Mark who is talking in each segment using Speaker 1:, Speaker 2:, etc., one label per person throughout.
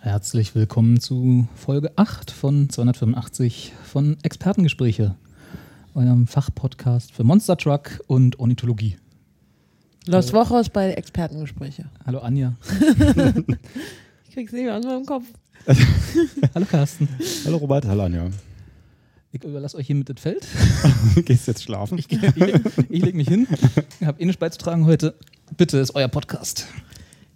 Speaker 1: Herzlich willkommen zu Folge 8 von 285 von Expertengespräche, eurem Fachpodcast für Monster Truck und Ornithologie.
Speaker 2: Los Wochos bei Expertengespräche.
Speaker 1: Hallo Anja.
Speaker 2: Ich krieg's nicht mehr aus meinem Kopf.
Speaker 1: Hallo Carsten.
Speaker 3: Hallo Robert, hallo Anja.
Speaker 1: Ich überlasse euch hier mit dem Feld.
Speaker 3: Gehst jetzt schlafen?
Speaker 1: Ich, ich, leg- ich lege mich hin. Ich habe eh nichts beizutragen heute. Bitte ist euer Podcast.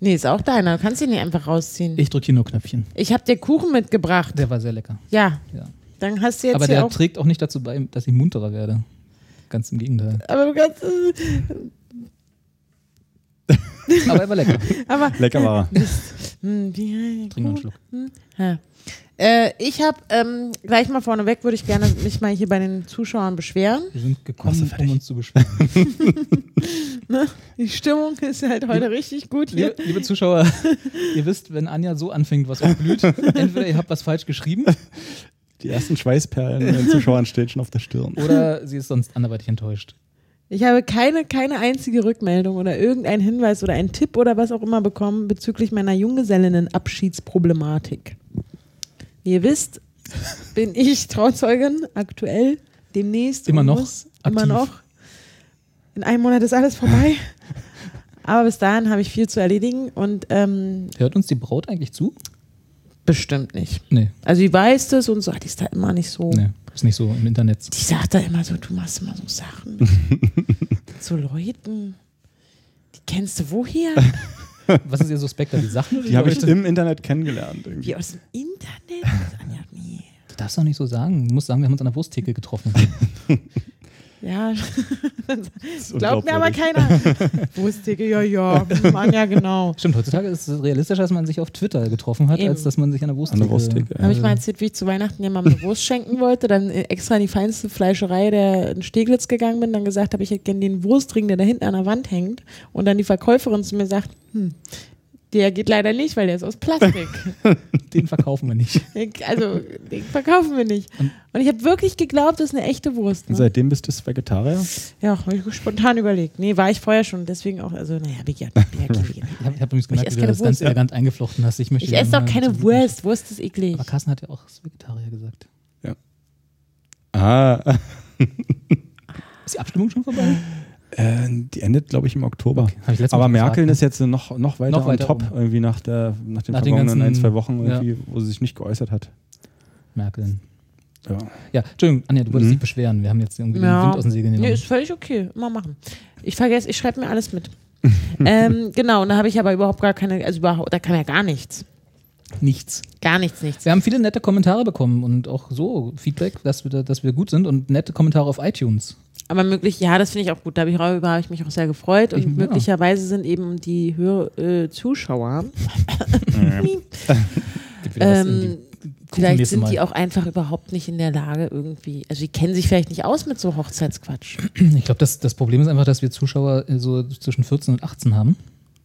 Speaker 2: Nee, ist auch deiner. Du kannst ihn nicht einfach rausziehen. Ich,
Speaker 1: Ich drücke hier nur Knöpfchen.
Speaker 2: hab dir Kuchen mitgebracht.
Speaker 1: Der war sehr lecker.
Speaker 2: Ja,
Speaker 1: Ja.
Speaker 2: dann hast du jetzt
Speaker 1: Aber
Speaker 2: hier
Speaker 1: der
Speaker 2: auch.
Speaker 1: trägt auch nicht dazu bei, dass ich munterer werde. Ganz im Gegenteil.
Speaker 2: Aber du kannst.
Speaker 1: Aber er war lecker.
Speaker 2: Aber.
Speaker 3: Lecker war. er.
Speaker 2: Hm, wie-
Speaker 1: Trink noch einen Schluck.
Speaker 2: Ja. Äh, ich habe ähm, gleich mal vorneweg, würde ich gerne mich mal hier bei den Zuschauern beschweren.
Speaker 1: Wir sind
Speaker 3: Machst du
Speaker 1: gekommen,
Speaker 3: fertig?
Speaker 1: um uns zu beschweren.
Speaker 2: Die Stimmung ist halt heute richtig gut hier.
Speaker 1: Liebe, liebe Zuschauer, ihr wisst, wenn Anja so anfängt, was blüht, entweder ihr habt was falsch geschrieben
Speaker 3: Die ersten Schweißperlen den Zuschauern steht schon auf der Stirn.
Speaker 1: oder sie ist sonst anderweitig enttäuscht.
Speaker 2: Ich habe keine, keine einzige Rückmeldung oder irgendeinen Hinweis oder einen Tipp oder was auch immer bekommen bezüglich meiner Junggesellinnen-Abschiedsproblematik. Wie ihr wisst, bin ich Trauzeugin aktuell, demnächst.
Speaker 1: Immer
Speaker 2: und
Speaker 1: noch
Speaker 2: muss
Speaker 1: aktiv.
Speaker 2: Immer noch. In einem Monat ist alles vorbei. Aber bis dahin habe ich viel zu erledigen und ähm,
Speaker 1: Hört uns die Braut eigentlich zu?
Speaker 2: bestimmt nicht.
Speaker 1: Nee,
Speaker 2: Also die weiß das und so, die ist da immer nicht so.
Speaker 1: nee, ist nicht so im Internet.
Speaker 2: Die sagt da immer so, du machst immer so Sachen zu Leuten. Die kennst du woher?
Speaker 1: Was ist ihr suspekter? Die Sachen? oder
Speaker 3: Die habe ich
Speaker 1: Leute?
Speaker 3: im Internet kennengelernt. irgendwie.
Speaker 2: Wie aus dem Internet? Anja, nee.
Speaker 1: Du darfst doch nicht so sagen. Du musst sagen, wir haben uns an der Wursttheke getroffen.
Speaker 2: Ja,
Speaker 3: Das ist
Speaker 2: glaubt mir aber
Speaker 3: unglaubwürdig.
Speaker 2: keiner. Wo ist Dicke? Ja, ja, hm, Anja, genau.
Speaker 1: Stimmt, heutzutage ist es realistischer, dass man sich auf Twitter getroffen hat,
Speaker 2: Eben.
Speaker 1: als dass man sich an der Wursttheke.
Speaker 3: An der Wursttheke, ja.
Speaker 2: Habe ich mal erzählt, wie ich zu Weihnachten jemandem eine Wurst schenken wollte, dann äh, extra in die feinste Fleischerei der in Steglitz gegangen bin, dann gesagt habe, ich hätte gerne den Wurstring, der da hinten an der Wand hängt. Und dann die Verkäuferin zu mir sagt, hm, der geht leider nicht, weil der ist aus Plastik.
Speaker 1: Den verkaufen wir nicht.
Speaker 2: Also, den verkaufen wir nicht. Und ich habe wirklich geglaubt, das ist eine echte Wurst.
Speaker 3: Und
Speaker 2: Ne?
Speaker 3: seitdem bist du Vegetarier?
Speaker 2: Ja, habe ich spontan überlegt. Nee, war ich vorher schon. Deswegen auch, also, naja, wie gesagt, ich bin ja Kirchen.
Speaker 1: Ich habe hab übrigens gemerkt,
Speaker 2: esse
Speaker 1: wie du
Speaker 2: keine
Speaker 1: das ganz
Speaker 2: Wurst.
Speaker 1: elegant eingeflochten hast. Ich, möchte
Speaker 2: Ich esse
Speaker 1: gerne
Speaker 2: doch
Speaker 1: mal-
Speaker 2: keine Wurst. Wurst ist eklig.
Speaker 1: Aber Carsten hat ja auch das Vegetarier gesagt.
Speaker 3: Ah,
Speaker 1: Ist die Abstimmung schon vorbei?
Speaker 3: äh, die endet, glaube ich, im Oktober.
Speaker 1: Hab ich letztes Mal
Speaker 3: aber
Speaker 1: gefragt,
Speaker 3: Merkel
Speaker 1: ne?
Speaker 3: ist jetzt noch, noch weiter
Speaker 1: Noch
Speaker 3: on
Speaker 1: weiter
Speaker 3: top,
Speaker 1: oben.
Speaker 3: irgendwie nach, der, nach den
Speaker 1: Nach den
Speaker 3: vergangenen
Speaker 1: ganzen-
Speaker 3: ein, zwei Wochen,
Speaker 1: ja.
Speaker 3: irgendwie, wo sie sich nicht geäußert hat.
Speaker 1: Merkel.
Speaker 3: Ja.
Speaker 1: Ja, Entschuldigung, Anja, du wolltest
Speaker 3: Mhm.
Speaker 1: dich beschweren. Wir haben jetzt irgendwie
Speaker 2: Ja.
Speaker 1: den Wind aus den Segeln
Speaker 2: Nee,
Speaker 1: genommen.
Speaker 2: ist völlig okay. Immer machen. Ich vergesse, ich schreibe mir alles mit. ähm, genau, und da habe ich aber überhaupt gar keine, also überhaupt, da kann ja gar nichts.
Speaker 1: Nichts.
Speaker 2: Gar nichts, nichts.
Speaker 1: Wir haben viele nette Kommentare bekommen und auch so Feedback, dass wir, da- dass wir gut sind und nette Kommentare auf iTunes.
Speaker 2: Aber möglich, ja, das finde ich auch gut. Da habe ich, darüber habe ich mich auch sehr gefreut. Und
Speaker 1: Ich- ja.
Speaker 2: möglicherweise sind eben die Hör äh, Zuschauer,
Speaker 1: Gibt wieder was in die
Speaker 2: ähm, vielleicht
Speaker 1: nächste
Speaker 2: sind die
Speaker 1: Mal.
Speaker 2: auch einfach überhaupt nicht in der Lage irgendwie, also die kennen sich vielleicht nicht aus mit so Hochzeitsquatsch.
Speaker 1: Ich glaube, das, das Problem ist einfach, dass wir Zuschauer äh, so zwischen 14 und 18 haben.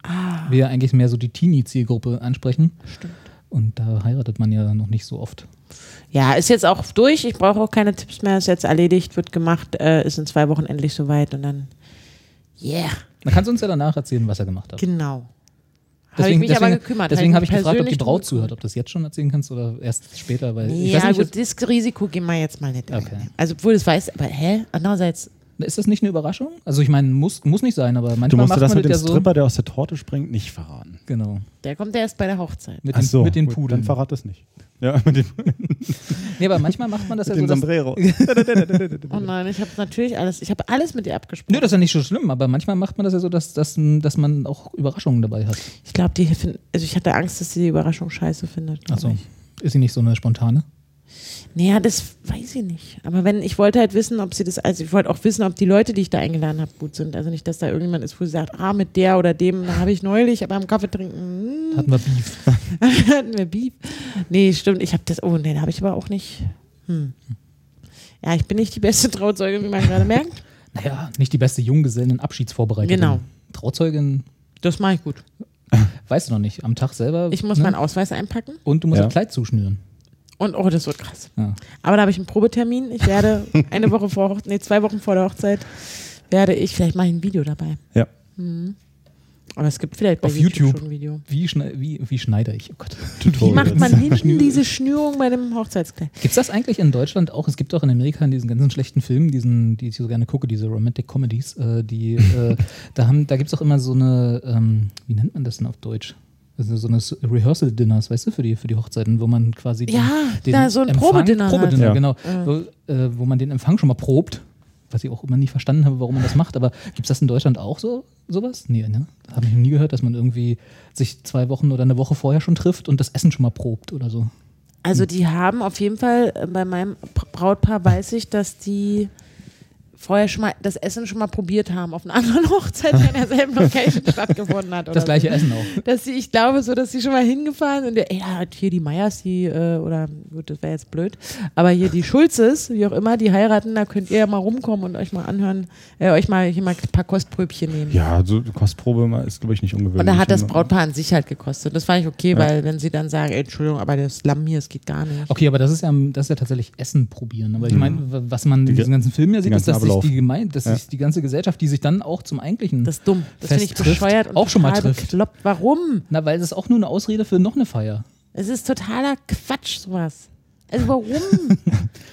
Speaker 2: Ah.
Speaker 1: Wir ja eigentlich mehr so die Teenie-Zielgruppe ansprechen. Stimmt. Und da heiratet man ja noch nicht so oft.
Speaker 2: Ja, ist jetzt auch durch. Ich brauche auch keine Tipps mehr. Ist jetzt erledigt, wird gemacht, äh, ist in zwei Wochen endlich soweit und dann, yeah,
Speaker 1: Man kann es uns ja danach erzählen, was er gemacht hat.
Speaker 2: genau. Habe ich mich aber gekümmert.
Speaker 1: Deswegen habe
Speaker 2: mich
Speaker 1: ich gefragt, ob
Speaker 2: persönlich
Speaker 1: die Braut
Speaker 2: drum
Speaker 1: zuhört, ob du das jetzt schon erzählen kannst oder erst später, weil ich weiß
Speaker 2: Ja,
Speaker 1: nicht,
Speaker 2: gut, das Risiko gehen wir jetzt mal nicht. ein.
Speaker 1: Okay.
Speaker 2: Also, obwohl das weiß, aber hä? Andererseits,
Speaker 1: Ist das nicht eine Überraschung? Also ich meine, muss, muss nicht sein, aber manchmal
Speaker 3: Du musst
Speaker 1: macht
Speaker 3: dir das
Speaker 1: man
Speaker 3: mit dem
Speaker 1: das ja so.
Speaker 3: Stripper, der aus der Torte springt, nicht verraten.
Speaker 1: Genau.
Speaker 2: der kommt ja erst bei der Hochzeit.
Speaker 1: Mit,
Speaker 3: Ach
Speaker 1: den,
Speaker 3: so,
Speaker 1: mit den
Speaker 3: gut,
Speaker 1: Pudeln.
Speaker 3: Dann verrat es nicht. Ja, mit dem,
Speaker 1: nee, aber manchmal macht man das ja
Speaker 3: mit
Speaker 1: so.
Speaker 3: dem
Speaker 1: Dass,
Speaker 3: Sombrero.
Speaker 2: Oh nein, ich habe natürlich alles, ich habe alles mit dir abgesprochen.
Speaker 1: nö, das ist ja nicht so schlimm, aber manchmal macht man das ja so, dass, dass, dass man auch Überraschungen dabei hat.
Speaker 2: Ich glaube, die finden, also ich hatte Angst, dass sie die Überraschung scheiße findet. glaub
Speaker 1: Also
Speaker 2: ich.
Speaker 1: ist sie nicht so eine spontane?
Speaker 2: Naja, das weiß ich nicht. Aber wenn, ich wollte halt wissen, ob sie das, also ich wollte auch wissen, ob die Leute, die ich da eingeladen habe, gut sind. Also nicht, dass da irgendjemand ist, wo sie sagt, ah, mit der oder dem, da habe ich neulich, aber am Kaffee trinken,
Speaker 1: Hatten wir Beef.
Speaker 2: hm, hatten wir Beef. Nee, stimmt, ich habe das, oh, nee, da habe ich aber auch nicht, hm. Ja, ich bin nicht die beste Trauzeuge, wie man gerade merkt.
Speaker 1: Naja, nicht die beste Junggesellenabschiedsvorbereitung.
Speaker 2: Genau.
Speaker 1: Trauzeugin,
Speaker 2: Das mache ich gut.
Speaker 1: weißt du noch nicht, am Tag selber.
Speaker 2: Ich muss
Speaker 1: ne?
Speaker 2: meinen Ausweis einpacken
Speaker 1: Und du musst
Speaker 3: Ja.
Speaker 1: ein Kleid zuschnüren.
Speaker 2: und, oh, das wird krass.
Speaker 1: Ja.
Speaker 2: Aber da habe ich einen Probetermin. Ich werde eine Woche vor Hochzeit, nee, zwei Wochen vor der Hochzeit werde ich, vielleicht mache ich ein Video dabei.
Speaker 3: Ja.
Speaker 2: Aber es gibt vielleicht bei
Speaker 1: Auf
Speaker 2: YouTube,
Speaker 1: YouTube.
Speaker 2: schon ein Video.
Speaker 1: Wie, schne wie, wie schneide ich? Oh Gott.
Speaker 2: Wie
Speaker 3: Tutorial.
Speaker 2: macht man hinten diese Schnürung bei einem Hochzeitskleid?
Speaker 1: Gibt es das eigentlich in Deutschland auch? Es gibt auch in Amerika in diesen ganzen schlechten Filmen, diesen, die ich so gerne gucke, diese Romantic Comedies, äh, die, äh, da, haben- da gibt es auch immer so eine, ähm, wie nennt man das denn auf Deutsch? Also so eine S- Rehearsal-Dinners, weißt du, für die, für die Hochzeiten, wo man quasi den,
Speaker 2: Ja,
Speaker 1: den
Speaker 2: na, so ein
Speaker 1: Empfang-
Speaker 2: Probedinner halt.
Speaker 1: Probedinner,
Speaker 3: Ja.
Speaker 1: genau. Wo, äh, wo man den Empfang schon mal probt, was ich auch immer nie verstanden habe, warum man das macht. Aber gibt es das in Deutschland auch so? Sowas? Nee, ne? Habe ich noch nie gehört, dass man irgendwie sich zwei Wochen oder eine Woche vorher schon trifft und das Essen schon mal probt oder so.
Speaker 2: Also die haben auf jeden Fall, äh, bei meinem Pr- Brautpaar weiß ich, dass die vorher schon mal das Essen schon mal probiert haben auf einer anderen Hochzeit, die in derselben Location stattgefunden hat. Oder
Speaker 1: Das gleiche
Speaker 2: so.
Speaker 1: Essen auch.
Speaker 2: Dass sie, ich glaube so, dass sie schon mal hingefahren sind. Ey, Ja, hier die Meyers, die, äh, oder gut, das wäre jetzt blöd, aber hier die Schulzes, wie auch immer, die heiraten, da könnt ihr ja mal rumkommen und euch mal anhören, äh, euch mal hier mal ein paar Kostpröbchen nehmen.
Speaker 3: Ja, so Kostprobe mal ist, glaube ich, nicht ungewöhnlich.
Speaker 2: Und da hat das
Speaker 3: ne?
Speaker 2: Brautpaar an sich halt gekostet. Das fand ich okay,
Speaker 3: Ja.
Speaker 2: weil wenn sie dann sagen, ey, Entschuldigung, aber das Lamm hier, es geht gar nicht.
Speaker 1: Okay, aber das ist ja, das ist ja tatsächlich Essen probieren.
Speaker 3: Mhm.
Speaker 1: Aber ich meine, wa- was man in diesem ganzen Film ja sieht, ist,
Speaker 3: ganzen
Speaker 1: dass sich
Speaker 3: Ablauf.
Speaker 1: die Gemeinde, dass
Speaker 3: Ja.
Speaker 1: sich die ganze Gesellschaft, die sich dann auch zum eigentlichen.
Speaker 2: Das ist dumm. Das
Speaker 1: Fest
Speaker 2: finde ich
Speaker 1: trifft,
Speaker 2: bescheuert und
Speaker 1: auch schon mal
Speaker 2: total
Speaker 1: trifft.
Speaker 2: bekloppt. Warum?
Speaker 1: na, weil das ist auch nur eine Ausrede für noch eine Feier.
Speaker 2: Es ist totaler Quatsch, sowas. Also warum?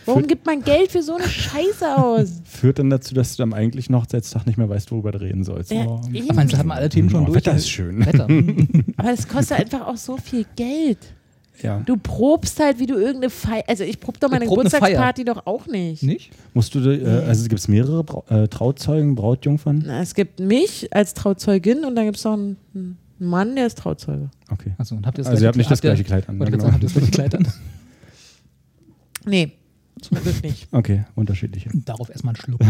Speaker 2: warum gibt man Geld für so eine Scheiße aus?
Speaker 3: Führt dann dazu, dass du am eigentlichen Hochzeitstag nicht mehr weißt, worüber du reden sollst.
Speaker 2: Ja,
Speaker 3: Aber-
Speaker 2: eben.
Speaker 1: Ich meine, da haben wir alle Themen schon
Speaker 3: Oh,
Speaker 1: durch.
Speaker 3: Wetter ist schön.
Speaker 1: Wetter.
Speaker 2: Aber es kostet einfach auch so viel Geld.
Speaker 3: Ja.
Speaker 2: Du probst halt, wie du irgendeine Feier. Also ich prob doch meine
Speaker 1: prob eine Feier.
Speaker 2: Geburtstagsparty doch auch nicht.
Speaker 1: Nicht?
Speaker 3: Musst du, äh, also gibt es mehrere Brau äh, Trauzeugen, Brautjungfern?
Speaker 2: Na, es gibt mich als Trauzeugin und dann gibt es noch einen, einen Mann, der ist Trauzeuge.
Speaker 3: Okay.
Speaker 1: Achso, und habt ihr das
Speaker 3: Also ihr habt nicht das
Speaker 1: ihr-
Speaker 3: gleiche Kleid an,
Speaker 1: Wollte
Speaker 3: ne,
Speaker 1: gerade sagen, habt ihr das gleiche Kleid an?
Speaker 2: Nee, zum Glück nicht.
Speaker 3: Okay, unterschiedliche.
Speaker 1: Darauf erstmal einen Schluck.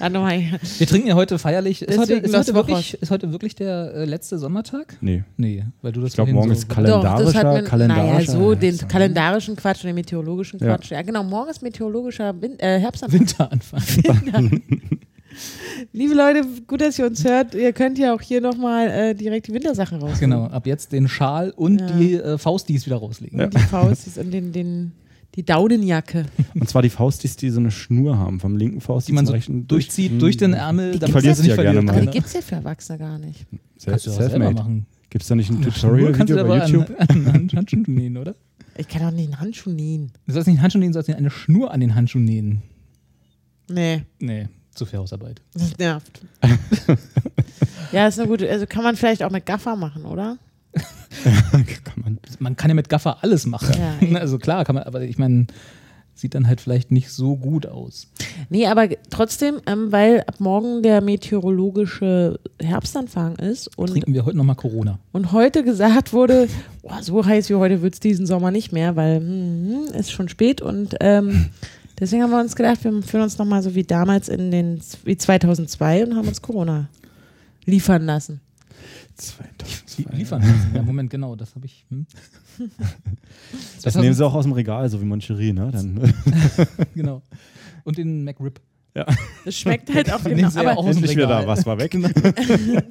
Speaker 2: Ah, nochmal.
Speaker 1: Wir trinken ja heute feierlich. Ist heute,
Speaker 2: Deswegen
Speaker 1: ist
Speaker 2: lassen
Speaker 1: heute,
Speaker 2: wir
Speaker 1: wirklich, ist heute wirklich der äh, letzte Sommertag?
Speaker 3: Nee.
Speaker 1: Nee, weil du das
Speaker 3: Ich glaube,
Speaker 1: vorhin
Speaker 3: morgen
Speaker 1: so
Speaker 3: ist kalendarischer, kalendarischer.
Speaker 2: Naja, so den
Speaker 3: so.
Speaker 2: kalendarischen Quatsch und den meteorologischen
Speaker 3: Ja.
Speaker 2: Quatsch. Ja, genau, morgen ist meteorologischer Win äh, Herbstanfang.
Speaker 1: Winteranfang.
Speaker 2: Liebe Leute, gut, dass ihr uns hört. Ihr könnt ja auch hier nochmal äh, direkt die Wintersachen raus.
Speaker 1: genau, ab jetzt den Schal und
Speaker 2: Ja.
Speaker 1: die äh, Faustis wieder rauslegen.
Speaker 2: Die Faustis und den, den, die Daunenjacke.
Speaker 3: Und zwar die Faustis, die so eine Schnur haben, vom linken Faust
Speaker 1: die man so
Speaker 3: zum rechten
Speaker 1: durchzieht durch Hm. den Ärmel,
Speaker 2: Die
Speaker 1: damit
Speaker 3: gibt's
Speaker 1: sie nicht
Speaker 3: ja gerne
Speaker 1: verliert.
Speaker 3: mal.
Speaker 2: Aber die
Speaker 3: Genau.
Speaker 2: gibt es ja für Erwachsene gar nicht.
Speaker 3: Self
Speaker 1: Kannst du auch selber
Speaker 3: Selfmade.
Speaker 1: machen.
Speaker 3: Gibt es da nicht ein
Speaker 1: Nur kannst du
Speaker 3: Tutorial-Video
Speaker 1: aber
Speaker 3: bei YouTube?
Speaker 1: An, ne? an, an Handschuhen nähen, oder?
Speaker 2: Ich kann auch nicht einen Handschuh nähen.
Speaker 1: Du sollst nicht Handschuhe nähen, du sollst eine Schnur an den Handschuh nähen.
Speaker 2: Nee,
Speaker 1: Nee, zu viel Hausarbeit.
Speaker 2: das nervt. ja, ist eine gute. Also kann man vielleicht auch mit Gaffer machen, oder?
Speaker 3: Kann man.
Speaker 1: Man kann ja mit Gaffer alles machen.
Speaker 2: Ja, eben.
Speaker 1: also klar, kann man, aber ich meine, sieht dann halt vielleicht nicht so gut aus.
Speaker 2: Nee, aber g- trotzdem, ähm, weil ab morgen der meteorologische Herbstanfang ist und,
Speaker 1: Trinken wir heute nochmal Corona.
Speaker 2: und heute gesagt wurde, boah, so heiß wie heute wird es diesen Sommer nicht mehr, weil es ist schon spät und ähm, deswegen haben wir uns gedacht, wir führen uns nochmal so wie damals in den z- wie 2002 und haben uns Corona liefern lassen.
Speaker 1: Lie-
Speaker 3: 2002.
Speaker 1: Liefern lassen. Ja, Moment, genau, das habe ich. Hm?
Speaker 3: Das nehmen sie auch aus dem Regal, so wie Moncherie, ne? Dann,
Speaker 1: Genau. Und den McRib.
Speaker 2: Das schmeckt halt auch
Speaker 1: Nehmen
Speaker 2: genau,
Speaker 1: Sie ja auch
Speaker 2: aber
Speaker 1: aus dem
Speaker 3: Endlich wieder
Speaker 1: Regal.
Speaker 3: da, was war weg?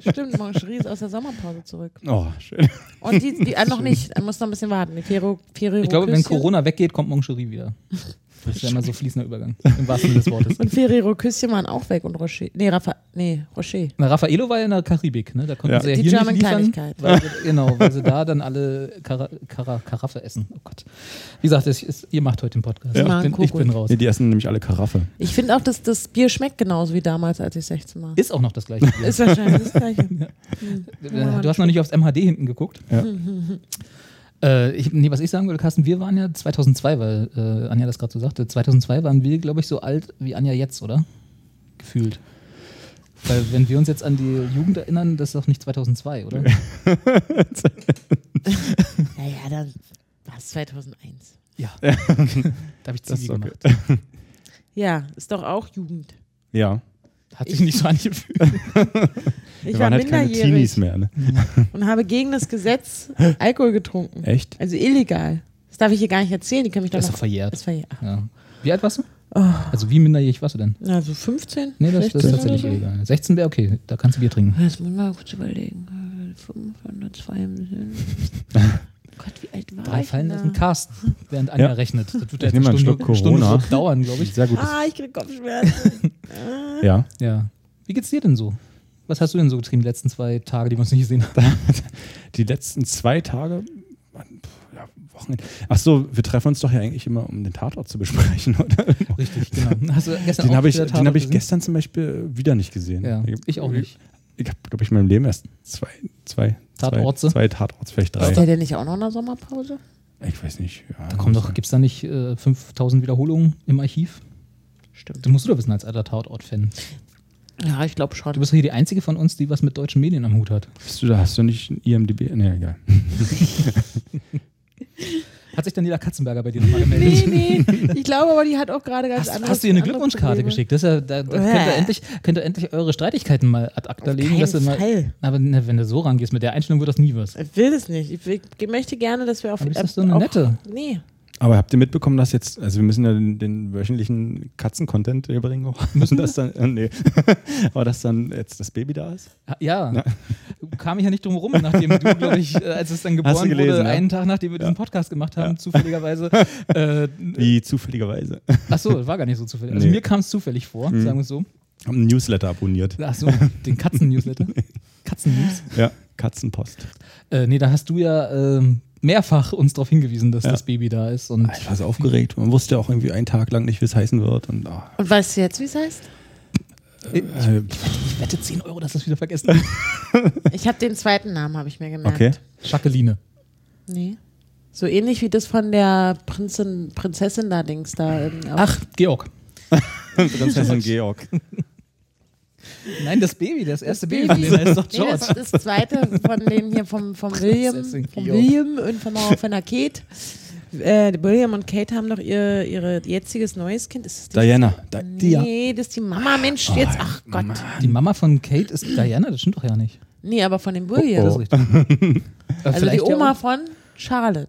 Speaker 2: stimmt, Mancherie ist aus der Sommerpause zurück.
Speaker 3: Oh, schön.
Speaker 2: Und die, die ah, noch nicht, man muss noch ein bisschen warten. Die Ferro, Ferro
Speaker 1: Ich glaube, wenn Corona weggeht, kommt Moncherie wieder. Das ist ja immer so fließender Übergang, im wahrsten Sinne des Wortes.
Speaker 2: Und Ferrero Küsschen waren auch weg und Rocher. Nee, Rafa, nee, Rocher.
Speaker 1: Na, Raffaello war ja in der Karibik, ne? Da konnten
Speaker 3: Ja.
Speaker 1: sie ja
Speaker 2: Die
Speaker 1: hier
Speaker 2: German
Speaker 1: nicht liefern,
Speaker 2: Kleinigkeit.
Speaker 1: Weil, sie- genau, weil sie da dann alle Kara Kara Karaffe essen. Oh Gott. Wie gesagt, das ist, ihr macht heute den Podcast.
Speaker 2: Ja.
Speaker 1: Ich, bin, ich bin raus.
Speaker 3: Nee, die essen nämlich alle Karaffe.
Speaker 2: Ich finde auch, dass das Bier schmeckt genauso wie damals, als ich 16 war.
Speaker 1: Ist auch noch das gleiche. Bier.
Speaker 2: Ist wahrscheinlich das gleiche.
Speaker 1: Äh, du hast noch nicht aufs MHD hinten geguckt.
Speaker 3: Ja.
Speaker 1: Äh, ich, nee, was ich sagen würde, Carsten, wir waren ja 2002, weil äh, Anja das gerade so sagte, 2002 waren wir, glaube ich, so alt wie Anja jetzt, oder? Gefühlt. Weil wenn wir uns jetzt an die Jugend erinnern, das ist doch nicht 2002, oder?
Speaker 2: Naja, dann war ist 2001.
Speaker 1: Ja. da habe ich
Speaker 3: Das
Speaker 1: Zivi
Speaker 3: ist okay.
Speaker 1: gemacht.
Speaker 2: Ja, ist doch auch Jugend.
Speaker 3: Ja,
Speaker 1: Hat
Speaker 2: Ich-
Speaker 1: sich nicht so angefühlt.
Speaker 2: Ich war
Speaker 3: wir waren halt keine
Speaker 2: minderjährig
Speaker 3: Teenies mehr. Ne?
Speaker 2: und habe gegen das Gesetz Alkohol getrunken.
Speaker 3: Echt?
Speaker 2: Also illegal. Das darf ich hier gar nicht erzählen, die können mich doch
Speaker 1: Das ist
Speaker 2: noch...
Speaker 1: doch verjährt.
Speaker 2: Das war ja.
Speaker 1: Ja. Wie alt warst du?
Speaker 3: Ah.
Speaker 1: Also wie minderjährig warst du denn?
Speaker 2: Na, so 15?
Speaker 1: Nee, das, das
Speaker 2: 16
Speaker 1: ist
Speaker 2: oder
Speaker 1: tatsächlich
Speaker 2: so.
Speaker 1: illegal. 16 wäre okay, da kannst du Bier trinken.
Speaker 4: Jetzt muss man mal kurz überlegen. 502 Gott, wie alt war
Speaker 1: Drei
Speaker 4: ich?
Speaker 1: fallen
Speaker 4: denn
Speaker 1: aus
Speaker 4: da?
Speaker 1: dem Kasten, während einer
Speaker 3: Ja.
Speaker 1: rechnet. Das wird
Speaker 3: Ich nehme mal einen Schluck
Speaker 1: Stunde
Speaker 3: Corona.
Speaker 1: so dauern, glaube ich.
Speaker 3: Sehr gut.
Speaker 2: Ah, ich krieg Kopfschmerzen.
Speaker 1: Ah.
Speaker 3: Ja.
Speaker 1: Ja. Wie geht's dir denn so? Was hast du denn so getrieben die letzten zwei Tage, die wir uns nicht gesehen haben?
Speaker 3: Die letzten zwei Tage, Mann, pff, ja, Wochenende. Ach so, wir treffen uns doch ja eigentlich immer, um den Tatort zu besprechen, oder?
Speaker 1: Richtig, genau. Hast du gestern
Speaker 3: Den
Speaker 1: auch
Speaker 3: habe ich,
Speaker 1: wieder
Speaker 3: den
Speaker 1: Tatort
Speaker 3: hab ich
Speaker 1: gesehen?
Speaker 3: gestern zum Beispiel wieder nicht gesehen.
Speaker 1: Ja, ich auch nicht.
Speaker 3: Ich habe, glaube ich, in meinem Leben erst zwei, zwei,
Speaker 1: Tatortze?
Speaker 3: zwei, zwei Tatorts, vielleicht
Speaker 2: Ist der
Speaker 3: drei.
Speaker 2: denn nicht auch noch in der Sommerpause?
Speaker 3: Ich weiß nicht. Ja,
Speaker 1: Da kommen doch, gibt's da nicht äh, 5000 Wiederholungen im Archiv?
Speaker 2: Stimmt.
Speaker 1: Das musst du doch wissen als alter Tatort-Fan.
Speaker 2: Ja, ich glaube schon.
Speaker 1: Du bist doch hier die einzige von uns, die was mit deutschen Medien am Hut hat.
Speaker 3: Bist du da? Hast du nicht ein IMDb? Nee, egal.
Speaker 1: Hat sich Daniela Katzenberger bei dir nochmal gemeldet?
Speaker 2: Nee, nee. Ich glaube aber, die hat auch gerade ganz
Speaker 1: Hast,
Speaker 2: andere
Speaker 1: hast du ihr eine
Speaker 2: andere
Speaker 1: Glückwunschkarte
Speaker 2: Probleme.
Speaker 1: geschickt? Das ist ja, da, da
Speaker 2: Äh.
Speaker 1: könnt, ihr endlich, könnt ihr endlich eure Streitigkeiten mal ad acta legen.
Speaker 2: keinen
Speaker 1: dass ihr mal,
Speaker 2: Fall.
Speaker 1: Aber ne, wenn du so rangehst, mit der Einstellung wird das nie was.
Speaker 2: Ich will das nicht. Ich will, ich möchte gerne, dass wir auf
Speaker 1: Aber ist
Speaker 2: äh,
Speaker 1: das so eine
Speaker 2: auch,
Speaker 1: nette?
Speaker 2: Nee.
Speaker 3: Aber habt ihr mitbekommen, dass jetzt, also wir müssen ja den, den wöchentlichen Katzen-Content hier bringen auch. Müssen das dann, äh, nee. Aber dass dann jetzt das Baby da ist?
Speaker 1: Ja, kam ich ja nicht drum rum, nachdem du, glaube ich, äh, als es dann geboren
Speaker 3: gelesen,
Speaker 1: wurde,
Speaker 3: ja?
Speaker 1: einen Tag nachdem wir diesen Podcast gemacht haben, zufälligerweise. Äh,
Speaker 3: Wie zufälligerweise.
Speaker 1: achso, das war gar nicht so zufällig. Also
Speaker 3: Nee. Mhm.
Speaker 1: mir kam es zufällig vor, sagen wir es so.
Speaker 3: Haben einen Newsletter abonniert.
Speaker 1: Achso, den Katzen-Newsletter. Katzen-News.
Speaker 3: Ja, Katzenpost.
Speaker 1: Äh, nee, da hast du ja ähm, mehrfach uns darauf hingewiesen, dass das Baby da ist. Und
Speaker 3: Ich war so aufgeregt. Man wusste ja auch irgendwie einen Tag lang nicht, wie es heißen wird. Und, ah,
Speaker 2: Und weißt du jetzt, wie es heißt?
Speaker 3: äh,
Speaker 1: ich wette 10 Euro, dass das wieder vergessen wird.
Speaker 2: Ich habe den zweiten Namen, habe ich mir gemerkt.
Speaker 3: okay.
Speaker 1: Jacqueline.
Speaker 2: Nee. So ähnlich wie das von der Prinzin, Prinzessin da Dings da. in- auf-
Speaker 1: Ach, Georg.
Speaker 3: Prinzessin Georg.
Speaker 1: Nein, das Baby, das erste Baby,
Speaker 2: Baby.
Speaker 1: Baby. heißt doch
Speaker 2: Nee,
Speaker 1: George.
Speaker 2: das ist das zweite von denen hier vom, vom William,
Speaker 1: Prinzessin
Speaker 2: vom
Speaker 1: Georg.
Speaker 2: William und von, der- von der Kate. Äh, William und Kate haben doch ihr ihre jetziges neues Kind. Ist das die
Speaker 3: Diana. Di
Speaker 2: Nee, das ist die Mama, Mensch, jetzt. Ach Gott.
Speaker 1: Die Mama von Kate ist Diana, das stimmt doch ja nicht.
Speaker 2: Nee, aber von dem William.
Speaker 1: Das ist richtig. Äh,
Speaker 2: Also die Oma von Charlotte.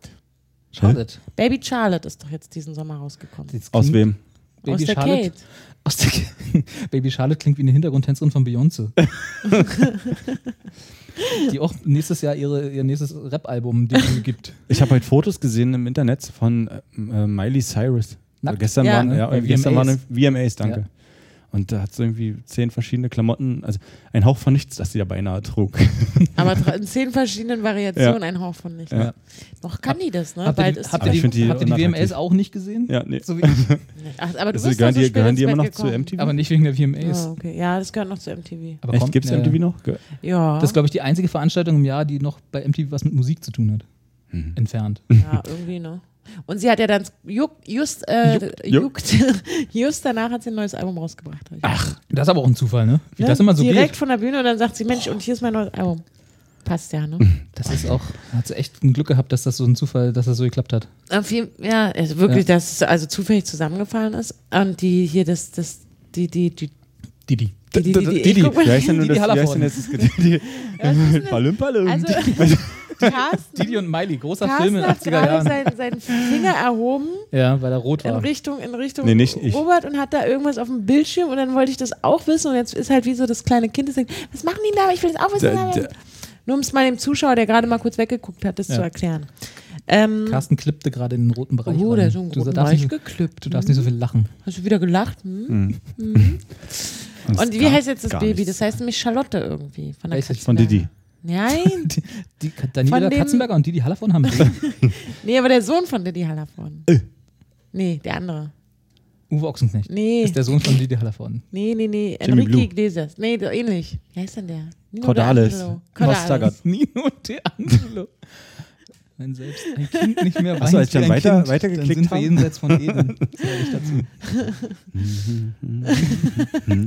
Speaker 1: Charlotte.
Speaker 2: Baby Charlotte ist doch jetzt diesen Sommer rausgekommen.
Speaker 1: Jetzt
Speaker 3: Aus
Speaker 1: klingt
Speaker 3: wem?
Speaker 1: Baby
Speaker 2: Aus der
Speaker 1: Charlotte.
Speaker 2: Kate.
Speaker 1: Aus der Kate. Baby Charlotte klingt wie eine Hintergrundtänzerin von Beyoncé. die auch nächstes Jahr ihre, ihr nächstes Rap-Album Debüt gibt.
Speaker 3: Ich habe heute Fotos gesehen im Internet von äh, äh, Miley Cyrus. Äh,
Speaker 1: Nackt.
Speaker 3: Gestern
Speaker 2: Ja. ne?
Speaker 3: waren ja,
Speaker 1: Bei
Speaker 3: gestern
Speaker 1: VMAs.
Speaker 3: waren VMAs, danke.
Speaker 1: Ja.
Speaker 3: Und da hat sie irgendwie zehn verschiedene Klamotten, also ein Hauch von nichts, das sie da beinahe trug.
Speaker 2: Aber dr- in zehn verschiedenen Variationen
Speaker 3: Ja.
Speaker 2: ein Hauch von nichts.
Speaker 3: Ja.
Speaker 2: Noch kann die das, ne?
Speaker 1: Habt ihr
Speaker 2: Bald
Speaker 1: die,
Speaker 2: ist
Speaker 1: habt
Speaker 3: Aber
Speaker 1: ihr
Speaker 3: ich
Speaker 1: die,
Speaker 3: find die
Speaker 1: habt ihr die
Speaker 3: unattraktiv.
Speaker 1: WMAs auch nicht gesehen?
Speaker 3: Ja, nee.
Speaker 1: So wie ich.
Speaker 2: Ach, aber du
Speaker 3: Also,
Speaker 2: bist ja
Speaker 3: gehören
Speaker 2: so
Speaker 3: die,
Speaker 2: spät
Speaker 3: gehören
Speaker 2: ins
Speaker 3: die immer noch
Speaker 2: Bett gekommen.
Speaker 3: zu MTV?
Speaker 1: Aber nicht wegen der WMAs.
Speaker 2: Ah, okay. Ja, das gehört noch zu MTV.
Speaker 1: Aber
Speaker 3: Echt, gibt es
Speaker 1: äh,
Speaker 3: MTV noch? Ge
Speaker 2: Ja.
Speaker 1: Das ist, glaube ich, die einzige Veranstaltung im Jahr, die noch bei MTV was mit Musik zu tun hat. Mhm. Entfernt.
Speaker 2: Ja, irgendwie, ne? Und sie hat ja dann juck, just, äh,
Speaker 3: Juckt.
Speaker 2: juckt. just danach hat sie ein neues Album rausgebracht. hab ich
Speaker 1: Ach, das ist aber auch ein Zufall, ne? Wie
Speaker 2: ne?
Speaker 1: das immer so
Speaker 2: Direkt
Speaker 1: geht.
Speaker 2: von der Bühne und dann sagt sie, Mensch, und hier ist mein neues Album. Passt ja, ne?
Speaker 1: Das ist auch, hat sie echt ein Glück gehabt, dass das so ein Zufall, dass das so geklappt hat.
Speaker 2: Auf jeden, ja, also wirklich, dass es also zufällig zusammengefallen ist. Und die hier, das, das, die, die, die,
Speaker 1: Didi.
Speaker 2: die, die, die, die,
Speaker 1: Didi.
Speaker 2: ich guck mal-
Speaker 3: Wie heißt denn nun
Speaker 1: Die
Speaker 3: das? Wie heißt
Speaker 1: Hallervorden.
Speaker 3: denn jetzt das Gedicht? Palüm, palüm.
Speaker 2: Also, Carsten,
Speaker 1: Didi und Miley, großer Film in
Speaker 2: Carsten
Speaker 1: den
Speaker 2: hat
Speaker 1: 80er
Speaker 2: gerade
Speaker 1: Jahren.
Speaker 2: seinen, seinen Finger erhoben
Speaker 1: ja, weil er rot
Speaker 2: in
Speaker 1: war.
Speaker 2: Richtung, in Richtung
Speaker 3: Nee, nicht ich.
Speaker 2: Robert und hat da irgendwas auf dem Bildschirm und dann wollte ich das auch wissen und jetzt ist halt wie so das kleine Kind, das denkt, was machen die da, aber ich will das auch wissen.
Speaker 3: Da- da-
Speaker 2: Nur um es mal dem Zuschauer, der gerade mal kurz weggeguckt hat, das
Speaker 1: Ja.
Speaker 2: zu erklären. Ähm,
Speaker 1: Carsten klippte gerade in den roten Bereich.
Speaker 2: oh,
Speaker 1: rein.
Speaker 2: der ist so ein
Speaker 1: du,
Speaker 2: roten
Speaker 1: darfst
Speaker 2: Bereich
Speaker 1: nicht, so-
Speaker 2: geklippt.
Speaker 1: du darfst nicht so viel lachen.
Speaker 2: Hast du wieder gelacht? Hm? Und wie
Speaker 3: gar-
Speaker 2: heißt jetzt das
Speaker 3: gar
Speaker 2: Baby?
Speaker 3: nichts.
Speaker 2: Das heißt nämlich Charlotte irgendwie. Von, der
Speaker 1: Weiß ich,
Speaker 3: Von Didi.
Speaker 2: Katze. Nein,
Speaker 1: Die, die, Daniela
Speaker 2: Von dem-
Speaker 1: Katzenberger und Didi Hallervorden haben
Speaker 2: nee, aber der Sohn von Didi Hallervorden. Nee, der andere.
Speaker 1: Uwe Ochsenknecht.
Speaker 2: Nee.
Speaker 1: Ist der Sohn von Didi Hallervorden.
Speaker 2: Nee, nee, nee.
Speaker 3: Jimmy
Speaker 2: Enrique
Speaker 3: Blue.
Speaker 2: Iglesias. Nee, der- ähnlich. Wie heißt denn der? Nino
Speaker 3: Cordalis.
Speaker 2: D'Angelo.
Speaker 3: Nostagat.
Speaker 1: Nino D'Angelo. Wenn selbst ein Kind nicht mehr weiß,
Speaker 3: Achso, als
Speaker 1: wie
Speaker 3: ich
Speaker 1: ein
Speaker 3: dann weiter-
Speaker 1: kind, dann
Speaker 3: weitergeklickt
Speaker 1: sind wir
Speaker 3: habe.
Speaker 1: jenseits von Eden. sag ich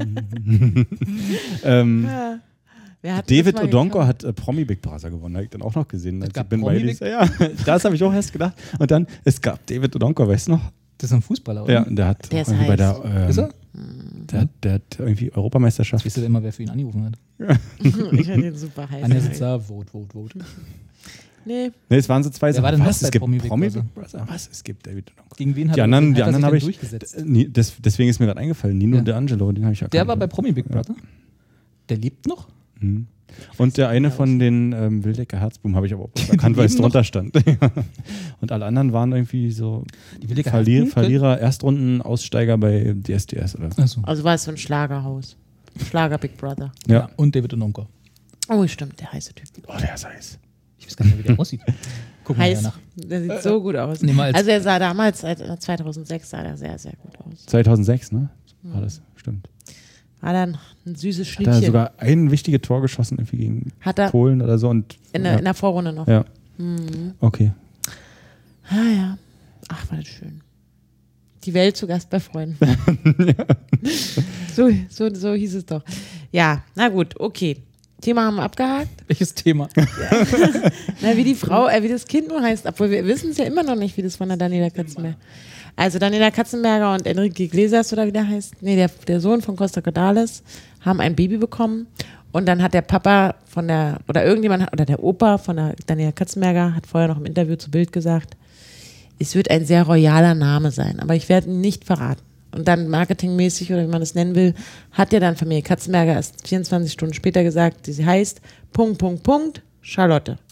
Speaker 1: dazu.
Speaker 3: Ähm,
Speaker 2: Wir hatten
Speaker 3: David
Speaker 2: das mal
Speaker 3: Odonko
Speaker 2: gekauft.
Speaker 3: hat äh, Promi Big Brother gewonnen, habe ich dann auch noch gesehen. Als
Speaker 1: gab
Speaker 3: ich bin
Speaker 1: Promi
Speaker 3: bei
Speaker 1: Big-
Speaker 3: dieser, ja, das habe ich auch erst gedacht. Und dann, es gab David Odonko, weißt du noch?
Speaker 1: Das ist ein Fußballer, oder?
Speaker 3: Ja, der hat
Speaker 2: Der ist
Speaker 3: irgendwie bei der, ähm,
Speaker 1: Ist er?
Speaker 3: Der, hat- der hat irgendwie Europameisterschaft.
Speaker 1: Jetzt wisst ihr immer, wer für ihn angerufen hat.
Speaker 2: Ich hatte den super heiß.
Speaker 1: Anja sitzt da, vote, vote, vote.
Speaker 2: Nee,
Speaker 3: Nee, es waren so zwei
Speaker 1: Wer war denn noch
Speaker 3: Was,
Speaker 1: bei
Speaker 3: es gibt
Speaker 1: Promi
Speaker 3: Promi
Speaker 1: Big
Speaker 3: Big,
Speaker 1: Brother?
Speaker 3: Brother? Was, es gibt David Odonko?
Speaker 1: Gegen wen hat
Speaker 3: Die
Speaker 1: er-
Speaker 3: anderen,
Speaker 1: hat
Speaker 3: die
Speaker 1: er sich
Speaker 3: anderen
Speaker 1: denn
Speaker 3: habe ich.
Speaker 1: durchgesetzt?
Speaker 3: Äh, nie- des- deswegen ist mir gerade eingefallen. Nino
Speaker 1: Ja.
Speaker 3: D'Angelo, den habe ich auch
Speaker 1: Der
Speaker 3: gar
Speaker 1: war bei
Speaker 3: nicht
Speaker 1: Promi Big Brother. Der lebt noch?
Speaker 3: gehört. Und der eine von den ähm, Wildecker Herzboom habe ich aber auch bloß erkannt, weil es
Speaker 1: leben noch?
Speaker 3: drunter stand. Ja. Und alle anderen waren irgendwie so
Speaker 1: Die Hm, Wildecker
Speaker 3: Verlier,
Speaker 1: Herzboom?
Speaker 3: Verlierer, Erstrunden-Aussteiger bei DSDS oder so.
Speaker 1: Achso.
Speaker 2: also war es so ein Schlagerhaus. Schlager Big Brother.
Speaker 3: Ja.
Speaker 1: Und David Ononko.
Speaker 2: Oh, stimmt, der heiße Typ.
Speaker 3: Oh, der ist heiß.
Speaker 1: Ich weiß gar nicht mehr, wie der aussieht. Gucken wir
Speaker 2: Heiß.
Speaker 1: danach.
Speaker 2: Der sieht so gut aus.
Speaker 1: nee, mal als-
Speaker 2: also er sah damals, als- 2006 sah er sehr, sehr gut aus.
Speaker 3: 2006, ne? War das, stimmt.
Speaker 2: War dann ein süßes
Speaker 3: Hat er
Speaker 2: Schnittchen.
Speaker 3: sogar ein wichtiges Tor geschossen irgendwie gegen
Speaker 2: Hat er
Speaker 3: Polen oder so und
Speaker 2: in, der, in der Vorrunde noch.
Speaker 3: ja. ja. Okay.
Speaker 2: Ah ja. Ach, war das schön. Die Welt zu Gast bei Freunden. so, so, so hieß es doch. Ja, na gut, okay. Thema haben wir abgehakt.
Speaker 1: Welches Thema?
Speaker 2: Na, wie die Frau, äh, wie das Kind nur heißt, obwohl wir wissen es ja immer noch nicht, wie das von der Daniela Katzenberger. Also Daniela Katzenberger und Enrique Iglesias oder wie der heißt, nee, der, der Sohn von Costa Cordalis, haben ein Baby bekommen und dann hat der Papa von der, oder irgendjemand, hat- oder der Opa von der Daniela Katzenberger hat vorher noch im Interview zu Bild gesagt, es wird ein sehr royaler Name sein, aber ich werde ihn nicht verraten. Und dann marketingmäßig oder wie man das nennen will, hat ja dann Familie Katzenberger erst 24 Stunden später gesagt, die sie heißt Punkt, Punkt, Punkt, Charlotte.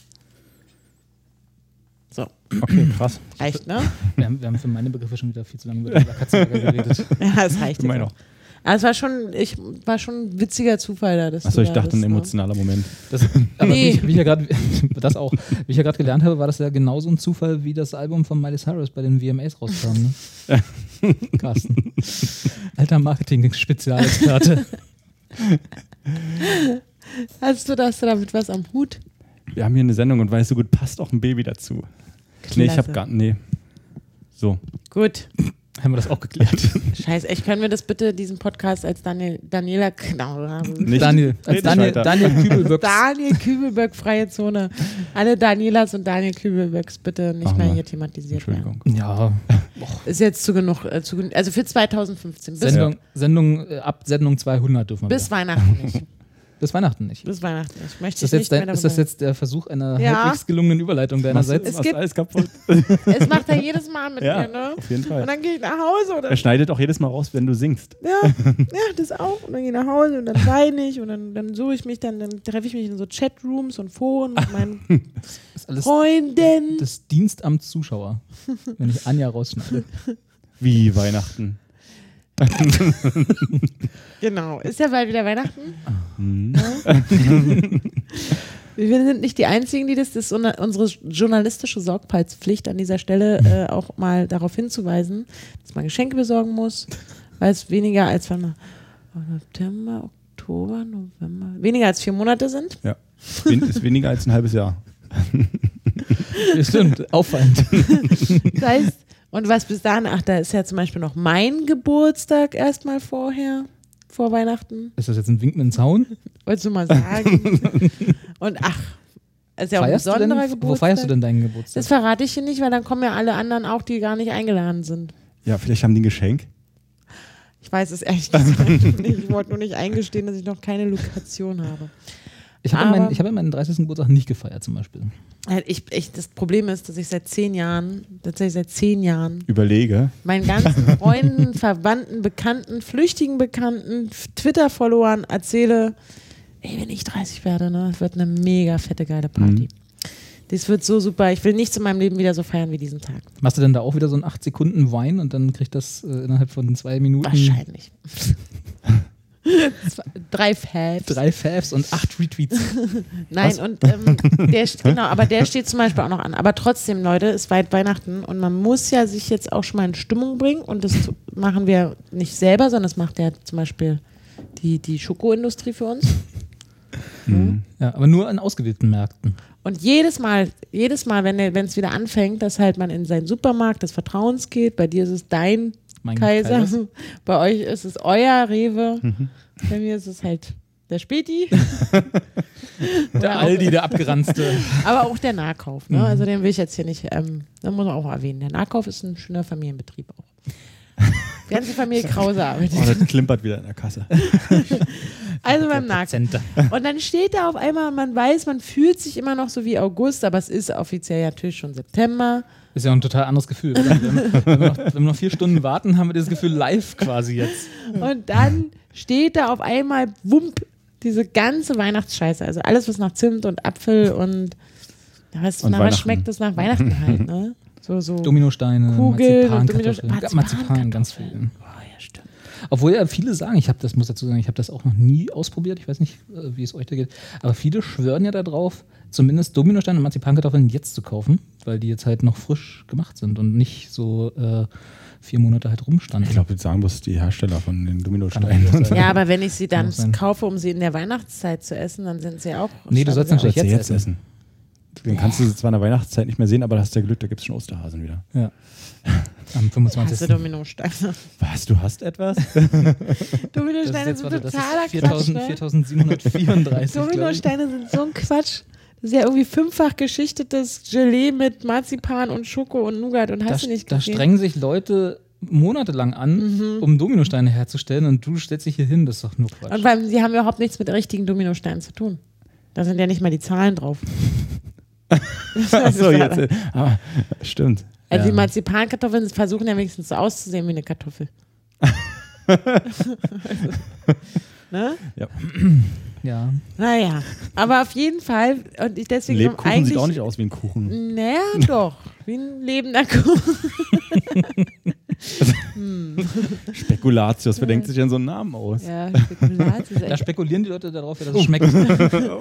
Speaker 2: So,
Speaker 3: Okay, krass.
Speaker 2: reicht, ne?
Speaker 1: Wir haben, wir haben für meine Begriffe schon wieder viel zu lange über Daniela Katzenberger geredet.
Speaker 2: Ja, es reicht.
Speaker 3: Ich meine
Speaker 2: jetzt
Speaker 3: auch.
Speaker 2: auch. Aber es war schon, ich, war schon ein witziger Zufall da. dass
Speaker 3: Achso,
Speaker 2: du
Speaker 3: ich
Speaker 2: da
Speaker 3: dachte,
Speaker 2: bist,
Speaker 3: ein
Speaker 2: ne?
Speaker 3: emotionaler Moment.
Speaker 1: Das, aber
Speaker 2: Nee.
Speaker 1: wie, ich, wie ich ja gerade, das auch, wie ich ja gerade gelernt habe, war das ja genauso ein Zufall wie das Album von Miley Cyrus bei den VMAs rauskam. Ne? Carsten. Alter Marketing-Spezialexperte.
Speaker 2: Hast du, hast du damit was am Hut?
Speaker 3: Wir haben hier eine Sendung und weil es so gut passt, auch ein Baby dazu. Nee, ich habe
Speaker 2: Klasse.
Speaker 3: gar nee. So.
Speaker 2: Gut.
Speaker 1: haben wir das auch geklärt.
Speaker 2: Scheiße, echt, können wir das bitte, diesen Podcast als Daniel, Daniela, genau,
Speaker 3: Nicht,
Speaker 1: Daniel, als
Speaker 3: Red
Speaker 1: Daniel,
Speaker 3: nicht weiter.
Speaker 1: Daniel Kübel wirkt.
Speaker 2: Daniel Kübelberg, freie Zone. Alle Danielas und Daniel Kübelbergs bitte nicht
Speaker 3: Machen
Speaker 2: mehr
Speaker 3: wir.
Speaker 2: hier thematisiert werden.
Speaker 3: ne. Entschuldigung.
Speaker 1: Ja,
Speaker 2: Ist jetzt zu genug, äh, zu, gen- also für 2015. Bis,
Speaker 1: Sendung, Sendung, äh, ab Sendung 200 dürfen wir
Speaker 2: bis Weihnachten nicht.
Speaker 1: wieder. bis Weihnachten nicht.
Speaker 2: Bis Weihnachten nicht. Möchte
Speaker 1: Ist das,
Speaker 2: ich nicht
Speaker 1: jetzt dein,
Speaker 2: mehr
Speaker 1: ist das
Speaker 2: darüber-
Speaker 1: jetzt der Versuch einer
Speaker 2: Ja.
Speaker 1: halbwegs gelungenen Überleitung deinerseits?
Speaker 3: Machst-
Speaker 2: Es
Speaker 3: machst
Speaker 2: gibt-
Speaker 3: alles kaputt.
Speaker 2: Es macht er jedes Mal mit
Speaker 3: Ja,
Speaker 2: mir, ne?
Speaker 3: auf jeden
Speaker 2: Und
Speaker 3: Fall.
Speaker 2: dann gehe ich nach Hause oder
Speaker 3: Er schneidet auch jedes Mal raus, wenn du singst.
Speaker 2: ja, ja, das auch. Und dann gehe ich nach Hause und dann weine ich und dann, dann suche ich mich, dann, dann treffe ich mich in so Chatrooms und Foren mit meinen
Speaker 1: Ist alles
Speaker 2: Freunden.
Speaker 1: das Dienstamt Zuschauer, wenn ich Anja rausschneide.
Speaker 3: Wie Weihnachten.
Speaker 2: Genau. Ist ja bald wieder Weihnachten. Ja. Wir sind nicht die Einzigen, die das, das ist una- unsere journalistische Sorgfaltspflicht an dieser Stelle äh, auch mal darauf hinzuweisen, dass man Geschenke besorgen muss, weil es weniger als wenn September, Oktober, November, weniger als vier Monate sind.
Speaker 3: Ja. Wen- Ist weniger als ein halbes Jahr.
Speaker 1: Das stimmt, auffallend.
Speaker 2: Das heißt, und was bis dahin, ach, da ist ja zum Beispiel noch mein Geburtstag erstmal vorher, vor Weihnachten.
Speaker 1: Ist das jetzt ein Wink mit dem Zaun?
Speaker 2: Wolltest du mal sagen? und ach, ist ja auch ein
Speaker 1: Feierst du denn,
Speaker 2: besonderer
Speaker 1: wo
Speaker 2: Geburtstag.
Speaker 1: feierst du denn deinen Geburtstag?
Speaker 2: Das verrate ich hier nicht, weil dann kommen ja alle anderen auch, die gar nicht eingeladen sind.
Speaker 3: Ja, vielleicht haben die ein Geschenk.
Speaker 2: Ich weiß es ehrlich gesagt nicht. Ich wollte nur nicht eingestehen, dass ich noch keine Lokation habe.
Speaker 1: Ich habe
Speaker 2: Aber-
Speaker 1: meinen, ich habe meinen 30. Geburtstag nicht gefeiert zum Beispiel.
Speaker 2: Halt, Ich, ich, das Problem ist, dass ich seit zehn Jahren, tatsächlich seit zehn Jahren,
Speaker 3: Überlege.
Speaker 2: meinen ganzen Freunden, Verwandten, Bekannten, flüchtigen Bekannten, F- Twitter-Followern erzähle, ey, wenn ich 30 werde, ne, das wird eine mega fette, geile Party. Das wird so super. Ich will nichts in meinem Leben wieder so feiern wie diesen Tag.
Speaker 1: Machst du denn da auch wieder so einen 8 Sekunden Wein und dann kriegt das äh, innerhalb von zwei Minuten
Speaker 2: Wahrscheinlich. Zwei- Drei Fabs.
Speaker 1: drei Favs und acht Retweets?
Speaker 2: Nein,
Speaker 1: Was?
Speaker 2: und ähm, der, st- genau, aber der steht zum Beispiel auch noch an. Aber trotzdem, Leute, ist weit Weihnachten und man muss ja sich jetzt auch schon mal in Stimmung bringen und das zu- machen wir nicht selber, sondern das macht ja zum Beispiel die, die Schokoindustrie für uns.
Speaker 1: Ja, aber nur an ausgewählten Märkten.
Speaker 2: Und jedes Mal, jedes Mal, wenn es wieder anfängt, dass halt man in seinen Supermarkt des Vertrauens geht, bei dir ist es dein
Speaker 1: Mein
Speaker 2: Kaiser,
Speaker 1: Kaiser.
Speaker 2: bei euch ist es euer Rewe, bei mir ist es halt der Späti.
Speaker 1: Der Aldi, der abgeranzte.
Speaker 2: Aber auch der Nahkauf, ne?
Speaker 3: Mhm.
Speaker 2: Also den will ich jetzt hier nicht, ähm, da muss man auch erwähnen. Der Nahkauf ist ein schöner Familienbetrieb auch. Die ganze Familie Krause arbeitet.
Speaker 3: Oh, das klimpert wieder in der Kasse.
Speaker 2: Also beim Nahkauf.
Speaker 1: Center.
Speaker 2: Und dann steht da auf einmal, und man weiß, man fühlt sich immer noch so wie August, aber es ist offiziell ja natürlich schon September.
Speaker 1: Ist ja ein total anderes Gefühl. Oder? Wenn, wir, wenn, wir noch, wenn wir noch vier Stunden warten, haben wir dieses Gefühl live quasi jetzt.
Speaker 3: Mhm.
Speaker 2: Und dann steht da auf einmal, wump, diese ganze Weihnachtsscheiße. Also alles, was nach Zimt und Apfel und, ja, was,
Speaker 3: Und
Speaker 2: nach was
Speaker 3: Weihnachten.
Speaker 2: schmeckt das nach Weihnachten halt, ne? So, so.
Speaker 1: Dominosteine,
Speaker 2: Kugeln und
Speaker 1: Marzipan,
Speaker 2: Domino-
Speaker 1: Kartoffeln, Marzipan,
Speaker 2: Marzipankartoffeln.
Speaker 1: ganz viel.
Speaker 4: Oh, ja, stimmt.
Speaker 1: Obwohl ja viele sagen, ich habe das muss dazu sagen, ich habe das auch noch nie ausprobiert. Ich weiß nicht, äh, wie es euch da geht. Aber viele schwören ja darauf, zumindest Dominosteine und Marzipankartoffeln jetzt zu kaufen, weil die jetzt halt noch frisch gemacht sind und nicht so äh, vier Monate halt rumstanden.
Speaker 3: Ich glaube, jetzt sagen bloß die Hersteller von den
Speaker 1: Kann auch
Speaker 3: Dominosteinen.
Speaker 1: sein.
Speaker 2: Ja, aber wenn ich sie dann
Speaker 1: Kann auch sein.
Speaker 2: kaufe, um sie in der Weihnachtszeit zu essen, dann sind sie auch.
Speaker 1: Nee, du sollst
Speaker 2: stabil.
Speaker 1: natürlich
Speaker 3: Sollst du
Speaker 1: jetzt essen.
Speaker 3: Den kannst du zwar in der Weihnachtszeit nicht mehr sehen, aber da hast du ja Glück, da gibt es schon Osterhasen wieder.
Speaker 1: Ja. Am
Speaker 2: Hasse
Speaker 1: 25.
Speaker 2: Dominosteine.
Speaker 3: Was, du hast etwas?
Speaker 1: Das ist
Speaker 2: Dominosteine
Speaker 1: jetzt,
Speaker 2: sind
Speaker 1: warte, das ist
Speaker 2: totaler Quatsch.
Speaker 1: 4000,
Speaker 2: Ne?
Speaker 1: 4734. glaub ich.
Speaker 2: Dominosteine sind so ein Quatsch. Das ist ja irgendwie fünffach geschichtetes Gelee mit Marzipan und Schoko und Nougat und
Speaker 1: Da,
Speaker 2: hast du nicht
Speaker 1: da
Speaker 2: gesehen. Mhm.
Speaker 1: strengen sich Leute monatelang an, um Dominosteine herzustellen und du stellst dich hier hin, das ist doch nur Quatsch.
Speaker 2: Und weil sie haben überhaupt nichts mit richtigen Dominosteinen zu tun. Da sind ja nicht mal die Zahlen drauf.
Speaker 3: Achso, jetzt. äh, Ah, stimmt.
Speaker 2: Also
Speaker 1: Ja.
Speaker 2: die Marzipankartoffeln versuchen ja wenigstens so auszusehen wie eine Kartoffel. ne?
Speaker 1: Ja.
Speaker 2: Naja, aber auf jeden Fall und ich deswegen
Speaker 3: Lebkuchen
Speaker 2: eigentlich Mm.
Speaker 3: sieht auch nicht aus wie ein Kuchen.
Speaker 2: Naja, doch, wie ein lebender Kuchen.
Speaker 3: Spekulatius, wer denkt sich denn so einen Namen aus?
Speaker 2: Ja, Spekulatius. ist
Speaker 1: Da
Speaker 2: echt-
Speaker 1: spekulieren die Leute darauf, wie das schmeckt.
Speaker 2: Ja,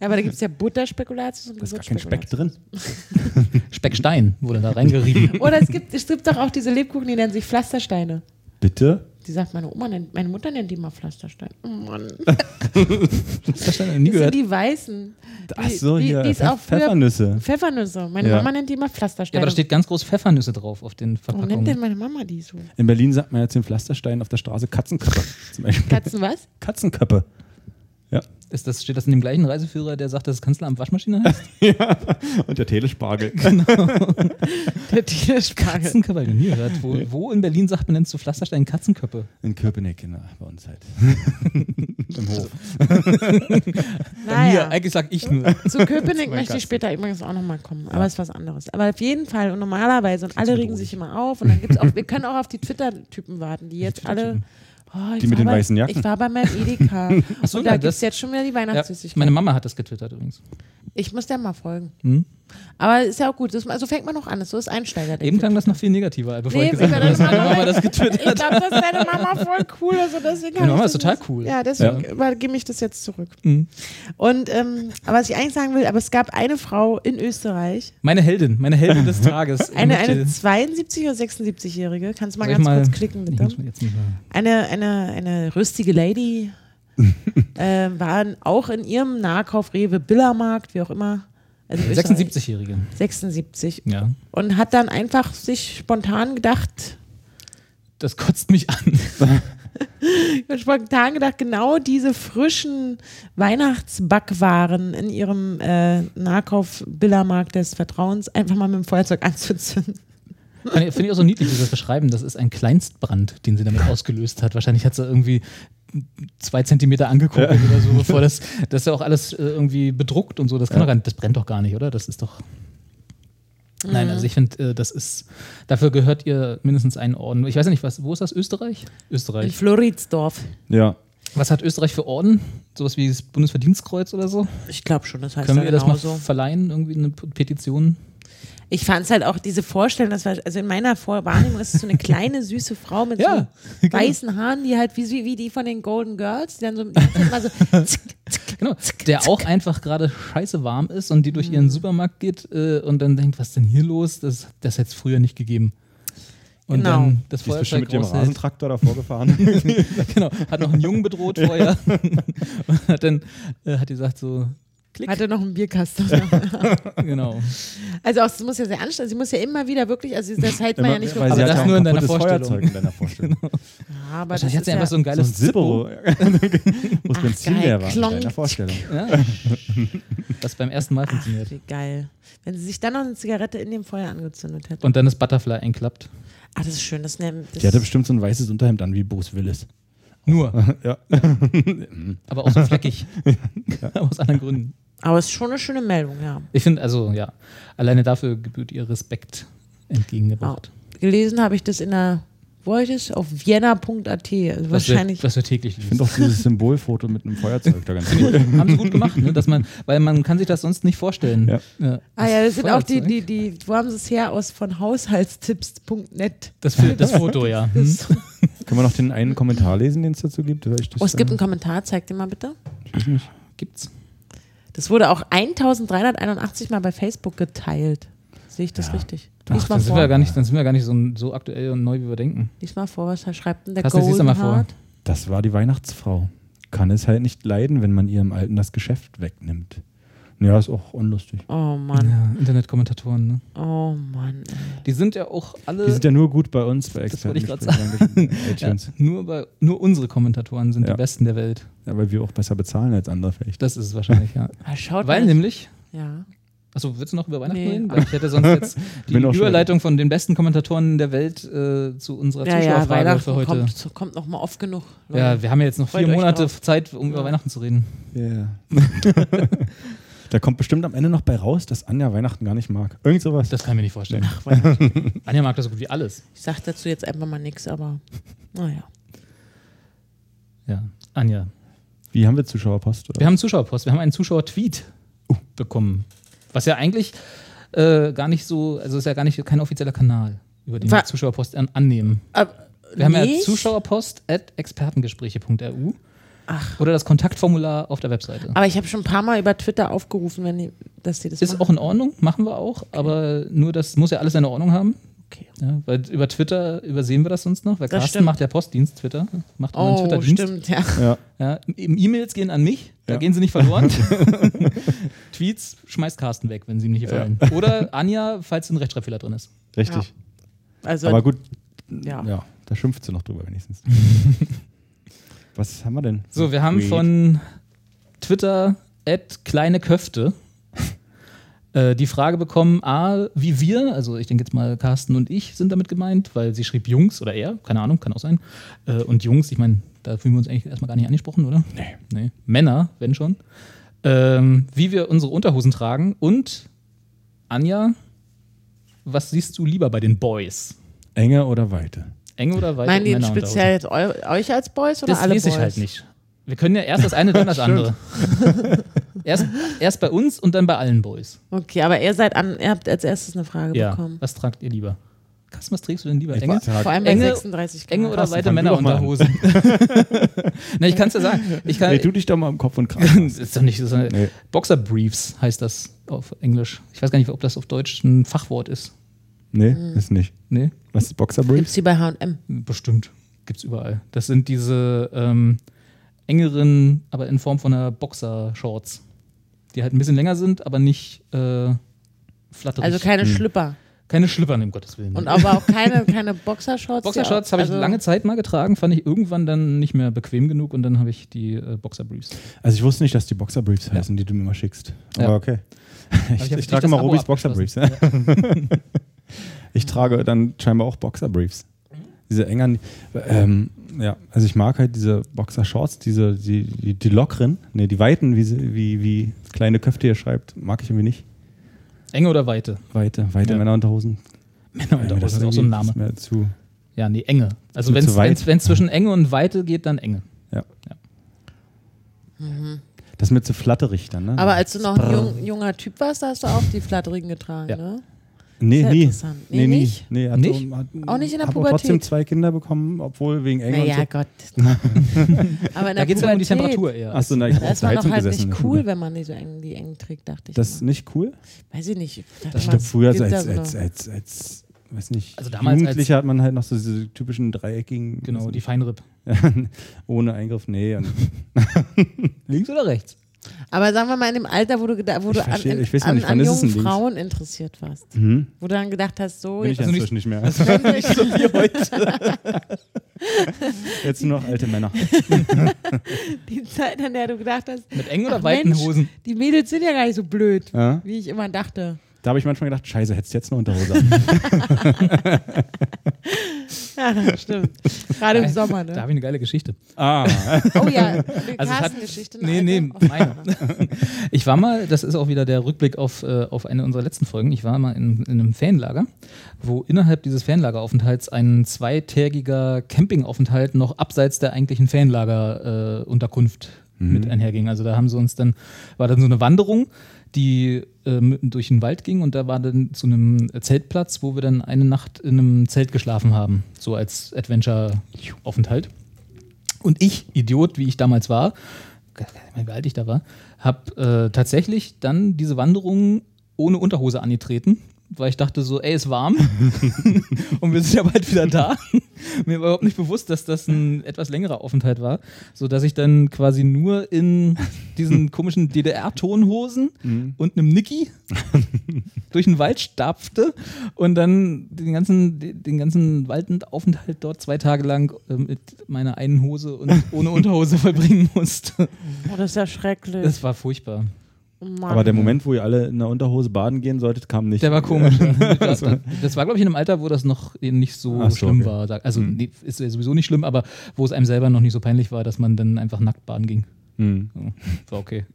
Speaker 2: aber da gibt es ja Butterspekulatius und
Speaker 3: Da ist gar kein Speck
Speaker 2: Gewürzspekulatius.
Speaker 3: drin.
Speaker 1: Speckstein wurde da reingerieben.
Speaker 2: Oder es gibt, es gibt doch auch diese Lebkuchen, die nennen sich Pflastersteine.
Speaker 3: Bitte?
Speaker 2: Die sagt meine Oma, nennt, meine Mutter nennt die mal Pflastersteine. Oh Mann.
Speaker 1: Speckstein, nie
Speaker 2: Das sind
Speaker 1: gehört.
Speaker 2: die Weißen. Die,
Speaker 3: Achso,
Speaker 2: die,
Speaker 3: hier.
Speaker 2: Die ist
Speaker 3: Pfeff-
Speaker 2: auch früher
Speaker 3: Pfeffernüsse.
Speaker 2: Pfeffernüsse. Meine
Speaker 3: Ja.
Speaker 2: Mama nennt die mal
Speaker 1: Ja,
Speaker 2: Pflastersteine.
Speaker 1: aber da steht ganz groß Pfeffernüsse drauf auf den
Speaker 2: Warum nennt denn
Speaker 1: Verpackungen.
Speaker 2: meine Mama die so?
Speaker 3: In Berlin sagt man jetzt den Pflastersteinen auf der Straße Katzenköppe. Zum Beispiel.
Speaker 2: Katzen was?
Speaker 3: Katzenköppe.
Speaker 1: Ist das, steht das in dem gleichen Reiseführer, der sagt, dass das Kanzleramt Waschmaschine heißt?
Speaker 3: Und der Telespargel.
Speaker 2: Der Tierspargel.
Speaker 1: Katzenköpfe, hab ich noch nie gehört. Wo, wo in Berlin sagt man denn zu Pflasterstein Katzenköppe?
Speaker 3: In Köpenick, genau, bei uns halt. Im Hof.
Speaker 1: Mir,
Speaker 2: Naja.
Speaker 1: eigentlich sag ich nur.
Speaker 2: Zu Köpenick
Speaker 1: mein
Speaker 2: möchte ich
Speaker 1: Katzen.
Speaker 2: später übrigens auch nochmal kommen, aber es ist was anderes. Aber auf jeden Fall und normalerweise und alle regen sich immer auf und dann gibt's auch, wir können auch auf die Twitter-Typen warten, die jetzt alle. Oh, ich
Speaker 3: Die mit
Speaker 2: war
Speaker 3: den
Speaker 2: bei,
Speaker 3: weißen Jacken.
Speaker 2: Ich war bei meinem Edeka.
Speaker 1: Achso,
Speaker 2: und da
Speaker 1: ja,
Speaker 2: gibt's
Speaker 1: das-
Speaker 2: jetzt schon wieder die
Speaker 1: Ja,
Speaker 2: Weihnachtssüßigkeiten.
Speaker 1: meine Mama hat das getwittert übrigens.
Speaker 2: ich muss der mal folgen.
Speaker 1: Hm?
Speaker 2: Aber ist ja auch gut. Das, also fängt man noch an. So ist Einsteiger.
Speaker 1: Eben klang das noch viel negativer, an, bevor
Speaker 2: Nee,
Speaker 1: ich gesagt
Speaker 2: wir
Speaker 1: habe, dass
Speaker 2: werden
Speaker 1: meine
Speaker 2: mal-
Speaker 1: Mama das getwittert
Speaker 2: ich
Speaker 1: hat.
Speaker 2: glaube, das ist deine Mama voll cool. Also deswegen
Speaker 1: Meine
Speaker 2: hab
Speaker 1: Mama
Speaker 2: ich
Speaker 1: ist
Speaker 2: das
Speaker 1: total
Speaker 2: jetzt-
Speaker 1: cool.
Speaker 2: Ja, deswegen übergebe ich das jetzt zurück.
Speaker 1: Mhm.
Speaker 2: Und ähm, aber was ich eigentlich sagen will, aber es gab eine Frau in Österreich,
Speaker 1: Meine Heldin, meine Heldin des Tages.
Speaker 2: Eine,
Speaker 1: Ich möchte-
Speaker 2: eine 72- oder 76-Jährige, kannst du mal
Speaker 1: Soll ich
Speaker 2: ganz
Speaker 1: mal-
Speaker 2: kurz klicken,
Speaker 1: Ich
Speaker 2: bitte.
Speaker 1: muss mir jetzt nicht mehr-
Speaker 2: Eine, eine, eine rüstige Lady äh, war auch in ihrem Nahkauf Rewe, Billermarkt, wie auch immer. Also in Österreich.
Speaker 1: 76-Jährige.
Speaker 2: 76.
Speaker 1: Ja.
Speaker 2: Und hat dann einfach sich spontan gedacht,
Speaker 1: Das kotzt mich an.
Speaker 2: spontan gedacht, genau diese frischen Weihnachtsbackwaren in ihrem äh, Nahkauf Billermarkt des Vertrauens einfach mal mit dem Feuerzeug anzuzünden.
Speaker 1: Finde ich- finde ich auch so niedlich, wie sie das beschreiben. Das ist ein Kleinstbrand, den sie damit ausgelöst hat. Wahrscheinlich hat sie irgendwie zwei Zentimeter angeguckt oder so, bevor das, das ist ja auch alles äh, irgendwie bedruckt und so. Das kann doch gar nicht, das brennt doch gar nicht, oder? Das ist doch. Nein, also ich finde, äh, das ist, dafür gehört ihr mindestens einen Orden. Ich weiß ja nicht, was, wo ist das? Österreich?
Speaker 2: In
Speaker 1: Österreich.
Speaker 2: Floridsdorf.
Speaker 3: Ja.
Speaker 1: Was hat Österreich für Orden? Sowas wie das Bundesverdienstkreuz oder so?
Speaker 2: Ich glaube schon, das heißt
Speaker 1: Können
Speaker 2: da
Speaker 1: wir das mal
Speaker 2: genauso.
Speaker 1: verleihen? Irgendwie eine P- Petition?
Speaker 2: Ich fand es halt auch diese Vorstellung, das war, also in meiner Vor Wahrnehmung ist es so eine kleine, süße Frau mit
Speaker 1: Ja,
Speaker 2: so
Speaker 1: genau.
Speaker 2: weißen Haaren, die halt wie, wie, wie die von den Golden Girls, die dann so, die sind immer so zick, zick.
Speaker 1: Genau, der auch einfach gerade scheiße warm ist und die durch
Speaker 3: Mhm.
Speaker 1: ihren Supermarkt geht äh, und dann denkt, was ist denn hier los? Das, das hätte es früher nicht gegeben. Und
Speaker 2: Genau.
Speaker 1: dann das
Speaker 3: Die ist
Speaker 1: Feuerzeug
Speaker 3: bestimmt mit ihrem
Speaker 1: raushält.
Speaker 3: Rasentraktor davor gefahren.
Speaker 1: Genau, hat noch einen Jungen bedroht vorher. und hat dann äh, hat die gesagt so,
Speaker 3: Klick.
Speaker 2: Hatte noch einen Bierkasten.
Speaker 1: genau.
Speaker 2: also auch, es muss ja sehr anstrengend. Sie muss ja immer wieder wirklich, also das hält man ja nicht
Speaker 1: Aber
Speaker 2: wirklich.
Speaker 1: sie das
Speaker 3: ja
Speaker 1: nur
Speaker 3: ein
Speaker 1: in deiner
Speaker 3: kaputtes
Speaker 1: Vorstellung.
Speaker 3: Feuerzeug in deiner Vorstellung.
Speaker 2: Genau. Ja, aber
Speaker 1: Wahrscheinlich hat
Speaker 2: ist
Speaker 1: sie einfach so ein
Speaker 3: So ein
Speaker 1: geiles
Speaker 3: Zippo. Wo das
Speaker 2: Ach,
Speaker 3: Benzin
Speaker 2: geil.
Speaker 3: leer war. In
Speaker 2: Klonk.
Speaker 3: deiner Vorstellung.
Speaker 1: Ja. Das beim ersten Mal funktioniert.
Speaker 2: Wie geil. Wenn sie sich dann noch eine Zigarette in dem Feuer angezündet hätte.
Speaker 1: Und dann ist Butterfly einklappt.
Speaker 2: Ah, das ist schön. Das, nennt- das
Speaker 3: Die hatte bestimmt so ein weißes Unterhemd an wie Bruce Willis.
Speaker 1: Nur,
Speaker 3: Ja.
Speaker 1: aber auch so fleckig. Aus anderen Gründen.
Speaker 2: aber es ist schon eine schöne Meldung, ja.
Speaker 1: Ich finde, also ja, alleine dafür gebührt ihr Respekt entgegengebracht.
Speaker 2: Gelesen habe ich das in der, wo habe ich das? Auf vienna.at. Also
Speaker 1: Was wir-
Speaker 2: wahrscheinlich.
Speaker 1: Was wir täglich
Speaker 3: Ich finde auch dieses Symbolfoto mit einem Feuerzeug da ganz cool.
Speaker 1: haben sie gut gemacht, ne? Dass man, weil man kann sich das sonst nicht vorstellen.
Speaker 3: Ja.
Speaker 2: ah ja, das sind auch die,
Speaker 1: Feuerzeug.
Speaker 2: die, die, wo haben sie es her? Aus von haushaltstipps.net.
Speaker 1: Das, Fil- das Foto, ja. Hm?
Speaker 3: Können wir noch den einen Kommentar lesen, den es dazu gibt? Weil ich das,
Speaker 2: Oh, es gibt einen
Speaker 3: äh,
Speaker 2: Kommentar, zeig den mal bitte.
Speaker 1: Gibt's.
Speaker 2: Das wurde auch 1381 Mal bei Facebook geteilt. Sehe ich das richtig? Lies
Speaker 1: Ach,
Speaker 2: mal
Speaker 1: dann, sind
Speaker 2: vor.
Speaker 1: wir gar nicht, dann sind wir gar nicht so, so aktuell und neu, wie wir denken.
Speaker 2: Lies mal vor, was da schreibt denn der
Speaker 1: Carsten, lies doch
Speaker 2: Golden
Speaker 1: mal vor.
Speaker 2: Heart?
Speaker 3: das war die Weihnachtsfrau. Kann es halt nicht leiden, wenn man ihrem Alten das Geschäft wegnimmt. Ja, ist auch unlustig.
Speaker 2: Oh Mann,
Speaker 1: Ja, Internetkommentatoren, ne?
Speaker 2: oh Mann. ey.
Speaker 1: Die sind ja auch alle.
Speaker 3: Die sind ja nur gut bei uns, bei
Speaker 1: Das wollte ich grad
Speaker 3: Expertengesprächen,
Speaker 1: ja,
Speaker 3: iTunes.
Speaker 1: nur, bei, nur unsere Kommentatoren sind
Speaker 3: Ja.
Speaker 1: die besten der Welt.
Speaker 3: Ja, weil wir auch besser bezahlen als andere vielleicht.
Speaker 1: Das ist es wahrscheinlich, ja.
Speaker 2: Ah, schaut
Speaker 1: Weil
Speaker 2: mal.
Speaker 1: nämlich.
Speaker 2: Ja.
Speaker 1: Achso, willst du noch über Weihnachten
Speaker 2: Nee.
Speaker 1: reden? Weil ich hätte sonst jetzt die
Speaker 3: Bin auch schnell.
Speaker 1: Überleitung von den besten Kommentatoren der Welt äh, zu unserer
Speaker 2: Ja, ja,
Speaker 1: Zuschauerfrage
Speaker 2: Weihnachten
Speaker 1: für heute.
Speaker 2: kommt, kommt noch mal oft genug. Leute.
Speaker 1: Ja, wir haben ja jetzt noch vier
Speaker 2: Freut euch
Speaker 1: Monate
Speaker 2: drauf.
Speaker 1: Zeit, um über
Speaker 2: Ja.
Speaker 1: Weihnachten zu reden.
Speaker 3: Yeah. da kommt bestimmt am Ende noch bei raus, dass Anja Weihnachten gar nicht mag. Irgend sowas.
Speaker 1: Das kann ich mir nicht vorstellen.
Speaker 2: Ach, Weihnachten.
Speaker 1: Anja mag das so gut wie alles.
Speaker 2: Ich sag dazu jetzt einfach mal nichts, aber naja.
Speaker 1: Ja, Anja.
Speaker 3: Wie haben wir Zuschauerpost? Oder?
Speaker 1: Wir haben einen Zuschauerpost, wir haben einen Zuschauer-Tweet bekommen. Was ja eigentlich äh, gar nicht so, also ist ja gar nicht kein offizieller Kanal, über den
Speaker 2: Wa-
Speaker 1: wir Zuschauerpost an, annehmen.
Speaker 2: Aber
Speaker 1: Wir haben ja
Speaker 2: nicht?
Speaker 1: Zuschauerpost at expertengespräche.ru oder das Kontaktformular auf der Webseite.
Speaker 2: Aber ich habe schon ein paar Mal über Twitter aufgerufen, wenn die, dass die das
Speaker 1: Ist
Speaker 2: machen.
Speaker 1: auch in Ordnung, machen wir auch, aber nur das muss ja alles seine Ordnung haben.
Speaker 2: Okay.
Speaker 1: Ja, weil über Twitter übersehen wir das sonst noch, weil
Speaker 2: Das
Speaker 1: Carsten
Speaker 2: stimmt.
Speaker 1: macht ja Postdienst, Twitter, macht unseren
Speaker 2: Oh,
Speaker 1: Twitter-Dienst.
Speaker 2: stimmt, ja.
Speaker 3: Ja.
Speaker 1: Ja, eben E-Mails gehen an mich, da
Speaker 3: Ja.
Speaker 1: gehen sie nicht verloren. Tweets schmeißt Carsten weg, wenn sie ihm nicht gefallen. Oder Anja, falls ein Rechtschreibfehler drin ist.
Speaker 3: Richtig.
Speaker 2: Also,
Speaker 3: Aber gut,
Speaker 2: ja.
Speaker 3: ja. da schimpft sie noch drüber wenigstens. Was haben wir denn?
Speaker 1: So, wir haben
Speaker 3: Tweet.
Speaker 1: von Twitter at kleine Köfte äh, die Frage bekommen, A, wie wir, also ich denke jetzt mal Carsten und ich sind damit gemeint, weil sie schrieb Jungs oder er, keine Ahnung, kann auch sein. Äh, und Jungs, ich meine, da fühlen wir uns eigentlich erstmal gar nicht angesprochen, oder?
Speaker 3: Nee.
Speaker 1: Nee. Männer, wenn schon. Ähm, wie wir unsere Unterhosen tragen und Anja, was siehst du lieber bei den Boys?
Speaker 3: Enge oder Weite?
Speaker 1: Eng oder weit?
Speaker 2: Meinen die jetzt
Speaker 1: Männerunterhosen?
Speaker 2: speziell jetzt eu- euch als Boys oder
Speaker 1: Das
Speaker 2: alle
Speaker 1: weiß
Speaker 2: Boys?
Speaker 1: ich halt nicht. Wir können ja erst das eine, dann das andere. erst, erst bei uns und dann bei allen Boys.
Speaker 2: Okay, aber ihr seid an, ihr habt als erstes eine Frage
Speaker 1: Ja.
Speaker 2: bekommen.
Speaker 1: Was tragt ihr lieber? Carsten, was trägst du denn lieber?
Speaker 3: Ich
Speaker 1: Enge,
Speaker 3: weiß ja,
Speaker 2: Vor allem bei
Speaker 1: Enge-
Speaker 2: 36 Grad.
Speaker 1: enge oder
Speaker 3: Carsten,
Speaker 1: weite
Speaker 3: fang du doch mal an.
Speaker 1: Männerunterhosen? Na, ich kann es ja sagen. Ich kann,
Speaker 3: Ey, du dich doch mal im Kopf und Kragen.
Speaker 1: Das ist doch nicht so.
Speaker 3: Nee.
Speaker 1: Boxer Briefs heißt das auf Englisch. Ich weiß gar nicht, ob das auf Deutsch ein Fachwort ist.
Speaker 3: nee,
Speaker 1: Mhm.
Speaker 3: ist nicht.
Speaker 1: Nee?
Speaker 3: Was ist Boxer
Speaker 2: Gibt
Speaker 3: Briefs?
Speaker 2: es die bei H&M?
Speaker 1: Bestimmt. Gibt's überall. Das sind diese ähm, engeren, aber in Form von einer Boxer-Shorts. Die halt ein bisschen länger sind, aber nicht äh, flatterig.
Speaker 2: Also keine Schlüpper.
Speaker 1: keine Schlüppern, um Gottes Willen.
Speaker 2: Und aber auch keine, keine Boxershorts. die
Speaker 1: Boxershorts
Speaker 2: auch-
Speaker 1: habe ich
Speaker 2: also-
Speaker 1: lange Zeit mal getragen, fand ich irgendwann dann nicht mehr bequem genug und dann habe ich die äh, Boxer Briefs.
Speaker 3: Also ich wusste nicht, dass die Boxer Briefs heißen, die du mir mal schickst. Aber
Speaker 1: Ja.
Speaker 3: okay.
Speaker 1: ich
Speaker 3: Ich,
Speaker 1: hab
Speaker 3: ich,
Speaker 1: nicht
Speaker 3: trage
Speaker 1: das
Speaker 3: immer
Speaker 1: Abo
Speaker 3: Robis Boxer Briefs.
Speaker 1: abgeschlossen.
Speaker 3: ich trage dann scheinbar auch Boxer Briefs. Diese engeren. Ähm, ja, also ich mag halt diese Boxer Shorts, diese, die, die, die lockeren, ne, die weiten, wie, sie- wie, wie kleine Köfte hier schreibt, mag ich irgendwie nicht.
Speaker 1: Enge oder Weite?
Speaker 3: Weite, weite
Speaker 1: Ja.
Speaker 3: Männerunterhosen.
Speaker 1: Männerunterhosen ist auch so ein
Speaker 3: irgendwie-
Speaker 1: Name.
Speaker 3: ist mir zu.
Speaker 1: Ja, nee, Enge. Also
Speaker 3: Zu-
Speaker 1: wenn
Speaker 3: zu weit.
Speaker 1: es zwischen Enge und Weite geht, dann Enge.
Speaker 3: Das ist mir zu flatterig dann, ne?
Speaker 2: Aber als du noch ein jung, junger Typ warst, da hast du auch die Flatterigen getragen,
Speaker 1: Ja.
Speaker 2: ne?
Speaker 3: Nee,
Speaker 2: Sehr
Speaker 3: nie.
Speaker 2: interessant. Nee, nicht?
Speaker 3: Nee, hat
Speaker 1: Nicht?
Speaker 3: So, hat,
Speaker 2: Auch nicht in der
Speaker 3: hab
Speaker 2: Pubertät?
Speaker 3: trotzdem zwei Kinder bekommen, obwohl wegen Engel
Speaker 2: Naja,
Speaker 3: und
Speaker 2: Gott. aber
Speaker 1: Da
Speaker 2: in der
Speaker 1: geht es ja um die
Speaker 2: Pubertät,
Speaker 1: Temperatur eher.
Speaker 3: so. Achso, na, ich hab
Speaker 2: Da
Speaker 3: auf
Speaker 2: ist
Speaker 3: der
Speaker 2: man doch
Speaker 3: Heizung
Speaker 2: halt
Speaker 3: gesessen.
Speaker 2: nicht cool, wenn man die so eng, die eng trägt, dachte ich.
Speaker 3: Das ist
Speaker 2: immer.
Speaker 3: nicht cool?
Speaker 2: Weiß ich nicht.
Speaker 1: Das
Speaker 3: Ich glaube, früher so
Speaker 2: gibt
Speaker 3: als,
Speaker 2: da
Speaker 3: als,
Speaker 2: so-
Speaker 3: als, als, weiß nicht,
Speaker 1: Also damals als-
Speaker 3: Jugendlicher hat man halt noch so diese typischen dreieckigen,
Speaker 1: Genau, die Feinripp.
Speaker 3: ohne Eingriff, nee. Und
Speaker 1: Links oder rechts?
Speaker 2: Aber sagen wir mal in dem Alter, wo du, geda- wo
Speaker 3: Ich
Speaker 2: du an,
Speaker 3: verstehe-
Speaker 2: an,
Speaker 3: ich weiß noch
Speaker 2: an,
Speaker 3: nicht, wann
Speaker 2: an
Speaker 3: ist es
Speaker 2: jungen
Speaker 3: denn links?
Speaker 2: Frauen interessiert warst.
Speaker 3: Mhm.
Speaker 2: Wo du dann gedacht hast, so,
Speaker 3: Bin ich
Speaker 2: jetzt
Speaker 3: ja
Speaker 1: Also
Speaker 3: inzwischen nicht mehr.
Speaker 2: könnte ich
Speaker 3: Jetzt nur noch alte Männer.
Speaker 2: die Zeit, an der du gedacht hast,
Speaker 1: Mit engen oder
Speaker 2: Ach,
Speaker 1: weiten
Speaker 2: Mensch.
Speaker 1: Hosen?
Speaker 2: die Mädels sind ja gar nicht so blöd,
Speaker 3: Ja?
Speaker 2: wie ich immer dachte.
Speaker 3: Da habe ich manchmal gedacht, scheiße, hättest du jetzt eine Unterhose. an.
Speaker 2: Ja, das stimmt. Gerade im Sommer,
Speaker 1: Da
Speaker 2: ne?
Speaker 1: habe ich eine geile Geschichte.
Speaker 3: ah,
Speaker 2: Oh ja,
Speaker 1: Also es hat-
Speaker 2: Geschichte.
Speaker 1: Nee, nee, meine. Ich war mal, das ist auch wieder der Rückblick auf, äh, auf eine unserer letzten Folgen, ich war mal in, in einem Fanlager, wo innerhalb dieses Fanlageraufenthalts ein zweitägiger Campingaufenthalt noch abseits der eigentlichen Fanlagerunterkunft äh, Unterkunft mit einherging. Also da haben sie uns dann, war dann so eine Wanderung, die ähm, durch den Wald ging und da war dann zu einem Zeltplatz, wo wir dann eine Nacht in einem Zelt geschlafen haben, so als Adventure-Aufenthalt. Und ich, Idiot, wie ich damals war, ich weiß nicht mehr, wie alt ich da war, habe äh, tatsächlich dann diese Wanderung ohne Unterhose angetreten, weil ich dachte so, ey, ist warm und wir sind ja bald wieder da. Mir war überhaupt nicht bewusst, dass das ein etwas längerer Aufenthalt war, sodass ich dann quasi nur in diesen komischen DDR-Tonhosen und einem Niki durch den Wald stapfte und dann den ganzen, den ganzen Waldaufenthalt dort zwei Tage lang äh, mit meiner einen Hose und ohne Unterhose verbringen musste.
Speaker 2: Oh, das ist ja schrecklich. Oh
Speaker 1: Das war furchtbar.
Speaker 2: Mann.
Speaker 3: aber der Moment, wo ihr alle in der Unterhose baden gehen solltet, kam nicht.
Speaker 1: Der war komisch. ja. Das war, das war glaube ich, in einem Alter, wo das noch nicht so,
Speaker 3: Ach so,
Speaker 1: schlimm
Speaker 3: okay.
Speaker 1: war. Sag- Also nee, ist ja sowieso nicht schlimm, aber wo es einem selber noch nicht so peinlich war, dass man dann einfach nackt baden ging.
Speaker 3: Mhm.
Speaker 1: Ja, War okay.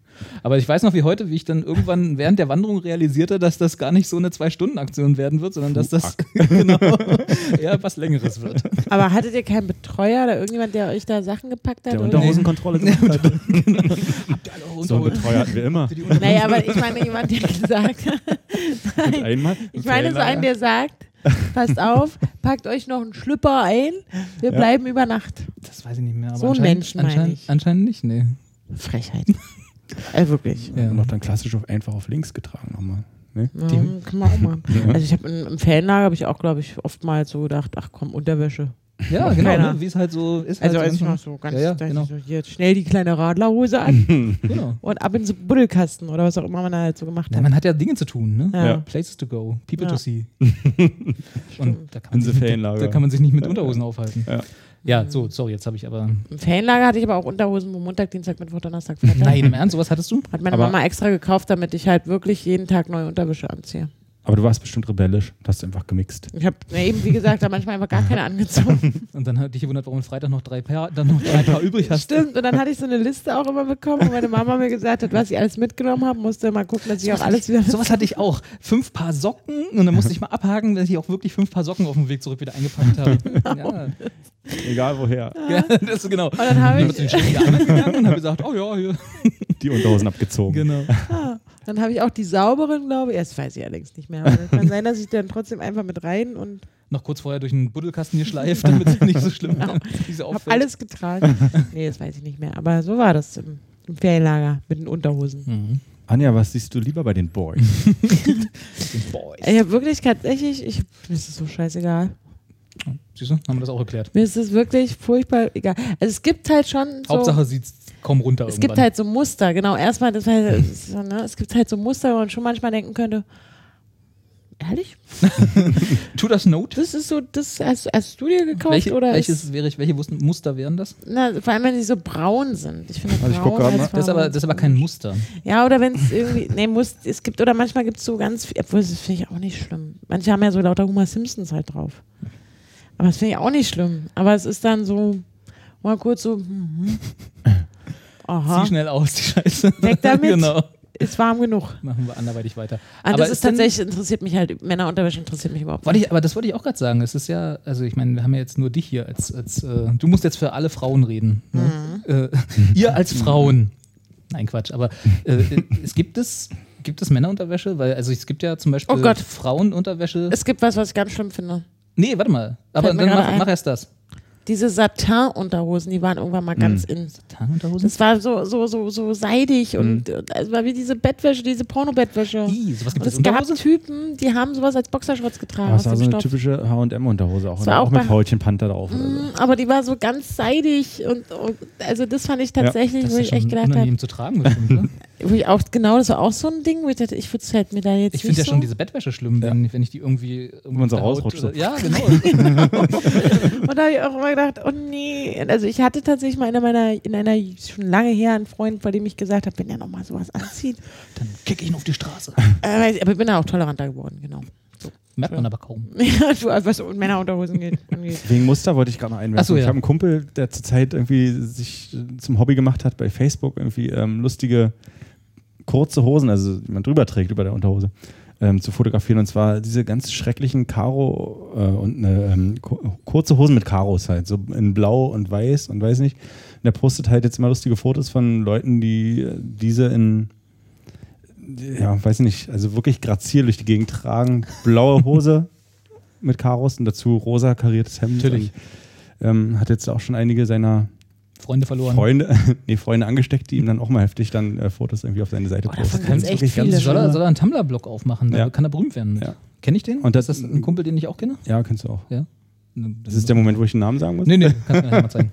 Speaker 1: Aber ich weiß noch wie heute, wie ich dann irgendwann während der Wanderung realisierte, dass das gar nicht so eine Zwei-Stunden-Aktion werden wird, sondern dass das genau, eher was Längeres wird.
Speaker 2: Aber hattet ihr keinen Betreuer oder irgendjemand, der euch da Sachen gepackt hat?
Speaker 3: Der
Speaker 2: Oder-
Speaker 3: Unterhosenkontrolle gemacht hat. So einen
Speaker 1: Und-
Speaker 3: Betreuer hatten wir immer.
Speaker 2: Naja, aber ich meine, jemand, der gesagt hat.
Speaker 3: Und einmal. im
Speaker 2: Ich meine, so
Speaker 3: Fanlager.
Speaker 2: einen, der sagt: Passt auf, packt euch noch einen Schlüpper ein, wir
Speaker 3: Ja.
Speaker 2: bleiben über Nacht.
Speaker 1: Das weiß ich nicht mehr. Aber
Speaker 2: So ein
Speaker 1: anscheinend-
Speaker 2: Mensch meine
Speaker 1: anscheinend,
Speaker 2: ich.
Speaker 1: anscheinend nicht, nee.
Speaker 2: Frechheit. Ey, wirklich.
Speaker 1: Ja.
Speaker 3: Und noch dann klassisch auf, einfach auf links getragen nochmal. Ne?
Speaker 2: Ja, kann man auch machen. Also ich habe im Fanlager habe ich auch, glaube ich, oftmals so gedacht, ach komm, Unterwäsche.
Speaker 1: Ja, genau,
Speaker 2: Keiner.
Speaker 1: ne? wie es halt so ist.
Speaker 2: Also
Speaker 1: halt
Speaker 2: als
Speaker 1: so
Speaker 2: ich mal so ganz
Speaker 1: Ja, ja,
Speaker 2: dachte ich
Speaker 1: genau.
Speaker 2: so, hier, schnell die kleine Radlerhose an
Speaker 1: genau.
Speaker 2: und ab in so Buddelkasten oder was auch immer man da halt so gemacht
Speaker 1: Ja,
Speaker 2: hat.
Speaker 1: man hat ja Dinge zu tun, ne?
Speaker 2: Ja.
Speaker 3: Ja.
Speaker 1: Places to go, people
Speaker 2: Ja.
Speaker 1: to see. Und da kann, man
Speaker 3: In the
Speaker 1: sich nicht,
Speaker 3: Ferienlager.
Speaker 1: da kann man sich nicht mit Unterhosen aufhalten.
Speaker 3: Ja.
Speaker 1: Ja, so, sorry, jetzt habe ich aber.
Speaker 2: Im Fanlager hatte ich aber auch Unterhosen, wo Montag, Dienstag, Mittwoch, Donnerstag, Freitag.
Speaker 1: Nein, im Ernst, sowas hattest du?
Speaker 2: Hat meine
Speaker 3: Aber-
Speaker 2: Mama extra gekauft, damit ich halt wirklich jeden Tag neue Unterwäsche anziehe.
Speaker 3: Aber du warst bestimmt rebellisch. Du hast einfach gemixt.
Speaker 2: Ich habe eben, wie gesagt, da manchmal einfach gar keine angezogen.
Speaker 1: Und dann hat dich gewundert, warum du Freitag noch drei Paar, dann noch drei Paar übrig hast.
Speaker 2: Stimmt, und dann hatte ich so eine Liste auch immer bekommen, wo meine Mama mir gesagt hat, was ich alles mitgenommen habe, musste mal gucken, dass ich auch alles wieder
Speaker 1: Sowas hatte ich auch. Fünf Paar Socken und dann musste ich mal abhaken, dass ich auch wirklich fünf Paar Socken auf dem Weg zurück wieder eingepackt habe.
Speaker 2: Genau.
Speaker 1: Ja,
Speaker 3: Egal woher.
Speaker 1: ja das ist genau.
Speaker 2: Und dann habe
Speaker 1: Dann bist du
Speaker 2: ich,
Speaker 1: den Schritt wieder angegangen und habe gesagt, oh ja, hier.
Speaker 3: Die Unterhosen abgezogen.
Speaker 1: Genau.
Speaker 2: dann habe ich auch die sauberen, glaube ich. Ja, Das weiß ich allerdings nicht mehr. Aber das kann sein, dass ich dann trotzdem einfach mit rein und
Speaker 1: Noch kurz vorher durch einen Buddelkasten geschleift, damit es nicht so schlimm diese
Speaker 2: habe
Speaker 1: auffällt.
Speaker 2: Genau. alles getragen. Nee, das weiß ich nicht mehr. Aber so war das im, im Ferienlager mit den Unterhosen.
Speaker 1: Mhm.
Speaker 3: Anja, was siehst du lieber bei den Boys?
Speaker 1: Boys.
Speaker 2: Ich habe wirklich tatsächlich, ich, mir ist es so scheißegal.
Speaker 1: Siehst du, haben wir das auch erklärt.
Speaker 2: Mir ist es wirklich furchtbar egal. Also es gibt halt schon so.
Speaker 1: Hauptsache, sie kommen runter.
Speaker 2: Es
Speaker 1: irgendwann.
Speaker 2: gibt halt so Muster, genau. Erstmal, das war, das ist so, ne? es gibt halt so Muster, wo man schon manchmal denken könnte, ehrlich?
Speaker 1: Tut das Note?
Speaker 2: Das ist so, das hast, hast du dir gekauft
Speaker 1: Welche,
Speaker 2: halt oder? ist,
Speaker 1: welches wäre ich, welche Wussten- Muster wären das?
Speaker 2: na, vor allem, wenn sie so braun sind. Ich finde
Speaker 3: Also ich
Speaker 2: braun
Speaker 3: guck grad
Speaker 2: als
Speaker 3: mal.
Speaker 1: Das ist, aber, das ist aber kein Muster.
Speaker 2: Ja, oder wenn es irgendwie, nee, muss, es gibt, oder manchmal gibt es so ganz viel, obwohl das finde ich auch nicht schlimm. Manche haben ja so lauter Homer Simpsons halt drauf. Aber das finde ich auch nicht schlimm. Aber es ist dann so, mal kurz so, mhm. aha,
Speaker 1: Zieh schnell aus, die Scheiße.
Speaker 2: Weg damit.
Speaker 1: genau.
Speaker 2: ist warm genug.
Speaker 1: Machen wir anderweitig weiter.
Speaker 2: Ah,
Speaker 1: Aber
Speaker 2: das
Speaker 1: es
Speaker 2: ist
Speaker 1: sind-
Speaker 2: tatsächlich, interessiert mich halt, Männerunterwäsche interessiert mich überhaupt
Speaker 1: Wollte
Speaker 2: nicht.
Speaker 1: ich, aber das wollte ich auch gerade sagen. Es ist ja, also ich meine, wir haben ja jetzt nur dich hier als, als äh, du musst jetzt für alle Frauen reden. Ne?
Speaker 2: Mhm.
Speaker 1: Äh, ihr als Frauen. Nein, Quatsch, aber äh, es gibt es, gibt es Männerunterwäsche? Weil, also es gibt ja zum Beispiel
Speaker 2: Oh Gott.
Speaker 1: Frauenunterwäsche.
Speaker 2: Es gibt was, was ich ganz schlimm finde.
Speaker 1: nee, warte mal. Aber
Speaker 2: Fällt mir
Speaker 1: dann
Speaker 2: gerade
Speaker 1: mach,
Speaker 2: ein.
Speaker 1: mach erst das.
Speaker 2: Diese Satin-Unterhosen, die waren irgendwann mal ganz
Speaker 1: Mhm.
Speaker 2: in.
Speaker 1: Tarnunterhosen?
Speaker 2: Das war so, so, so, so seidig und und es war wie diese Bettwäsche, diese Porno-Bettwäsche.
Speaker 1: Mhm. Ih, sowas
Speaker 2: Und
Speaker 1: gibt es Ah,
Speaker 2: es gab
Speaker 1: Unterhose?
Speaker 2: Typen, die haben sowas als Boxershorts getragen.
Speaker 3: Aber
Speaker 2: aus
Speaker 3: es war
Speaker 2: dem
Speaker 3: so eine
Speaker 2: Ah, Stoff.
Speaker 3: typische H&M-Unterhose auch.
Speaker 2: Das
Speaker 3: Und
Speaker 2: war
Speaker 3: auch
Speaker 2: auch
Speaker 3: mit
Speaker 2: bei-
Speaker 3: Häutchenpanther drauf oder so.
Speaker 2: Mm, aber die war so ganz seidig und, und also das fand ich tatsächlich,
Speaker 1: Das
Speaker 2: wo
Speaker 1: ist ja
Speaker 2: ich echt
Speaker 1: schon
Speaker 2: gedacht habe,
Speaker 1: unangenehm zu tragen. bestimmt, oder?
Speaker 2: wo ich auch genau, das war auch so ein Ding, wo ich dachte, ich würde es halt mir da jetzt
Speaker 1: Ich
Speaker 2: nicht
Speaker 1: finde ja
Speaker 2: so.
Speaker 1: schon diese Bettwäsche schlimm, wenn, wenn ich die irgendwie... Wenn
Speaker 3: man so rausrutscht, so.
Speaker 1: Ja, genau.
Speaker 2: Und da habe ich auch immer gedacht, oh nee. Und Also ich hatte tatsächlich mal in meiner, in einer schon lange her einen Freund, bei dem ich gesagt habe, wenn er nochmal sowas anzieht.
Speaker 1: Dann kick ich ihn auf die Straße.
Speaker 2: äh, weiß ich- aber ich bin da auch toleranter geworden, genau.
Speaker 1: Merkt man aber kaum.
Speaker 2: Ja, du, also was um Männerunterhosen geht. angeht.
Speaker 3: Wegen Muster wollte ich gerade noch einwerfen.
Speaker 1: Ach so,
Speaker 3: Ich
Speaker 1: ja.
Speaker 3: habe einen Kumpel, der zurzeit irgendwie sich äh, zum Hobby gemacht hat bei Facebook, irgendwie ähm, lustige kurze Hosen, also die man drüber trägt über der Unterhose, ähm, zu fotografieren. Und zwar diese ganz schrecklichen Karo äh, und eine, ähm, ku- kurze Hosen mit Karos halt, so in blau und weiß und weiß nicht. Und der postet halt jetzt immer lustige Fotos von Leuten, die äh, diese in ja, weiß nicht, also wirklich grazil durch die Gegend tragen, blaue Hose mit Karos und dazu rosa kariertes Hemd.
Speaker 1: Natürlich.
Speaker 3: Und, ähm, hat jetzt auch schon einige seiner
Speaker 1: Freunde verloren.
Speaker 3: Freunde, nee, Freunde angesteckt, die ihm dann auch mal heftig dann äh, Fotos irgendwie auf seine Seite
Speaker 2: Oh, davon
Speaker 3: posten.
Speaker 2: kann's echt
Speaker 3: Wirklich
Speaker 2: viele.
Speaker 1: Soll er, soll er einen Tumblr-Blog aufmachen? Da
Speaker 3: Ja.
Speaker 1: kann er berühmt werden.
Speaker 3: Ja.
Speaker 1: Kenne ich den?
Speaker 3: Und das-
Speaker 1: ist das ein Kumpel, den ich auch kenne?
Speaker 3: Ja, kannst du auch.
Speaker 1: Ja.
Speaker 3: Das ist der Moment, wo ich den Namen sagen muss.
Speaker 1: Nee, nee, kannst du mir nachher mal zeigen.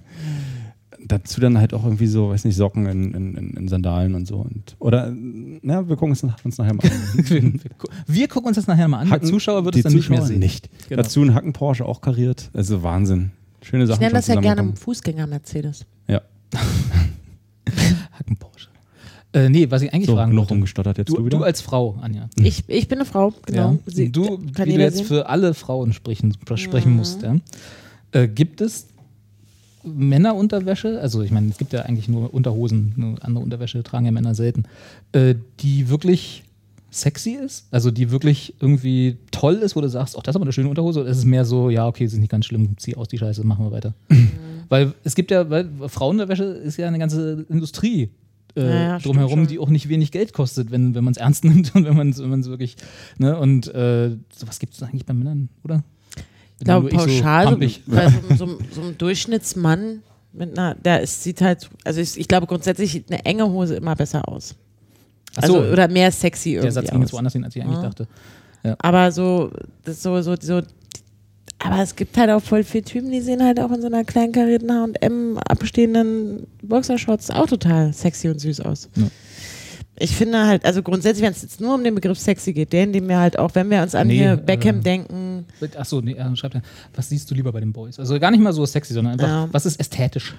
Speaker 3: Dazu dann halt auch irgendwie so, weiß nicht, Socken in, in, in- in Sandalen und so. Und, oder, na, wir gucken uns, nach- uns nachher mal an.
Speaker 1: Wir- wir gu- Wir gucken uns das nachher mal an.
Speaker 3: Hacken-
Speaker 1: der Zuschauer wird
Speaker 3: die
Speaker 1: es dann nicht mehr
Speaker 3: Zuschauer
Speaker 1: sehen.
Speaker 3: Nicht.
Speaker 1: Genau.
Speaker 3: Dazu ein Hacken Porsche, auch kariert. Also Wahnsinn. Schöne Sachen.
Speaker 2: Ich nenne
Speaker 3: schon
Speaker 2: das ja gerne
Speaker 3: zusammengekommen.
Speaker 2: Fußgänger-Mercedes.
Speaker 3: Ja.
Speaker 1: Hacken Porsche. Äh, nee, was ich eigentlich
Speaker 3: So,
Speaker 1: fragen
Speaker 3: genug
Speaker 1: wollte.
Speaker 3: rumgestottert jetzt du,
Speaker 1: Du,
Speaker 3: wieder.
Speaker 1: du als Frau, Anja.
Speaker 2: Ich, ich bin eine Frau, genau.
Speaker 1: Hm. Ja.
Speaker 2: Sie-
Speaker 1: du,
Speaker 2: kann
Speaker 1: wie du
Speaker 2: jeder
Speaker 1: jetzt
Speaker 2: sehen.
Speaker 1: für alle Frauen sprechen, sprechen musst. Ja. Äh, gibt es Männerunterwäsche, also ich meine, es gibt ja eigentlich nur Unterhosen, nur andere Unterwäsche tragen ja Männer selten, äh, die wirklich sexy ist, also die wirklich irgendwie toll ist, wo du sagst, ach, das ist aber eine schöne Unterhose, oder ist es mehr so, ja, okay, es ist nicht ganz schlimm, zieh aus die Scheiße, machen wir weiter.
Speaker 2: Mhm.
Speaker 1: Weil es gibt ja, weil Frauenunterwäsche ist ja eine ganze Industrie äh,
Speaker 2: Ja, ja, stimmt
Speaker 1: drumherum,
Speaker 2: schon.
Speaker 1: die auch nicht wenig Geld kostet, wenn, wenn man es ernst nimmt und wenn man es wenn man's wirklich, ne, und äh, sowas gibt es eigentlich bei Männern, oder?
Speaker 2: Ich glaube, pauschal, so,
Speaker 1: pampig-
Speaker 2: bei so, so, so einem Durchschnittsmann, mit einer, der ist, sieht halt, also ich, ich glaube grundsätzlich sieht eine enge Hose immer besser aus.
Speaker 1: Ach so,
Speaker 2: Also, oder mehr sexy irgendwie.
Speaker 1: der Satz ging jetzt
Speaker 2: aus.
Speaker 1: woanders hin, als ich eigentlich
Speaker 2: Ja.
Speaker 1: dachte.
Speaker 2: Aber so, das so, so, so, aber es gibt halt auch voll viele Typen, die sehen halt auch in so einer kleinen karierten H&M abstehenden Boxershorts auch total sexy und süß aus.
Speaker 1: Ja.
Speaker 2: Ich finde halt, also grundsätzlich, wenn es jetzt nur um den Begriff sexy geht, den, den wir halt auch, wenn wir uns an
Speaker 1: Nee,
Speaker 2: hier Beckham
Speaker 1: äh,
Speaker 2: denken,
Speaker 1: Achso, nee, er schreibt ja, was siehst du lieber bei den Boys? Also gar nicht mal so sexy, sondern einfach,
Speaker 2: Ja.
Speaker 1: was ist ästhetisch?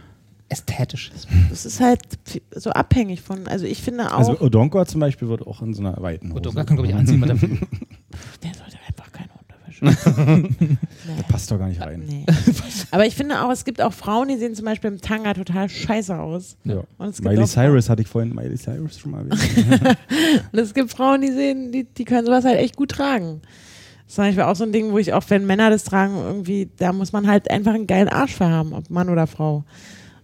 Speaker 1: Ästhetisch.
Speaker 2: das ist halt so abhängig von, also ich finde auch,
Speaker 3: Also Odonkor zum Beispiel wird auch in so einer weiten Hose.
Speaker 1: Gut, da kann, glaube ich, anziehen, was er will.
Speaker 2: der sollte einfach keine Unterwäsche. naja.
Speaker 3: Passt doch gar nicht rein.
Speaker 2: Nee. Aber ich finde auch, es gibt auch Frauen, die sehen zum Beispiel im Tanga total scheiße aus.
Speaker 3: Ja.
Speaker 2: Und es gibt
Speaker 3: Miley
Speaker 1: genau
Speaker 2: auch-
Speaker 3: Cyrus hatte ich vorhin Miley Cyrus schon mal erwähnt.
Speaker 2: Und es gibt Frauen, die sehen, die, die können sowas halt echt gut tragen. Das ist zum Beispiel auch so ein Ding, wo ich auch, wenn Männer das tragen, irgendwie, da muss man halt einfach einen geilen Arsch für haben, ob Mann oder Frau.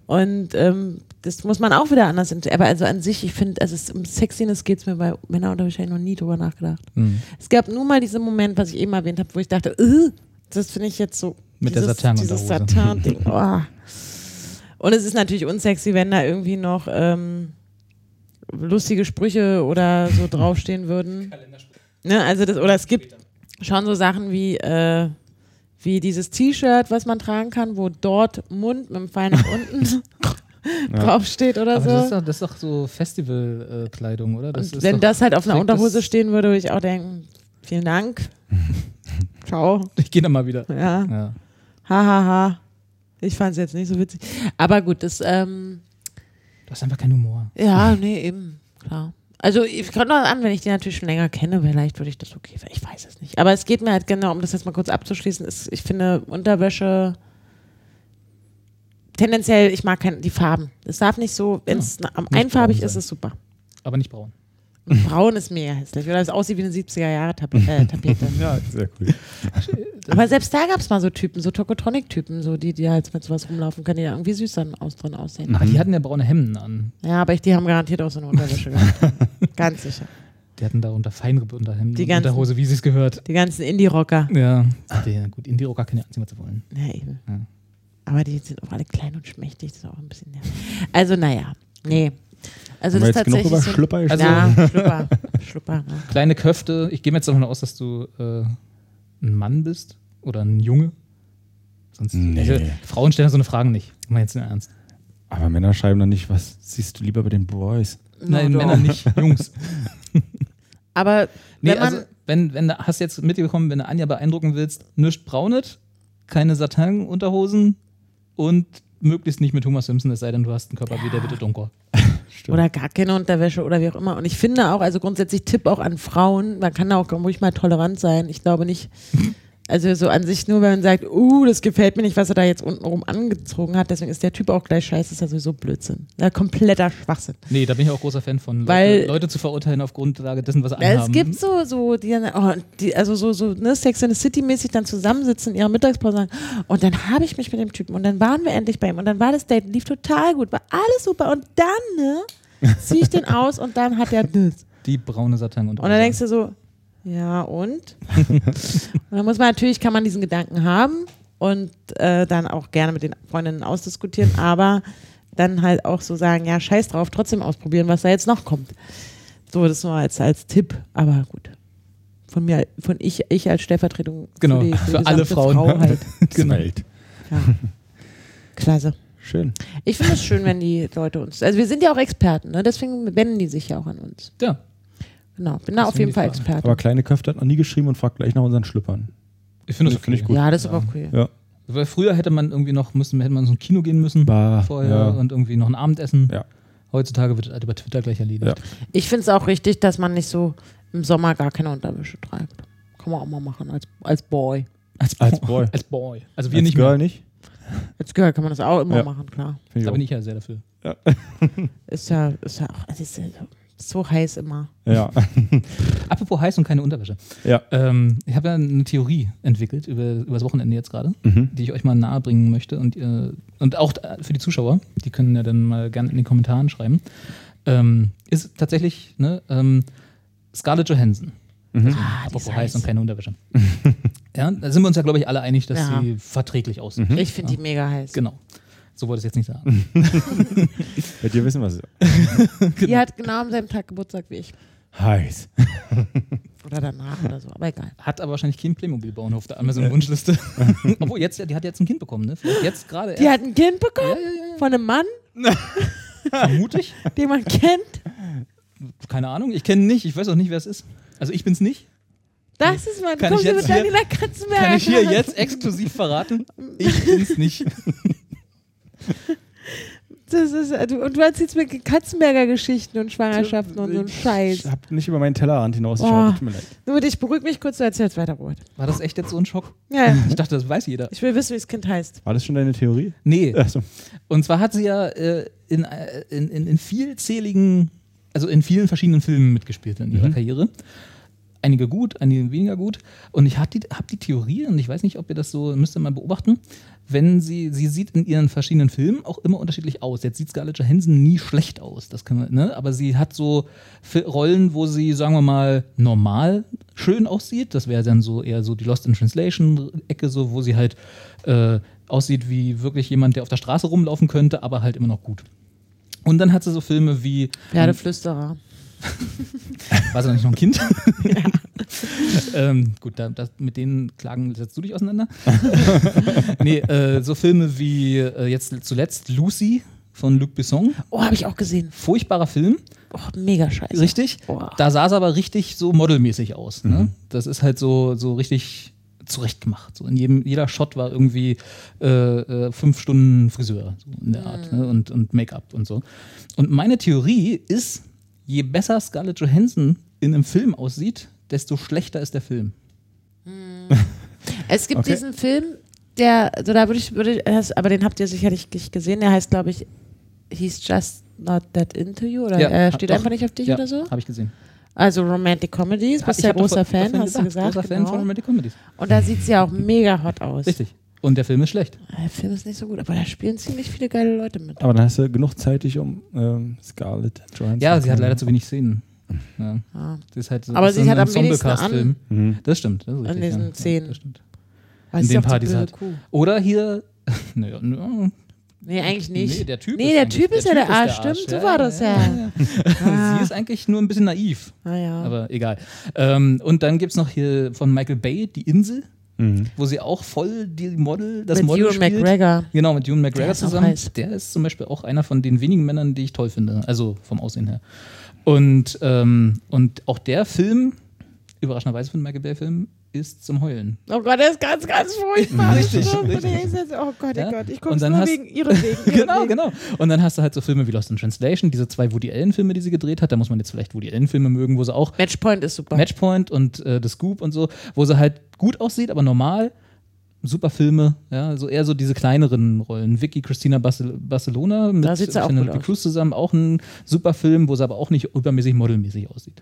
Speaker 2: Und ähm, das muss man auch wieder anders. int- Aber also an sich, ich finde, also es, um Sexiness geht es mir bei Männern oder wahrscheinlich noch nie drüber nachgedacht. Es gab nur mal diesen Moment, was ich eben erwähnt habe, wo ich dachte, äh, das finde ich jetzt so.
Speaker 1: Mit der
Speaker 2: dieses-
Speaker 1: Satin-Unterhose.
Speaker 2: Dieses Satin-Ding. Oh. Und es ist natürlich unsexy, wenn da irgendwie noch ähm, lustige Sprüche oder so draufstehen würden. Ne, also das, oder es gibt schon so Sachen wie, äh, wie dieses T-Shirt, was man tragen kann, wo dort Mund mit dem Pfeil nach unten draufsteht oder
Speaker 1: Aber
Speaker 2: so.
Speaker 1: das ist doch, das ist doch so Festivalkleidung, oder? Das
Speaker 2: Also Und
Speaker 1: ist
Speaker 2: wenn
Speaker 1: doch,
Speaker 2: das halt auf einer
Speaker 1: trägt das-
Speaker 2: Unterhose stehen würde, würde ich auch denken, vielen Dank. Ciao.
Speaker 1: ich gehe da mal wieder.
Speaker 2: Ja.
Speaker 1: Ja.
Speaker 2: Hahaha. Ha, ha. Ich fand es jetzt nicht so witzig. Aber gut, das, ähm,
Speaker 1: Du hast einfach keinen Humor.
Speaker 2: ja, nee, eben, klar. Also ich kann noch an, wenn ich die natürlich schon länger kenne, vielleicht würde ich das okay, finden. ich weiß es nicht. Aber es geht mir halt genau, um das jetzt mal kurz abzuschließen, ist, ich finde Unterwäsche tendenziell, ich mag kein, die Farben. Es darf nicht so, wenn es na- am
Speaker 1: braun
Speaker 2: einfarbig
Speaker 1: sein.
Speaker 2: ist, ist super.
Speaker 1: Aber nicht braun.
Speaker 2: Braun ist mega hässlich, oder es aussieht wie eine 70er-Jahre-Tapete. Äh, Tapete.
Speaker 3: ja, sehr
Speaker 2: Also
Speaker 3: cool.
Speaker 2: Aber selbst da gab es mal so Typen, so Tokotronic-Typen, so die, die halt mit sowas rumlaufen können, die da irgendwie süß dann aus drin aussehen.
Speaker 1: Aber die hatten ja braune Hemden an.
Speaker 2: Ja, aber ich, die haben garantiert auch so eine Unterwäsche gehabt. Ganz sicher.
Speaker 1: Die hatten darunter Feinripp unter Hemden
Speaker 2: Die
Speaker 1: und
Speaker 2: ganzen-
Speaker 1: Unterhose, wie sie es gehört.
Speaker 2: Die ganzen Indie-Rocker.
Speaker 1: Ja. ja gut, Indie-Rocker kann ja anziehen, was sie wollen.
Speaker 2: Ja, eben.
Speaker 1: Ja.
Speaker 2: Aber die sind auch alle klein und schmächtig, das ist auch ein bisschen nervig. Also naja, nee. Also
Speaker 3: Haben wir
Speaker 2: das ist
Speaker 3: jetzt genug
Speaker 2: tatsächlich
Speaker 3: über
Speaker 2: so ein-
Speaker 3: Schlüpper
Speaker 1: Also-
Speaker 3: gesprochen?
Speaker 2: ja, Schlüpper, Schlüpper. Ne?
Speaker 1: Kleine Köfte. Ich gehe mir jetzt davon aus, dass du äh, ein Mann bist oder ein Junge. Sonst
Speaker 3: Nee.
Speaker 1: also, Frauen stellen so eine Fragen nicht. Mal jetzt im Ernst.
Speaker 3: Aber Männer schreiben dann nicht, was siehst du lieber bei den Boys?
Speaker 1: Nein,
Speaker 2: doch.
Speaker 1: Männer nicht, Jungs.
Speaker 2: Aber
Speaker 1: Nee,
Speaker 2: wenn man,
Speaker 1: also wenn, wenn du hast jetzt mitbekommen, wenn du Anja beeindrucken willst, nischt braunet, keine Satin-Unterhosen und möglichst nicht mit Homer Simpson, es sei denn, du hast einen Körper wie der bitte dunkel.
Speaker 3: Genau.
Speaker 2: oder gar keine Unterwäsche oder wie auch immer. Und ich finde auch, also grundsätzlich Tipp auch an Frauen, man kann da auch ruhig mal tolerant sein. Ich glaube nicht, also so an sich nur, wenn man sagt, uh, das gefällt mir nicht, was er da jetzt untenrum angezogen hat, deswegen ist der Typ auch gleich scheiße, ist ja sowieso Blödsinn. Ja, kompletter Schwachsinn.
Speaker 1: Nee, da bin ich auch großer Fan von,
Speaker 2: Weil-
Speaker 1: Leute, Leute zu verurteilen auf Grundlage dessen, was sie
Speaker 2: Ja,
Speaker 1: anhaben.
Speaker 2: es gibt so, so die, dann- oh, die also so, so ne, Sex in the City-mäßig dann zusammensitzen in ihrer Mittagspause und sagen, oh, und dann habe ich mich mit dem Typen und dann waren wir endlich bei ihm und dann war das Date, lief total gut, war alles super und dann, ne, ziehe ich den aus und dann hat er das.
Speaker 1: die braune Satin-Unterhose.
Speaker 2: Und dann denkst du so, ja und? und dann muss man natürlich, kann man diesen Gedanken haben und äh, dann auch gerne mit den Freundinnen ausdiskutieren, aber dann halt auch so sagen, ja, scheiß drauf, trotzdem ausprobieren, was da jetzt noch kommt. So, das nur als, als Tipp, aber gut. Von mir, von ich, ich als Stellvertretung
Speaker 1: Genau,
Speaker 2: für, die,
Speaker 1: für
Speaker 2: die
Speaker 1: alle
Speaker 2: gesamte
Speaker 1: Frauen.
Speaker 2: Frau halt.
Speaker 1: Genau.
Speaker 3: Welt.
Speaker 2: Ja. Klasse.
Speaker 3: Schön.
Speaker 2: Ich finde es schön, wenn die Leute uns, also wir sind ja auch Experten, ne? deswegen wenden die sich ja auch an uns.
Speaker 1: Ja,
Speaker 2: Genau, bin da
Speaker 1: Das
Speaker 2: auf
Speaker 1: sind
Speaker 2: jeden
Speaker 1: die
Speaker 2: Fall
Speaker 1: Fragen.
Speaker 2: Experte.
Speaker 3: Aber kleine Köfte hat noch nie geschrieben und fragt gleich nach unseren Schlüppern.
Speaker 1: ich finde das
Speaker 3: Nee, finde ich gut.
Speaker 2: ja, das ist aber cool.
Speaker 1: Weil früher hätte man irgendwie noch, müssen, hätte man so ein Kino gehen müssen
Speaker 3: Bah,
Speaker 1: vorher
Speaker 3: ja.
Speaker 1: und irgendwie noch ein Abendessen.
Speaker 3: Ja.
Speaker 1: Heutzutage wird das halt über Twitter gleich erledigt.
Speaker 2: Ich finde es auch richtig, dass man nicht so im Sommer gar keine Unterwäsche trägt. Kann man auch mal machen als, als Boy.
Speaker 3: Als Boy.
Speaker 1: Als Boy. Also wir
Speaker 3: Als
Speaker 1: nicht
Speaker 3: Girl
Speaker 1: mehr.
Speaker 3: nicht?
Speaker 2: Als Girl kann man das auch immer
Speaker 3: Ja.
Speaker 2: machen, klar.
Speaker 3: Finde
Speaker 1: Da bin ich ja sehr dafür.
Speaker 2: Ist ja, ist ja auch also ist ja so heiß immer.
Speaker 3: auch. Ja.
Speaker 1: Apropos heiß und keine Unterwäsche.
Speaker 3: Ja.
Speaker 1: Ähm, ich habe ja eine Theorie entwickelt über, über das Wochenende jetzt gerade,
Speaker 3: Mhm.
Speaker 1: die ich euch mal nahe bringen möchte und, ihr- und auch äh, für die Zuschauer, die können ja dann mal gerne in den Kommentaren schreiben. Ähm, ist tatsächlich ne, ähm, Scarlett Johansson. Also,
Speaker 2: Ah, die
Speaker 1: Apropos
Speaker 2: ist
Speaker 1: heiß und
Speaker 2: heiß.
Speaker 1: keine Unterwäsche. ja, da sind wir uns ja, glaube ich, alle einig, dass
Speaker 2: Ja.
Speaker 1: sie verträglich aussieht.
Speaker 2: Ich finde die mega heiß.
Speaker 1: Genau. So wollte ich es jetzt nicht sagen.
Speaker 3: Wird ihr wissen, was ist.
Speaker 2: Die hat genau am selben Tag Geburtstag wie ich.
Speaker 3: Heiß.
Speaker 2: Oder danach oder so, aber egal.
Speaker 1: Hat aber wahrscheinlich keinen Playmobil-Bauernhof da an so eine Wunschliste. Obwohl, jetzt, die hat jetzt ein Kind bekommen, ne? Vielleicht jetzt gerade
Speaker 2: Die
Speaker 1: erst,
Speaker 2: hat ein Kind bekommen von einem Mann,
Speaker 1: vermutlich.
Speaker 2: den man kennt.
Speaker 1: Keine Ahnung, ich kenne nicht, ich weiß auch nicht, wer es ist. Also ich bin's nicht.
Speaker 2: Das ist mein.
Speaker 1: Kann
Speaker 2: Komm,
Speaker 1: ich
Speaker 2: sie
Speaker 1: jetzt
Speaker 2: mit
Speaker 1: hier-
Speaker 2: Daniela Katzenberger.
Speaker 1: Kann ich hier jetzt exklusiv verraten? Ich bin's nicht.
Speaker 2: Das ist, äh, du, und du erzählst mir Katzenberger-Geschichten und Schwangerschaften und so einen Scheiß.
Speaker 3: Ich hab nicht über meinen Tellerrand hinausgeschaut.
Speaker 2: Oh.
Speaker 3: Tut mir leid.
Speaker 2: Nur dich beruhig mich kurz, du erzählst weiter, Robert.
Speaker 1: War das echt jetzt so ein Schock?
Speaker 2: Ja, ja.
Speaker 1: Ich dachte, das weiß jeder.
Speaker 2: Ich will wissen, wie das Kind heißt.
Speaker 3: War das schon deine Theorie?
Speaker 1: Nee,
Speaker 3: Achso.
Speaker 1: Und zwar hat sie ja äh, in, äh, in, in, in vielzähligen, also in vielen verschiedenen Filmen mitgespielt in ihrer Karriere. Einige gut, einige weniger gut. Und ich habe die, hab die Theorie, und ich weiß nicht, ob ihr das so, müsst ihr mal beobachten, wenn sie, sie sieht in ihren verschiedenen Filmen auch immer unterschiedlich aus. Jetzt sieht Scarlett Johansson nie schlecht aus, das können wir, ne? Aber sie hat so Fi- Rollen, wo sie, sagen wir mal, normal schön aussieht. Das wäre dann so eher so die Lost in Translation-Ecke, so, wo sie halt äh, aussieht wie wirklich jemand, der auf der Straße rumlaufen könnte, aber halt immer noch gut. Und dann hat sie so Filme wie
Speaker 2: Pferdeflüsterer.
Speaker 1: war sie noch nicht noch ein Kind? ähm, gut, da, das, mit denen Klagen setzt du dich auseinander. nee, äh, so Filme wie äh, jetzt zuletzt Lucy von Luc Besson.
Speaker 2: Oh, habe ich auch gesehen.
Speaker 1: Furchtbarer Film,
Speaker 2: Oh, mega scheiße.
Speaker 1: richtig.
Speaker 2: Boah.
Speaker 1: Da sah es aber richtig so modelmäßig aus. Ne? Das ist halt so, so richtig zurechtgemacht. So in jedem, jeder Shot war irgendwie äh, äh, fünf Stunden Friseur so in der Art ne? und, und Make-up und so. Und meine Theorie ist, je besser Scarlett Johansson in einem Film aussieht, desto schlechter ist der Film.
Speaker 2: Es gibt
Speaker 3: Okay.
Speaker 2: diesen Film, der, also da würde ich, würde ich, das- aber den habt ihr sicherlich nicht gesehen. Der heißt, glaube ich, He's Just Not That Into You oder
Speaker 1: Ja,
Speaker 2: äh, steht
Speaker 1: doch.
Speaker 2: einfach nicht auf dich
Speaker 1: ja,
Speaker 2: oder so.
Speaker 1: habe ich gesehen.
Speaker 2: Also Romantic Comedies, bist
Speaker 1: Ich
Speaker 2: ja
Speaker 1: hab doch
Speaker 2: großer
Speaker 1: vor-
Speaker 2: Fan,
Speaker 1: davon
Speaker 2: hast du gesagt.
Speaker 1: Großer Fan
Speaker 2: genau.
Speaker 1: von Romantic Comedies.
Speaker 2: Und da sieht sie ja auch mega hot aus. Äh,
Speaker 1: Richtig. Und der Film ist schlecht.
Speaker 2: Der Film ist nicht so gut, aber da spielen ziemlich viele geile Leute mit.
Speaker 3: Aber dann hast du genug Zeit, dich um ähm, Scarlett Johansson
Speaker 1: Ja, sie hat leider
Speaker 3: zu kümmern.
Speaker 1: zu wenig Szenen. Ja.
Speaker 2: Ah.
Speaker 1: Das ist halt so,
Speaker 2: Aber
Speaker 1: das
Speaker 2: sie
Speaker 1: ist
Speaker 2: hat
Speaker 1: ein
Speaker 2: am wenigsten
Speaker 1: Ensemble-Cast-Film. Das stimmt. Das ist
Speaker 2: An
Speaker 1: richtig,
Speaker 2: diesen
Speaker 1: ja.
Speaker 2: Szenen.
Speaker 1: Das stimmt.
Speaker 2: Weil
Speaker 1: in
Speaker 2: sie
Speaker 1: den
Speaker 2: ist auch die
Speaker 1: Partys
Speaker 2: blöde
Speaker 1: hat.
Speaker 2: Kuh.
Speaker 1: Oder hier Naja, nö.
Speaker 2: Nee, eigentlich nicht.
Speaker 1: Nee, der Typ
Speaker 2: Nee,
Speaker 1: ist
Speaker 2: der
Speaker 1: eigentlich-
Speaker 2: Typ ist ja der Arsch.
Speaker 1: Arsch.
Speaker 2: Stimmt, so war das ja. Ah.
Speaker 1: Sie ist eigentlich nur ein bisschen naiv.
Speaker 2: Naja.
Speaker 1: Aber egal. Ähm, und dann gibt es noch hier von Michael Bay die Insel,
Speaker 3: Mhm.
Speaker 1: wo sie auch voll die Model, das
Speaker 2: Mit
Speaker 1: Model
Speaker 2: Ewan
Speaker 1: spielt.
Speaker 2: McGregor.
Speaker 1: Genau, mit Ewan McGregor
Speaker 2: Der ist auch
Speaker 1: zusammen.
Speaker 2: heiß.
Speaker 1: Der ist zum Beispiel auch einer von den wenigen Männern, die ich toll finde. Also vom Aussehen her. Und, ähm, und auch der Film, überraschenderweise für einen Michael Bay-Film, ist zum Heulen.
Speaker 2: Oh Gott, das ist ganz, ganz furchtbar.
Speaker 1: Richtig,
Speaker 2: Ich schwöre,
Speaker 1: richtig.
Speaker 2: der ist jetzt- Oh Gott,
Speaker 1: Ja.
Speaker 2: oh Gott,
Speaker 1: Und
Speaker 2: ich guck's
Speaker 1: dann
Speaker 2: nur
Speaker 1: hast-
Speaker 2: wegen ihren Wegen. ihren
Speaker 1: Genau,
Speaker 2: Wegen.
Speaker 1: genau. Und dann hast du halt so Filme wie Lost in Translation, diese zwei Woody Allen-Filme, die sie gedreht hat. Da muss man jetzt vielleicht Woody Allen-Filme mögen, wo sie auch
Speaker 2: Matchpoint ist super.
Speaker 1: Matchpoint und äh, The Scoop und so, wo sie halt gut aussieht, aber normal. Super Filme, ja, so eher so diese kleineren Rollen. Vicky Christina Barcel Barcelona mit
Speaker 2: Da sieht sie auch gut aus.
Speaker 1: Cruz zusammen, auch ein super Film, wo sie aber auch nicht übermäßig modelmäßig aussieht.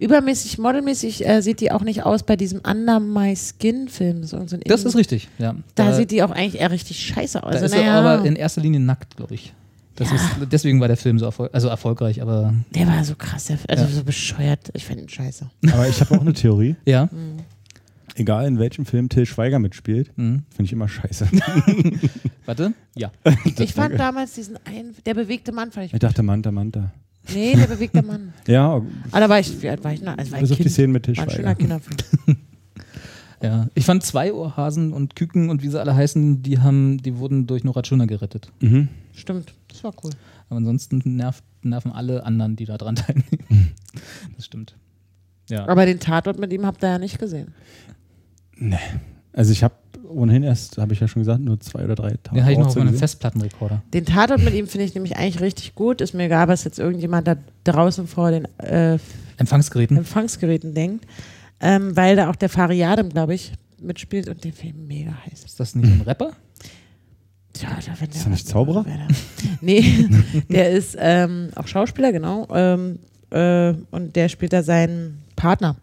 Speaker 2: Übermäßig, modelmäßig äh, sieht die auch nicht aus bei diesem Under My Skin Film. So so ein
Speaker 1: Das ist richtig, ja.
Speaker 2: Da sieht die auch eigentlich eher richtig scheiße aus.
Speaker 1: da
Speaker 2: Also,
Speaker 1: ist
Speaker 2: naja,
Speaker 1: er aber in erster Linie nackt, glaube ich. Das ist, deswegen war der Film so erfol also erfolgreich, aber
Speaker 2: der war so krass, der, also so bescheuert. Ich fand ihn scheiße.
Speaker 3: Aber ich habe auch eine Theorie.
Speaker 1: ja.
Speaker 2: Mhm.
Speaker 3: Egal in welchem Film Till Schweiger mitspielt, finde ich immer scheiße.
Speaker 1: Mhm. Warte. Ja.
Speaker 2: ich fand damals diesen einen, der bewegte Mann fand ich.
Speaker 3: Ich dachte, Manta, Manta.
Speaker 2: Nee, der bewegte Mann.
Speaker 3: Ja,
Speaker 2: Ah, da war ich, wie alt war ich noch? Also war ich
Speaker 3: bis auf die
Speaker 2: kind,
Speaker 3: Szenen mit Till
Speaker 2: war ein schöner
Speaker 3: Schweiger.
Speaker 2: Kinderfilm.
Speaker 1: Ja. Ich fand zwei Ohrhasen und Küken und wie sie alle heißen, die haben, die wurden durch Noratschuna gerettet.
Speaker 3: Mhm.
Speaker 2: Stimmt, das war cool.
Speaker 1: Aber ansonsten nervt, nerven alle anderen, die da dran teilnehmen. Das stimmt. Ja.
Speaker 2: Aber den Tatort mit ihm habt ihr ja nicht gesehen.
Speaker 3: Also ich habe ohnehin erst, habe ich ja schon gesagt, nur zwei oder drei Tage.
Speaker 1: Den hatte ich noch auf meinem Festplattenrekorder.
Speaker 2: Den Tatort mit ihm finde ich nämlich eigentlich richtig gut. Ist mir egal, was jetzt irgendjemand da draußen vor den äh,
Speaker 1: Empfangsgeräten.
Speaker 2: Empfangsgeräten denkt, ähm, weil da auch der Fariadem, glaube ich, mitspielt und der Film mega heiß ist.
Speaker 1: Ist das nicht ein Rapper?
Speaker 2: Tja, da wenn der
Speaker 3: Ist er nicht Zauberer?
Speaker 2: Wer da- Nee, der ist ähm, auch Schauspieler, genau. Ähm, äh, und der spielt da seinen Partner.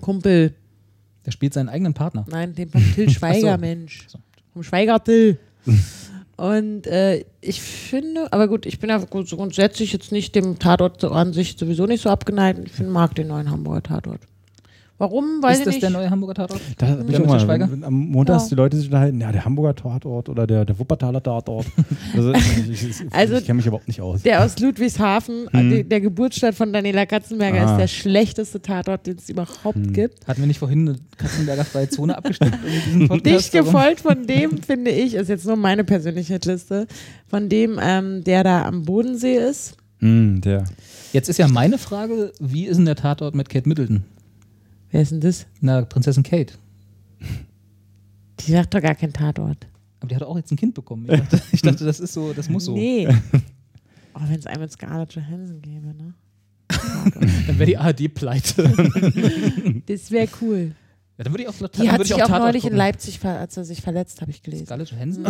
Speaker 2: Kumpel,
Speaker 1: Der spielt seinen eigenen Partner.
Speaker 2: nein, den vom Till Schweiger,
Speaker 1: Ach so.
Speaker 2: Mensch.
Speaker 1: So.
Speaker 2: Vom Schweiger Till. Und äh, ich finde, aber gut, ich bin ja grund- grundsätzlich jetzt nicht dem Tatort so an sich sowieso nicht so abgeneigt. Ich find, mag den neuen Hamburger Tatort. Warum?
Speaker 1: ist
Speaker 2: Weiß ich
Speaker 1: das
Speaker 2: nicht.
Speaker 1: der neue Hamburger Tatort?
Speaker 3: Da bin ich
Speaker 1: Till
Speaker 3: auch mal,
Speaker 1: Schweiger?
Speaker 3: wenn- am Montag
Speaker 2: Ja.
Speaker 3: die Leute sich unterhalten, ja, der Hamburger Tatort oder der, der Wuppertaler Tatort. Also ich, ich, ich,
Speaker 2: Also-
Speaker 3: ich kenne mich überhaupt nicht aus.
Speaker 2: Der aus Ludwigshafen,
Speaker 1: Hm.
Speaker 2: äh, die, der Geburtsstadt von Daniela Katzenberger,
Speaker 3: Ah.
Speaker 2: ist der schlechteste Tatort, den es überhaupt
Speaker 1: Hm.
Speaker 2: gibt.
Speaker 1: Hatten wir nicht vorhin eine Katzenberger freie Zone abgestimmt in diesem Podcast?
Speaker 2: Dicht
Speaker 1: Warum?
Speaker 2: gefolgt von dem, finde ich, ist jetzt nur meine persönliche Liste, von dem, ähm, der da am Bodensee ist.
Speaker 3: Hm, der.
Speaker 1: Jetzt ist ja meine Frage, wie ist denn der Tatort mit Kate Middleton?
Speaker 2: Wer ist denn das?
Speaker 1: Na, Prinzessin Kate.
Speaker 2: Die sagt doch gar keinen Tatort.
Speaker 1: Aber die hat auch jetzt ein Kind bekommen. Ich dachte, ich dachte das ist so, das muss so.
Speaker 2: Nee. Oh, wenn es einem mit Scarlett Johansson gäbe, ne?
Speaker 1: Dann wäre die ARD pleite.
Speaker 2: Das wäre cool.
Speaker 1: Ja, dann würde ich auch dann
Speaker 2: Die
Speaker 1: würde
Speaker 2: hat
Speaker 1: ich
Speaker 2: sich auch
Speaker 1: Tatort
Speaker 2: neulich in
Speaker 1: gucken.
Speaker 2: Leipzig, ver als er sich verletzt, habe ich gelesen.
Speaker 1: Scarlett Johansson?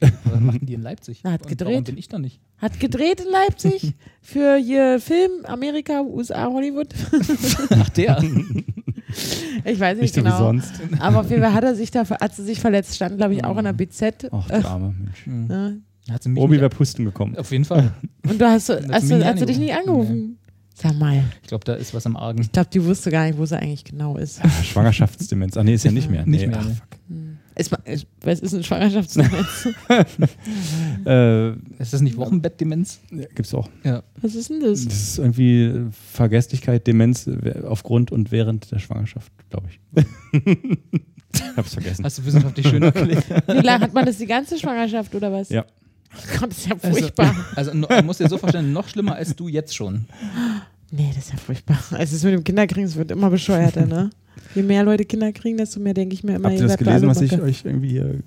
Speaker 1: Oder machen die in Leipzig?
Speaker 2: Na, hat
Speaker 1: Und Warum
Speaker 2: gedreht.
Speaker 1: bin ich da nicht?
Speaker 2: Hat gedreht in Leipzig für hier Film, Amerika, USA, Hollywood.
Speaker 1: Ach, der.
Speaker 2: Ich weiß nicht
Speaker 3: Nicht so wie
Speaker 2: genau.
Speaker 3: sonst.
Speaker 2: Aber auf jeden Fall hat er sich da, ver- als er sich verletzt, stand, glaube ich, auch in der BZ.
Speaker 3: Ach, der arme Mensch.
Speaker 2: Ne?
Speaker 1: Mhm. Hat sie mich
Speaker 3: Obi
Speaker 1: nicht-
Speaker 3: wäre pusten gekommen.
Speaker 1: Auf jeden Fall.
Speaker 2: Und du hast, du-
Speaker 1: sie
Speaker 2: hast,
Speaker 1: mich
Speaker 2: du,
Speaker 1: nicht
Speaker 2: hast du dich
Speaker 1: angerufen.
Speaker 2: nie angerufen. Sag mal,
Speaker 1: Ich glaube, da ist was am Argen.
Speaker 2: ich glaube, die wusste gar nicht, wo sie eigentlich genau ist.
Speaker 3: Schwangerschaftsdemenz. Ah, nee, ist ja nicht mehr.
Speaker 1: Nicht
Speaker 3: Nee,
Speaker 1: mehr, ne?
Speaker 3: Ach,
Speaker 1: nee.
Speaker 3: fuck.
Speaker 2: ist ma- ist- was ist ein Schwangerschaftsdemenz?
Speaker 3: Äh,
Speaker 1: Ist das nicht Wochenbettdemenz?
Speaker 3: ja, gibt's auch.
Speaker 1: Ja.
Speaker 2: Was ist denn das?
Speaker 3: Das ist irgendwie äh, Vergesslichkeit, Demenz äh, aufgrund und während der Schwangerschaft, glaube ich. Hab's vergessen.
Speaker 1: Hast du wissenschaftlich schön erklärt.
Speaker 2: Wie lange hat man das die ganze Schwangerschaft oder was?
Speaker 3: Ja.
Speaker 2: Ach Gott, das ist ja
Speaker 1: Also,
Speaker 2: furchtbar.
Speaker 1: also no, man muss dir so vorstellen, noch schlimmer als du jetzt schon.
Speaker 2: Nee, das ist ja furchtbar. Also das mit dem Kinderkriegen, es wird immer bescheuerter, ne? Je mehr Leute Kinder kriegen, desto mehr denke ich mir immer,
Speaker 3: Habt ihr
Speaker 2: ihr
Speaker 3: das
Speaker 2: seid da
Speaker 3: gelesen,
Speaker 2: alle
Speaker 3: was ich
Speaker 2: Böcke.
Speaker 3: euch irgendwie hier, äh,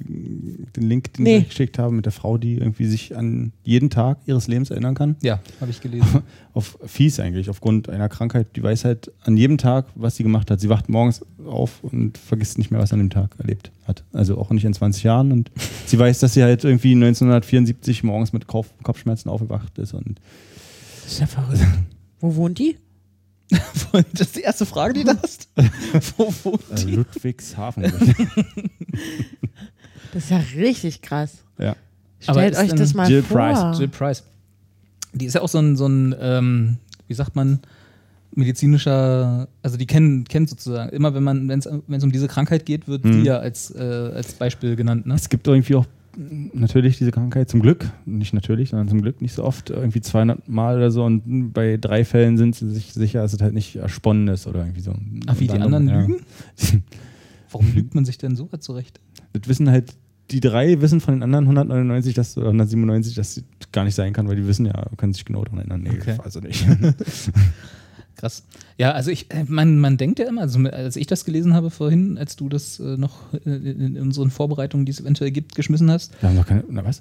Speaker 3: den Link, den
Speaker 2: Nee.
Speaker 3: ich euch geschickt habe, mit der Frau, die irgendwie sich an jeden Tag ihres Lebens erinnern kann?
Speaker 1: Ja, habe ich gelesen.
Speaker 3: Auf fies eigentlich, aufgrund einer Krankheit. Die weiß halt an jedem Tag, was sie gemacht hat. Sie wacht morgens auf und vergisst nicht mehr, was sie an dem Tag erlebt hat. Also auch nicht in 20 Jahren. Und sie weiß, dass sie halt irgendwie 1974 morgens mit Kopf Kopfschmerzen aufgewacht ist. Und
Speaker 2: Das ist ja verrückt. Wo wohnt die?
Speaker 1: Das ist die erste Frage, die du hast. Wo wohnt die?
Speaker 3: Ludwigshafen. glaub ich.
Speaker 2: Das ist ja richtig krass.
Speaker 3: ja.
Speaker 1: Aber
Speaker 2: Stellt
Speaker 1: ist
Speaker 2: euch
Speaker 1: denn
Speaker 2: das mal
Speaker 3: Jill
Speaker 1: Ah.
Speaker 2: vor.
Speaker 3: Price,
Speaker 1: Jill Price. Die ist ja auch so ein, so ein ähm, wie sagt man, medizinischer, also die kennen, kennen sozusagen, immer wenn man, wenn es um diese Krankheit geht, wird
Speaker 3: Mhm.
Speaker 1: die ja als, äh, als Beispiel genannt, ne?
Speaker 3: Es gibt irgendwie auch natürlich diese Krankheit, zum Glück, nicht natürlich, sondern zum Glück nicht so oft, irgendwie 200 Mal oder so und bei drei Fällen sind sie sich sicher, dass es halt nicht ersponnen ist oder irgendwie so.
Speaker 1: Ach, wie
Speaker 3: Unter
Speaker 1: die
Speaker 3: anderem,
Speaker 1: anderen
Speaker 3: ja.
Speaker 1: lügen? Warum lügt man sich denn sowas zurecht?
Speaker 3: Das wissen halt, die drei wissen von den anderen 199 dass, oder 197, dass sie gar nicht sein kann, weil die wissen ja, können sich genau daran erinnern. Nee,
Speaker 1: Okay.
Speaker 3: also nicht.
Speaker 1: Krass. Ja, also ich, äh, man, man denkt ja immer, also als ich das gelesen habe vorhin, als du das äh, noch äh, in unseren Vorbereitungen, die es eventuell gibt, geschmissen hast,
Speaker 3: Wir haben doch keine. Na was?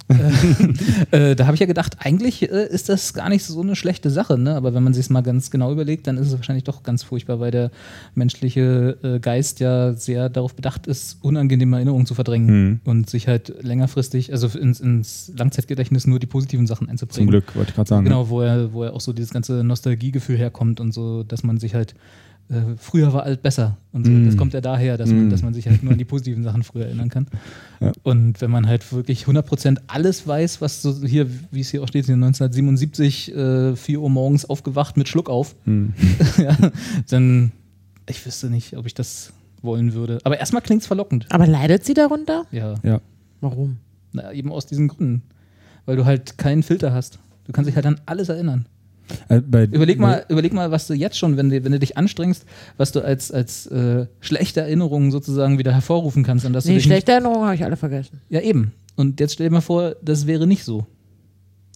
Speaker 1: äh, da habe ich ja gedacht, eigentlich äh, ist das gar nicht so eine schlechte Sache, ne? Aber wenn man sich es mal ganz genau überlegt, dann ist es wahrscheinlich doch ganz furchtbar, weil der menschliche äh, Geist ja sehr darauf bedacht ist, unangenehme Erinnerungen zu verdrängen
Speaker 3: Mhm.
Speaker 1: und sich halt längerfristig, also ins, ins Langzeitgedächtnis nur die positiven Sachen einzubringen.
Speaker 3: Zum Glück, wollte ich gerade sagen. ne?
Speaker 1: Genau, wo er, wo er auch so dieses ganze Nostalgiegefühl herkommt und so, dass man sich halt äh, früher war alt besser und so.
Speaker 3: Mm.
Speaker 1: Das kommt ja daher, dass, man,
Speaker 3: Mm.
Speaker 1: dass man sich halt nur an die positiven Sachen früher erinnern kann.
Speaker 3: Ja.
Speaker 1: Und wenn man halt wirklich 100% alles weiß, was so hier, wie es hier auch steht, hier 1977, äh, 4 Uhr morgens aufgewacht mit Schluck auf,
Speaker 3: Hm.
Speaker 1: ja, dann ich wüsste nicht, ob ich das wollen würde. Aber erstmal klingt es verlockend.
Speaker 2: Aber leidet sie darunter?
Speaker 1: Ja,
Speaker 2: Warum?
Speaker 1: na, eben aus diesen Gründen. Weil du halt keinen Filter hast. Du kannst dich halt an alles erinnern.
Speaker 3: Äh, bei,
Speaker 1: Überleg mal, überleg mal, was du jetzt schon, wenn du, wenn du dich anstrengst, was du als, als äh, schlechte Erinnerungen sozusagen wieder hervorrufen kannst. Und dass du
Speaker 2: nee,
Speaker 1: dich
Speaker 2: schlechte Erinnerungen habe ich alle vergessen.
Speaker 1: Nicht, ja, eben. Und jetzt stell dir mal vor, das wäre nicht so.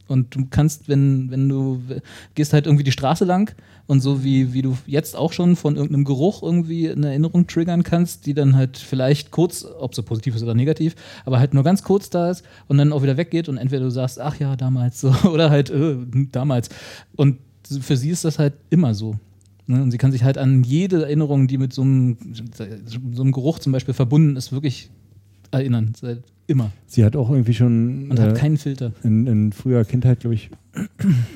Speaker 1: Und du kannst, wenn, wenn du w- gehst halt irgendwie die Straße lang und so wie, wie du jetzt auch schon von irgendeinem Geruch irgendwie eine Erinnerung triggern kannst, die dann halt vielleicht kurz, ob sie positiv ist oder negativ, aber halt nur ganz kurz da ist und dann auch wieder weggeht und entweder du sagst, ach ja, damals so oder halt äh, damals. Und für sie ist das halt immer so. Ne? Und sie kann sich halt an jede Erinnerung, die mit so einem, so einem Geruch zum Beispiel verbunden ist, wirklich erinnern. Seit immer.
Speaker 3: sie hat auch irgendwie schon.
Speaker 1: Und
Speaker 3: äh,
Speaker 1: hat keinen Filter.
Speaker 3: in, in früher Kindheit, glaube ich,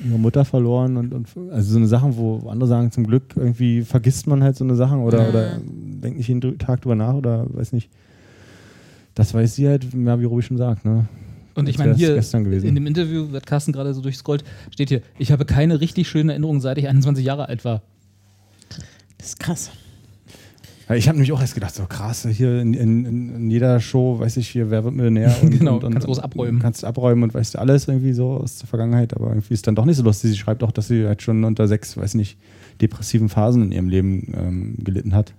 Speaker 3: ihre Mutter verloren und, und also so eine Sachen, wo andere sagen, zum Glück irgendwie vergisst man halt so eine Sachen oder,
Speaker 2: Ja.
Speaker 3: oder denkt nicht jeden Tag drüber nach oder weiß nicht. Das weiß sie halt, ja, wie Robi schon sagt, ne?
Speaker 1: Und
Speaker 3: Als
Speaker 1: ich meine,
Speaker 3: wär's
Speaker 1: hier
Speaker 3: gestern gewesen.
Speaker 1: in dem Interview, was Carsten gerade so durchscrollt, steht hier: Ich habe keine richtig schöne Erinnerung, seit ich 21 Jahre alt war.
Speaker 2: Das ist krass.
Speaker 3: Ja, Ich habe nämlich auch erst gedacht, so krass, ne, hier in, in, in in jeder Show, weiß ich hier, wer wird Millionär und,
Speaker 1: Genau,
Speaker 3: und, und
Speaker 1: kannst groß abräumen.
Speaker 3: Kannst abräumen und weißt du alles irgendwie so aus der Vergangenheit, aber irgendwie ist dann doch nicht so lustig. Sie schreibt auch, dass sie halt schon unter sechs, weiß nicht, depressiven Phasen in ihrem Leben ähm, gelitten hat.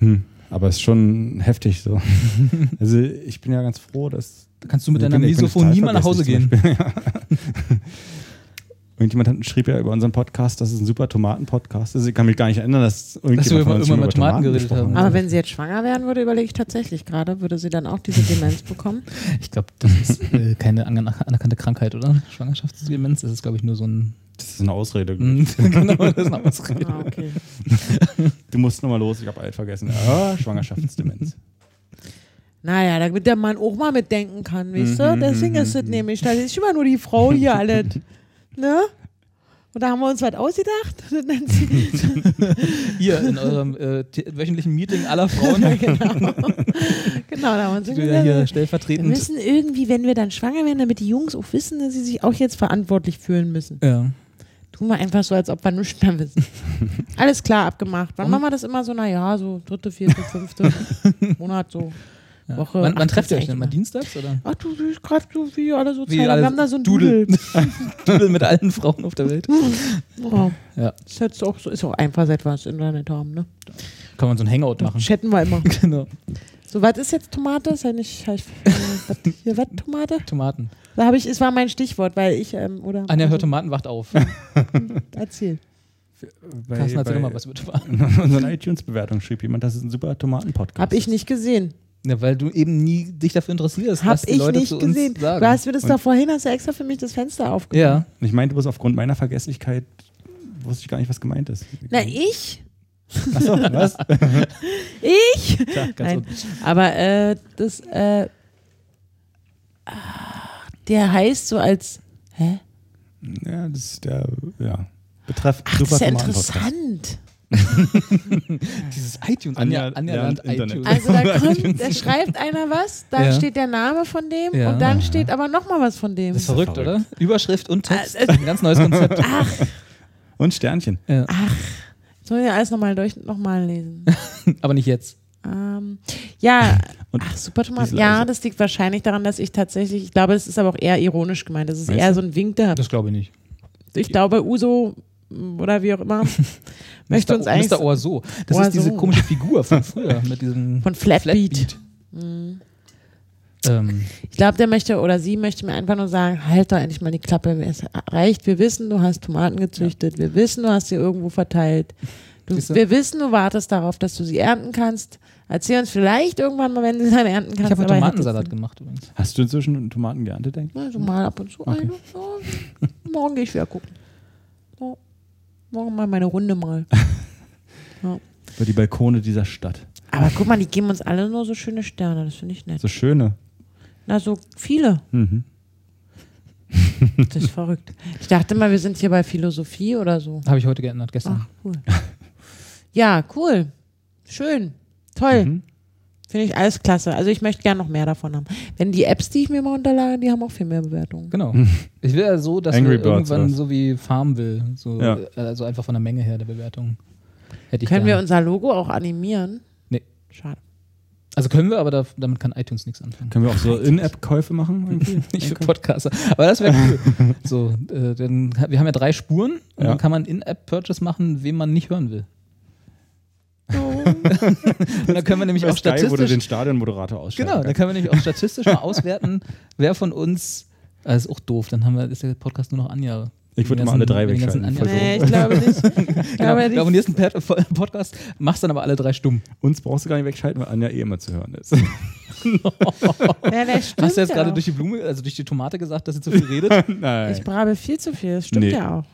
Speaker 3: Hm. Aber ist schon heftig so. also ich bin ja ganz froh, dass.
Speaker 1: Da kannst du mit
Speaker 3: Ich
Speaker 1: deiner
Speaker 3: bin- ich bin
Speaker 1: Misophonie mal
Speaker 3: total
Speaker 1: nach Hause
Speaker 3: vergesslich
Speaker 1: gehen.
Speaker 3: zum Beispiel. Irgendjemand hat, schrieb ja über unseren Podcast, dass es ein super Tomaten-Podcast ist. Ich kann mich gar nicht erinnern, dass irgendjemand
Speaker 1: wir
Speaker 3: von
Speaker 1: immer-
Speaker 3: uns schon
Speaker 1: immer
Speaker 3: über
Speaker 1: über Tomaten geredet
Speaker 3: gesprochen
Speaker 1: haben.
Speaker 3: hat.
Speaker 2: Aber wenn sie jetzt schwanger werden würde, überlege ich tatsächlich gerade, würde sie dann auch diese Demenz bekommen?
Speaker 1: Ich glaube, das ist äh, keine an- anerkannte Krankheit, oder? Schwangerschaftsdemenz, das ist, glaube ich, nur so ein.
Speaker 3: Das ist eine Ausrede.
Speaker 1: genau, das ist eine Ausrede.
Speaker 2: Ah, okay.
Speaker 3: Du musst nochmal los, ich habe alt vergessen. Ah, Schwangerschaftsdemenz.
Speaker 2: Naja, damit der Mann auch mal mitdenken kann,
Speaker 1: Mhm,
Speaker 2: weißt du? Deswegen ist es nämlich, da ist immer nur die Frau hier alles. Ne? Und da haben wir uns was ausgedacht. Das nennt sie-
Speaker 1: Ihr in eurem äh, t- wöchentlichen Meeting aller Frauen,
Speaker 2: genau, da haben wir uns
Speaker 1: die du ja hier
Speaker 2: gesagt, wir
Speaker 1: stellvertretend.
Speaker 2: müssen irgendwie, wenn wir dann schwanger werden, damit die Jungs auch wissen, dass sie sich auch jetzt verantwortlich fühlen müssen.
Speaker 1: Ja.
Speaker 2: Tun wir einfach so, als ob wir nichts mehr wissen. Alles klar, abgemacht. Wann machen wir das immer so? Naja, so dritte, vierte, fünfte Monat so.
Speaker 1: Ja.
Speaker 2: Woche
Speaker 1: Wann, wann
Speaker 2: 18
Speaker 1: trefft ihr euch
Speaker 2: eigentlich
Speaker 1: denn? Mal
Speaker 2: immer.
Speaker 1: dienstags oder?
Speaker 2: Ach du, du gerade so wie alle so
Speaker 1: Wie
Speaker 2: Zeit. haben.
Speaker 1: alle
Speaker 2: Wir haben da so ein
Speaker 1: Doodle.
Speaker 2: Doodle.
Speaker 1: Doodle mit allen Frauen auf der Welt.
Speaker 2: Oh,
Speaker 1: Ja.
Speaker 2: ist jetzt auch so, ist auch einfach, seit wir das Internet haben, ne?
Speaker 1: Kann man so ein Hangout machen.
Speaker 2: Chatten wir immer.
Speaker 1: Genau.
Speaker 2: So, was ist jetzt Tomate? Ist ja nicht, hab ich, äh, was, hier, was Tomate?
Speaker 1: Tomaten.
Speaker 2: Da habe ich, es war mein Stichwort, weil ich, ähm, oder?
Speaker 1: Ah, der hört Tomaten, wacht auf.
Speaker 2: Erzähl.
Speaker 3: Bei,
Speaker 1: Carsten, erzähl
Speaker 3: bei
Speaker 1: doch mal was über Tomaten.
Speaker 3: unseren iTunes-Bewertung schrieb jemand, das ist ein super Tomaten-Podcast.
Speaker 2: Hab ich nicht gesehen.
Speaker 1: Ja, weil du eben nie dich dafür interessierst,
Speaker 2: Hab
Speaker 1: was die
Speaker 2: ich
Speaker 1: Leute
Speaker 2: nicht
Speaker 1: zu uns
Speaker 2: gesehen.
Speaker 1: sagen.
Speaker 2: Du hast mir das
Speaker 3: Und-
Speaker 2: doch vorhin, hast du extra für mich das Fenster aufgemacht.
Speaker 1: ja.
Speaker 3: Und ich meinte bloß aufgrund meiner Vergesslichkeit wusste ich gar nicht, was gemeint ist.
Speaker 2: Na, ich?
Speaker 3: Achso, was?
Speaker 2: Ich?
Speaker 1: Klar, ganz
Speaker 2: Nein.
Speaker 1: unten.
Speaker 2: Aber äh, das, äh, ah, der heißt so als, hä?
Speaker 3: Ja, das ist der, ja. Betreff
Speaker 2: Ach, das ist ja
Speaker 3: Tomaten-Podcast.
Speaker 2: interessant.
Speaker 1: Dieses iTunes, Anja,
Speaker 3: Anja-
Speaker 1: Anja
Speaker 3: ja,
Speaker 1: lernt
Speaker 3: Internet.
Speaker 1: iTunes.
Speaker 2: Also da kommt, da schreibt einer was, dann
Speaker 1: Ja.
Speaker 2: steht der Name von dem
Speaker 1: Ja.
Speaker 2: und dann steht aber nochmal was von dem.
Speaker 1: das ist verrückt, Ah,
Speaker 3: verrückt.
Speaker 1: oder? Überschrift und Text. Ein ganz neues Konzept.
Speaker 2: Ach,
Speaker 3: Und Sternchen.
Speaker 2: Jetzt muss ich alles nochmal durch, nochmal lesen.
Speaker 1: Aber nicht jetzt.
Speaker 2: ähm, ja,
Speaker 3: Und
Speaker 2: ach, super
Speaker 3: die
Speaker 2: Tomaten.
Speaker 3: ist leise.
Speaker 2: Ja, das liegt wahrscheinlich daran, dass ich tatsächlich, ich glaube, es ist aber auch eher ironisch gemeint. Das ist
Speaker 3: Meinst
Speaker 2: eher
Speaker 3: du?
Speaker 2: so ein Wink da.
Speaker 1: Das glaube ich nicht.
Speaker 2: Ich glaube, Uso m, oder wie auch immer möchte uns eigentlich
Speaker 1: Mr. Orso. Das
Speaker 2: Orso.
Speaker 1: ist diese komische Figur von früher mit diesem
Speaker 2: von Flatbeat.
Speaker 1: Ähm,
Speaker 2: Ich glaube, der möchte oder sie möchte mir einfach nur sagen, halt doch endlich mal die Klappe, es reicht. Wir wissen, du hast Tomaten gezüchtet, wir wissen, du hast sie irgendwo verteilt. Du,
Speaker 1: Siehst du?
Speaker 2: wir wissen, du wartest darauf, dass du sie ernten kannst. Erzähl uns vielleicht irgendwann mal, wenn du sie dann ernten kannst.
Speaker 1: ich habe
Speaker 2: aber
Speaker 1: heute
Speaker 2: hätte
Speaker 1: Tomatensalat gemacht übrigens.
Speaker 3: Hast du inzwischen Tomaten geerntet, denke
Speaker 2: jetzt- Also mal ab und zu eine. Ja, morgen gehe ich wieder gucken. Ja, morgen mal meine Runde mal.
Speaker 3: ich? Über die Balkone dieser Stadt.
Speaker 2: Aber guck mal, die geben uns alle nur so schöne Sterne, das finde ich nett.
Speaker 3: So schöne.
Speaker 2: Na, so viele.
Speaker 3: Mhm.
Speaker 2: Das ist verrückt. Ich dachte mal, wir sind hier bei Philosophie oder so.
Speaker 1: Habe ich heute geändert, gestern.
Speaker 2: Ach, cool. Ja, cool. Schön. Toll.
Speaker 3: Mhm.
Speaker 2: Finde ich alles klasse. Also ich möchte gerne noch mehr davon haben. Wenn die Apps, die ich mir mal unterlade, die haben auch viel mehr Bewertungen.
Speaker 1: Genau. Ich will ja so, dass
Speaker 3: Hm. Angry
Speaker 1: wir
Speaker 3: Birds,
Speaker 1: irgendwann
Speaker 3: oder?
Speaker 1: so wie Farmville, so
Speaker 3: Ja.
Speaker 1: äh, also einfach von der Menge her der Bewertung. Hätte ich
Speaker 2: Können wir
Speaker 1: gern.
Speaker 2: unser Logo auch animieren?
Speaker 1: Nee.
Speaker 2: Schade.
Speaker 1: Also können wir, aber da, damit kann iTunes nichts anfangen.
Speaker 3: Können wir auch so In-App-Käufe machen? Irgendwie?
Speaker 1: Nicht für Podcaster. Aber das wäre cool. so, äh, denn wir haben ja drei Spuren und
Speaker 3: Ja.
Speaker 1: dann kann man In-App-Purchase machen, wen man nicht hören will.
Speaker 2: Oh.
Speaker 1: und dann können wir nämlich
Speaker 3: Bei
Speaker 1: auch
Speaker 3: Sky, wo du den
Speaker 1: statistisch.
Speaker 3: Stadionmoderator ausschalten
Speaker 1: Genau, dann
Speaker 3: kannst.
Speaker 1: können wir nämlich auch statistisch mal auswerten, wer von uns. Ah, ist auch doof, dann haben wir, ist der Podcast nur noch Anja.
Speaker 3: Ich würde
Speaker 1: Den
Speaker 3: mal alle
Speaker 1: ganzen-
Speaker 3: drei
Speaker 1: den ganzen
Speaker 3: wegschalten.
Speaker 1: Anja-
Speaker 3: Voll doof.
Speaker 2: Nee, ich glaube nicht. Ich
Speaker 1: Genau,
Speaker 2: glaube
Speaker 1: du
Speaker 2: nicht.
Speaker 1: abonnierst einen Pad- Podcast, machst dann aber alle drei stumm.
Speaker 3: Uns brauchst du gar nicht wegschalten, weil Anja eh immer zu hören ist.
Speaker 2: Ja, das stimmt
Speaker 1: Hast du jetzt
Speaker 2: ja
Speaker 1: gerade
Speaker 2: auch.
Speaker 1: durch die Blume, also durch die Tomate gesagt, dass sie zu viel redet?
Speaker 3: Nein.
Speaker 2: Ich brabe viel zu viel. Das stimmt
Speaker 3: Nee.
Speaker 2: ja auch.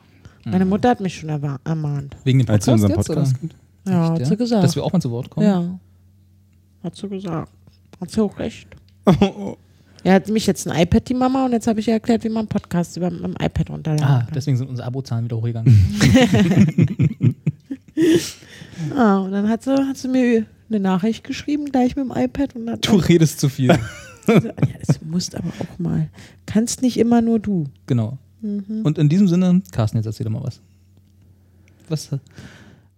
Speaker 1: Hm.
Speaker 2: Meine Mutter hat mich schon erwa- ermahnt.
Speaker 1: Wegen dem
Speaker 3: Als du unseren Podcast
Speaker 1: jetzt,
Speaker 3: kommt?
Speaker 1: oder?
Speaker 2: Ja,
Speaker 1: Echt,
Speaker 2: hat sie gesagt.
Speaker 1: Dass wir auch mal zu Wort kommen.
Speaker 2: Ja. Hat sie gesagt. Hat sie auch recht.
Speaker 3: Oh,
Speaker 2: Ja, hat mich jetzt ein iPad, die Mama, und jetzt habe ich ihr erklärt, wie man einen Podcast über mit dem iPad runterladen
Speaker 1: Ah,
Speaker 2: kann.
Speaker 1: deswegen sind unsere Abozahlen wieder hochgegangen.
Speaker 2: Ah, und dann hat sie, hat sie mir eine Nachricht geschrieben, gleich mit dem iPad. Und hat
Speaker 1: du redest zu viel.
Speaker 2: gesagt, ja, das musst aber auch mal. Kannst nicht immer nur du.
Speaker 1: Genau. Und in diesem Sinne, Carsten, jetzt erzähl doch mal was. Was,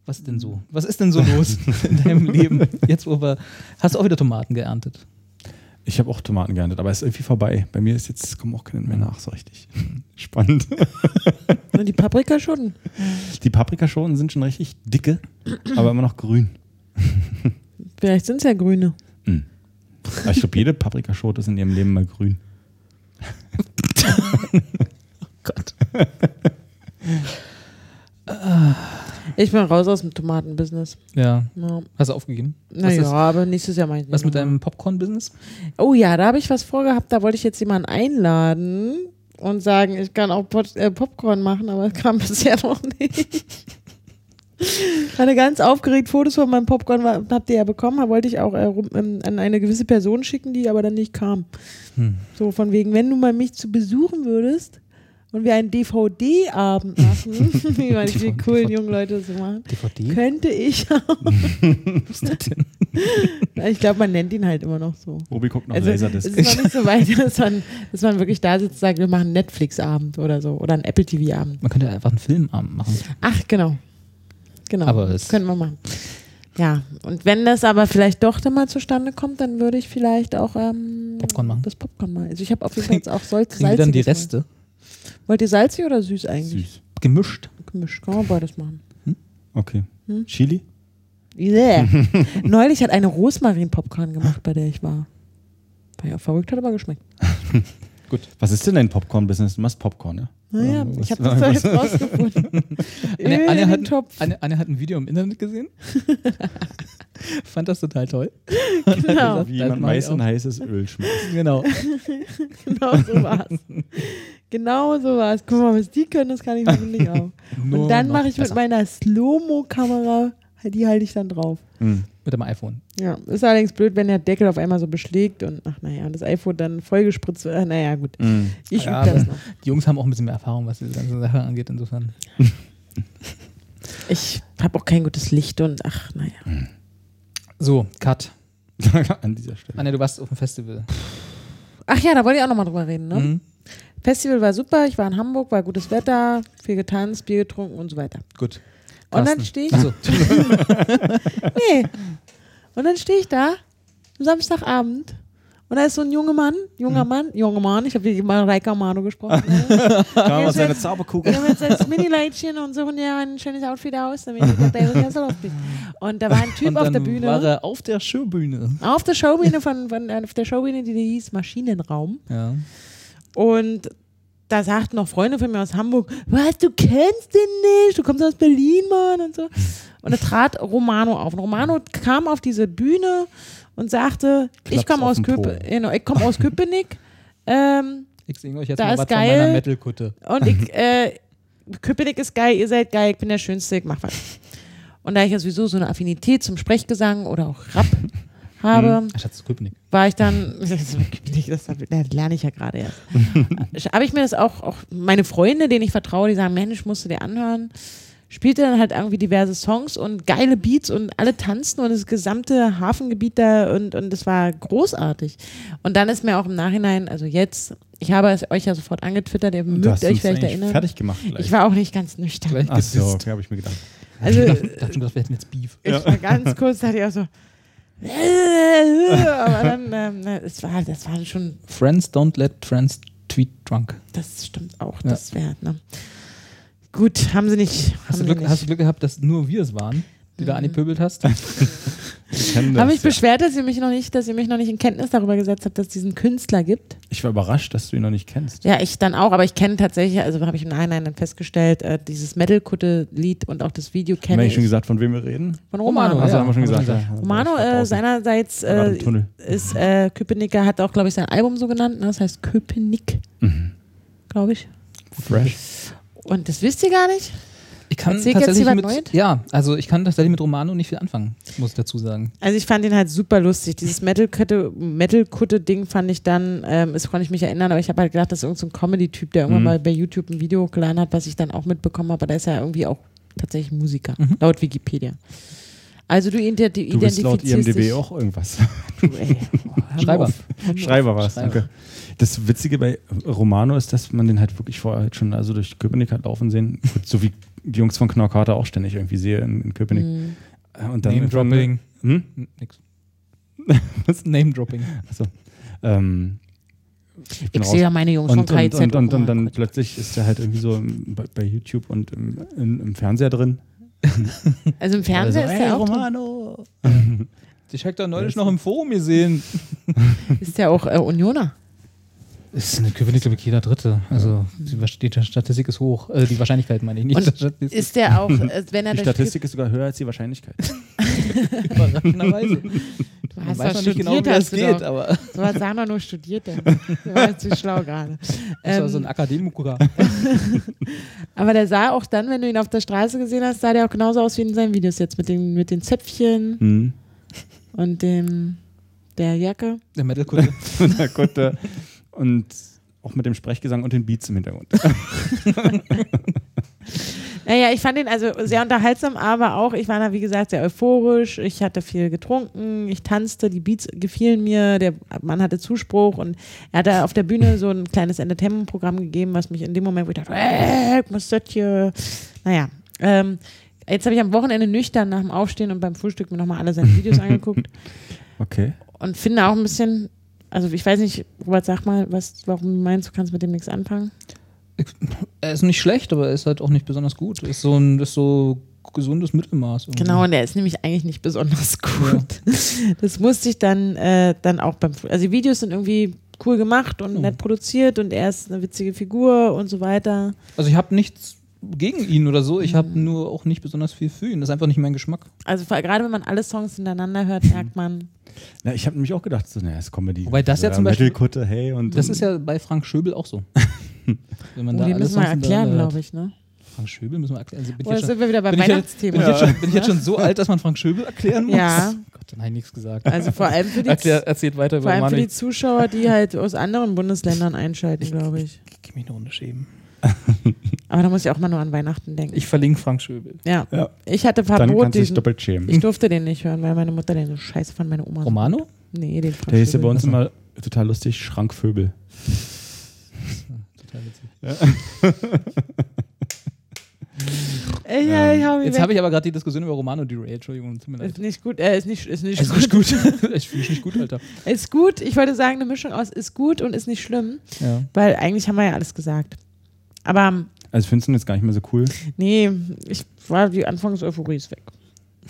Speaker 1: was denn so? Was ist denn so los in deinem Leben? Jetzt, wo wir. Hast du auch wieder Tomaten geerntet?
Speaker 3: Ich habe auch Tomaten geerntet, aber es ist irgendwie vorbei. Bei mir ist jetzt, kommen auch keine mehr nach, so richtig. Spannend.
Speaker 2: Und die Paprika schon.
Speaker 3: Die Paprikaschoten sind schon richtig dicke, aber immer noch grün.
Speaker 2: Vielleicht sind es ja grüne.
Speaker 3: Aber ich glaube, jede Paprikaschote ist in ihrem Leben mal grün.
Speaker 1: Gott.
Speaker 2: Ich bin raus aus dem Tomatenbusiness.
Speaker 1: Ja.
Speaker 2: Ja.
Speaker 1: Hast du aufgegeben? Was,
Speaker 2: Naja,
Speaker 1: ist,
Speaker 2: aber nächstes Jahr mache ich nicht
Speaker 1: was mit
Speaker 2: mehr.
Speaker 1: deinem Popcorn-Business?
Speaker 2: Oh ja, da habe ich was vorgehabt. Da wollte ich jetzt jemanden einladen und sagen, ich kann auch Pot äh, Popcorn machen, aber es kam bisher noch nicht. Ich hatte ganz aufgeregt Fotos von meinem Popcorn, wa- habt ihr ja bekommen, da wollte ich auch äh, rum, ähm, an eine gewisse Person schicken, die aber dann nicht kam.
Speaker 1: Hm.
Speaker 2: So von wegen, wenn du mal mich zu besuchen würdest und wir einen DVD-Abend machen, wie man die
Speaker 1: DVD.
Speaker 2: coolen jungen Leute so machen,
Speaker 1: DVD?
Speaker 2: könnte ich auch. ich glaube, man nennt ihn halt immer noch so.
Speaker 3: Obi guckt noch
Speaker 2: Also, es
Speaker 3: Laserdisc.
Speaker 2: ist noch nicht so weit, dass man, dass man wirklich da sitzt und sagt, wir machen einen Netflix-Abend oder so oder einen Apple TV-Abend.
Speaker 1: Man könnte ja einfach einen Filmabend machen.
Speaker 2: Ach, genau. Genau.
Speaker 1: Aber es-
Speaker 2: Können wir machen. Ja, und wenn das aber vielleicht doch dann mal zustande kommt, dann würde ich vielleicht auch ähm,
Speaker 1: Popcorn machen.
Speaker 2: das Popcorn mal. Also ich habe auf jeden Fall jetzt auch Salz,
Speaker 1: Kriegen wir dann die
Speaker 2: salziges
Speaker 1: Reste
Speaker 2: Mal. Wollt ihr salzig oder süß eigentlich?
Speaker 3: Süß.
Speaker 1: gemischt?
Speaker 2: Gemischt. Kann man beides machen.
Speaker 3: Okay. Chili?
Speaker 2: Yeah. Neulich hat eine Rosmarin-Popcorn gemacht, bei der ich war. War ja verrückt, hat aber geschmeckt.
Speaker 3: Gut. Was ist denn dein Popcorn-Business? Du machst Popcorn, ne?
Speaker 2: Naja,
Speaker 3: Ähm,
Speaker 2: ich
Speaker 3: was-
Speaker 2: habe das doch jetzt rausgefunden. Öl in
Speaker 1: hat,
Speaker 2: den Topf.
Speaker 1: Anja, Anja hat ein Video im Internet gesehen. Fand das total toll.
Speaker 2: Genau.
Speaker 1: Wie
Speaker 3: Wie jemand Mais in heißes Öl schmeißt.
Speaker 1: Genau.
Speaker 2: Genau so war's. Genau so war's. Guck mal, was die können, das kann ich hoffentlich auch. Und dann mache ich mit
Speaker 1: meinem
Speaker 2: meiner Slow-Mo-Kamera, die halte ich dann drauf.
Speaker 3: Hm,
Speaker 1: mit dem iPhone.
Speaker 2: Ja, ist allerdings blöd, wenn der Deckel auf einmal so beschlägt und ach naja, und das iPhone dann vollgespritzt wird. Ach, Naja, gut.
Speaker 3: hm.
Speaker 2: Ich übe
Speaker 1: Ja,
Speaker 2: das
Speaker 1: aber-
Speaker 2: noch.
Speaker 1: Die Jungs haben auch ein bisschen mehr Erfahrung, was diese ganze Sache angeht, insofern.
Speaker 2: Ich habe auch kein gutes Licht und ach naja.
Speaker 1: So, Cut.
Speaker 3: An dieser Stelle.
Speaker 1: Anja, du warst auf dem Festival.
Speaker 2: Ach ja, da wollte ich auch nochmal drüber reden. Ne?
Speaker 1: Mhm.
Speaker 2: Festival war super, ich war in Hamburg, war gutes Wetter, viel getanzt, Bier getrunken und so weiter.
Speaker 1: Gut.
Speaker 2: Und dann
Speaker 1: Carsten. Also,
Speaker 2: stehe ich,
Speaker 1: Ach so.
Speaker 2: nee. Und dann stehe ich da, am Samstagabend, und da ist so ein junger Mann,
Speaker 1: Mhm.
Speaker 2: junger Mann, junger Mann, ich habe wie immer Reika Mano gesprochen.
Speaker 3: Da
Speaker 2: Jetzt
Speaker 3: war seine
Speaker 2: jetzt-
Speaker 3: Zauberkugel.
Speaker 2: Wir haben jetzt das Mini-Leitchen und suchen dir ein schönes Outfit aus, damit du David Hasselhoff bist. Und da war ein Typ
Speaker 1: Und
Speaker 2: auf
Speaker 1: dann
Speaker 2: der Bühne.
Speaker 1: war er auf der Showbühne.
Speaker 2: Auf der Showbühne von, von äh, auf der Showbühne, die, die hieß Maschinenraum.
Speaker 1: Ja.
Speaker 2: Und da sagten noch Freunde von mir aus Hamburg, was, du kennst den nicht, du kommst aus Berlin, Mann und so. Und da trat Romano auf. Und Romano kam auf diese Bühne und sagte, ich
Speaker 3: Klaps
Speaker 2: komme
Speaker 3: auf
Speaker 2: aus,
Speaker 3: den Po.
Speaker 2: Köpe- genau, ich komm aus Köpenick ähm,
Speaker 1: Ich singe euch jetzt
Speaker 2: Da
Speaker 1: mal
Speaker 2: ist
Speaker 1: was
Speaker 2: geil.
Speaker 1: von meiner Metal-Kutte.
Speaker 2: und ich, äh, Köpenick ist geil, ihr seid geil, ich bin der Schönste, ich mach was. Und da ich ja sowieso so eine Affinität zum Sprechgesang oder auch Rap habe,
Speaker 3: Mhm.
Speaker 1: Ach, Ah, Schatz, Köpenick.
Speaker 2: war ich dann, das lerne ich ja gerade erst. Habe ich mir das auch, auch meine Freunde, denen ich vertraue, die sagen, Mensch, musst du dir anhören, spielte dann halt irgendwie diverse Songs und geile Beats und alle tanzten und das gesamte Hafengebiet da und, und das war großartig. Und dann ist mir auch im Nachhinein, also jetzt, ich habe es euch ja sofort angetwittert, ihr
Speaker 3: Du hast
Speaker 2: mögt euch
Speaker 3: uns
Speaker 2: vielleicht
Speaker 3: eigentlich
Speaker 2: erinnern.
Speaker 3: Fertig gemacht
Speaker 2: Ich
Speaker 3: gleich.
Speaker 2: war auch nicht ganz nüchtern.
Speaker 1: Gleich
Speaker 3: Ach so,
Speaker 1: gedisst.
Speaker 3: okay, habe ich mir gedacht.
Speaker 2: Also
Speaker 1: Ich dachte schon, wir hätten jetzt Beef.
Speaker 2: ich war ganz kurz, dachte ich auch so, aber dann, ähm, es war, das war schon
Speaker 1: Friends don't let friends tweet drunk.
Speaker 2: Das stimmt auch.
Speaker 1: Ja.
Speaker 2: Das wäre, ne? Gut, haben sie nicht.
Speaker 1: Hast du,
Speaker 2: haben
Speaker 1: Glück,
Speaker 2: sie
Speaker 1: hast du
Speaker 2: nicht. Mhm.
Speaker 1: Glück gehabt, dass nur wir es waren, die da angepöbelt hast?
Speaker 3: Ich kenne
Speaker 2: Habe
Speaker 3: das,
Speaker 2: mich
Speaker 3: ja.
Speaker 2: beschwert, dass ihr mich noch nicht, dass ihr mich noch nicht in Kenntnis darüber gesetzt habt, dass es diesen Künstler gibt.
Speaker 3: Ich war überrascht, dass du ihn noch nicht kennst.
Speaker 2: Ja, ich dann auch, aber ich kenne tatsächlich, also habe ich im Nachhinein dann festgestellt, äh, dieses Metal-Kutte-Lied und auch das Video
Speaker 3: Haben wir
Speaker 2: kenne
Speaker 3: eigentlich
Speaker 2: ich
Speaker 3: schon gesagt, von wem wir reden?
Speaker 2: von
Speaker 1: Romano,
Speaker 2: Romano.
Speaker 1: ja.
Speaker 3: Also haben wir schon
Speaker 1: haben wir
Speaker 3: gesagt.
Speaker 1: schon
Speaker 3: ja.
Speaker 2: Romano
Speaker 3: Ich war
Speaker 2: äh,
Speaker 3: draußen.
Speaker 2: seinerseits
Speaker 3: Ich war gerade
Speaker 2: äh,
Speaker 3: im Tunnel.
Speaker 2: ist äh, Köpenicker, hat auch, glaube ich, sein Album so genannt, ne? das heißt Köpenick, glaube ich.
Speaker 3: Fresh.
Speaker 2: Und das wisst ihr gar nicht?
Speaker 1: Ich kann
Speaker 2: Erzählt jetzt
Speaker 1: tatsächlich
Speaker 2: jemand
Speaker 1: mit,
Speaker 2: Neues?
Speaker 1: ja, also ich kann tatsächlich mit Romano nicht viel anfangen, muss ich dazu sagen.
Speaker 2: Also ich fand ihn halt super lustig. Dieses Metal-Kutte-Ding fand ich dann, ähm, das konnte ich mich erinnern, aber ich habe halt gedacht, das ist irgendein so ein Comedy-Typ, der irgendwann
Speaker 3: Mhm.
Speaker 2: mal bei YouTube ein Video hochgeladen hat, was ich dann auch mitbekommen habe. Aber der ist ja irgendwie auch tatsächlich Musiker, laut Wikipedia. Also du, ident
Speaker 3: Mhm. Du bist laut
Speaker 2: identifizierst
Speaker 3: IMDb
Speaker 2: dich.
Speaker 3: auch irgendwas.
Speaker 2: Du, ey. Oh, hör mal
Speaker 1: Schreiber.
Speaker 2: auf. Hör mal
Speaker 3: Schreiber war es,
Speaker 1: Schreiber.
Speaker 3: danke. Das Witzige bei Romano ist, dass man den halt wirklich vorher halt schon also durch Köpenick hat laufen sehen. Gut, so wie die Jungs von Knorkater auch ständig irgendwie sehe in, in
Speaker 2: auf.
Speaker 3: Köpenick.
Speaker 2: Mhm.
Speaker 3: Äh, Und dann
Speaker 1: Name-Dropping.
Speaker 3: Hm?
Speaker 1: N- Nix. Was? Name-Dropping.
Speaker 3: Ähm, ich bin
Speaker 2: Ich
Speaker 3: raus.
Speaker 2: sehe ja meine Jungs
Speaker 3: und,
Speaker 2: von KIZ.
Speaker 3: und, und, und,
Speaker 2: oh
Speaker 3: und dann
Speaker 2: mein Gott.
Speaker 3: plötzlich ist er halt irgendwie so im, bei, bei YouTube und im, im, im Fernseher drin.
Speaker 2: also im Fernseher
Speaker 3: Also,
Speaker 2: ist
Speaker 3: "Ey,
Speaker 2: der auch drin.
Speaker 3: Romano.
Speaker 1: Ich hab da neulich noch im Forum gesehen.
Speaker 2: Ist der auch äh, Unioner?
Speaker 1: Ist eine Köpenick, glaube ich, jeder Dritte. Also die, Wahr- die Statistik ist hoch. Also die Wahrscheinlichkeit meine ich nicht.
Speaker 2: Und
Speaker 1: Statistik.
Speaker 2: Ist der auch, äh, wenn er
Speaker 3: Die
Speaker 2: das
Speaker 3: Statistik ist sogar höher als die Wahrscheinlichkeit.
Speaker 1: überraschenderweise.
Speaker 2: spielt, du hast
Speaker 1: Man
Speaker 2: doch studiert,
Speaker 1: genau,
Speaker 3: genau,
Speaker 1: wie das
Speaker 2: hast du
Speaker 1: geht,
Speaker 2: doch.
Speaker 1: aber
Speaker 2: So was sagen wir nur studiert denn. Du warst zu schlau gerade.
Speaker 1: das war so ein
Speaker 2: Ähm,
Speaker 1: Akademiker.
Speaker 2: aber der sah auch dann, wenn du ihn auf der Straße gesehen hast, sah der auch genauso aus wie in seinen Videos jetzt mit den, mit den Zöpfchen
Speaker 3: Hm.
Speaker 2: und dem der Jacke.
Speaker 1: Der Metal-Kunde.
Speaker 3: Da konnte und auch mit dem Sprechgesang und den Beats im Hintergrund.
Speaker 2: Naja, ich fand ihn also sehr unterhaltsam, aber auch, ich war da wie gesagt sehr euphorisch, ich hatte viel getrunken, ich tanzte, die Beats gefielen mir, der Mann hatte Zuspruch und er hat da auf der Bühne so ein kleines Entertainment-Programm gegeben, was mich in dem Moment, wo ich dachte, äh, ich muss das hier, naja, ähm, jetzt habe ich am Wochenende nüchtern nach dem Aufstehen und beim Frühstück mir nochmal alle seine Videos angeguckt
Speaker 3: Okay.
Speaker 2: und finde auch ein bisschen, also ich weiß nicht, Robert, sag mal, was, warum meinst du, kannst mit dem nichts anfangen?
Speaker 1: Er ist nicht schlecht, aber er ist halt auch nicht besonders gut. Ist so ein ist so gesundes Mittelmaß. irgendwie.
Speaker 2: Genau, und er ist nämlich eigentlich nicht besonders gut. Das musste ich dann, äh, dann auch beim. Also, die Videos sind irgendwie cool gemacht und
Speaker 1: Ja.
Speaker 2: nett produziert und er ist eine witzige Figur und so weiter.
Speaker 1: Also ich habe nichts gegen ihn oder so. Ich habe
Speaker 2: Mhm.
Speaker 1: nur auch nicht besonders viel für ihn. Das ist einfach nicht mein Geschmack.
Speaker 2: Also, vor- gerade wenn man alle Songs hintereinander hört, merkt man, oh,
Speaker 3: Na, ich habe nämlich auch gedacht, so, naja, ist Comedy.
Speaker 1: Wobei das ja
Speaker 3: Äh,
Speaker 1: zum Beispiel-
Speaker 3: Metal-Kutte, hey, und.
Speaker 1: Das ist ja bei Frank Schöbel auch so. Wenn man
Speaker 2: oh, die
Speaker 1: alle
Speaker 2: müssen wir
Speaker 1: Songs
Speaker 2: erklären,
Speaker 1: hintereinander
Speaker 2: glaube ich. Ne?
Speaker 1: hat. Frank Schöbel müssen wir erklären. Also bin ich
Speaker 2: Oder
Speaker 1: jetzt schon,
Speaker 2: sind wir wieder beim
Speaker 1: bin ich, jetzt, bin,
Speaker 2: Weihnachtsthema?
Speaker 1: ich jetzt schon, bin ich jetzt schon so alt, dass man Frank Schöbel erklären muss?
Speaker 2: Ja.
Speaker 1: Gott, dann habe ich nichts gesagt.
Speaker 2: Also, vor allem für die,
Speaker 1: Erklär, erzählt weiter
Speaker 2: vor
Speaker 1: über
Speaker 2: allem für
Speaker 1: Manu.
Speaker 2: die
Speaker 1: Ich
Speaker 2: Zuschauer, die halt aus anderen Bundesländern einschalten, glaube ich.
Speaker 1: kann mich eine Runde schämen.
Speaker 2: Aber da muss ich auch mal nur an Weihnachten denken.
Speaker 1: Ich verlinke Frank Schöbel.
Speaker 2: ja.
Speaker 3: Ja.
Speaker 2: ich hatte
Speaker 3: Dann
Speaker 2: Verbot.
Speaker 3: kannst du dich
Speaker 2: Diesen,
Speaker 3: doppelt schämen.
Speaker 2: ich durfte den nicht hören, weil meine Mutter den so scheiße fand, meine Oma. so-
Speaker 1: Romano?
Speaker 2: Nee, den Frank
Speaker 3: Der hieß ja
Speaker 2: Schöbel.
Speaker 3: bei uns immer total lustig, Schrankvöbel.
Speaker 1: Total witzig.
Speaker 2: Äh, ja, ich hab ihn
Speaker 1: Jetzt
Speaker 2: weg.
Speaker 1: habe ich aber gerade die Diskussion über Romano derailed. Entschuldigung, tut mir leid.
Speaker 2: Ist nicht gut, äh, ist nicht, ist nicht
Speaker 1: Ist nicht gut. Also ich fühle mich nicht gut, Alter.
Speaker 2: Ist gut, ich wollte sagen, eine Mischung aus ist gut und ist nicht schlimm,
Speaker 1: Ja.
Speaker 2: weil eigentlich haben wir ja alles gesagt. Aber ähm,
Speaker 3: Also findest du ihn jetzt gar nicht mehr so cool.
Speaker 2: nee, ich war die Anfangs-Euphorie ist weg.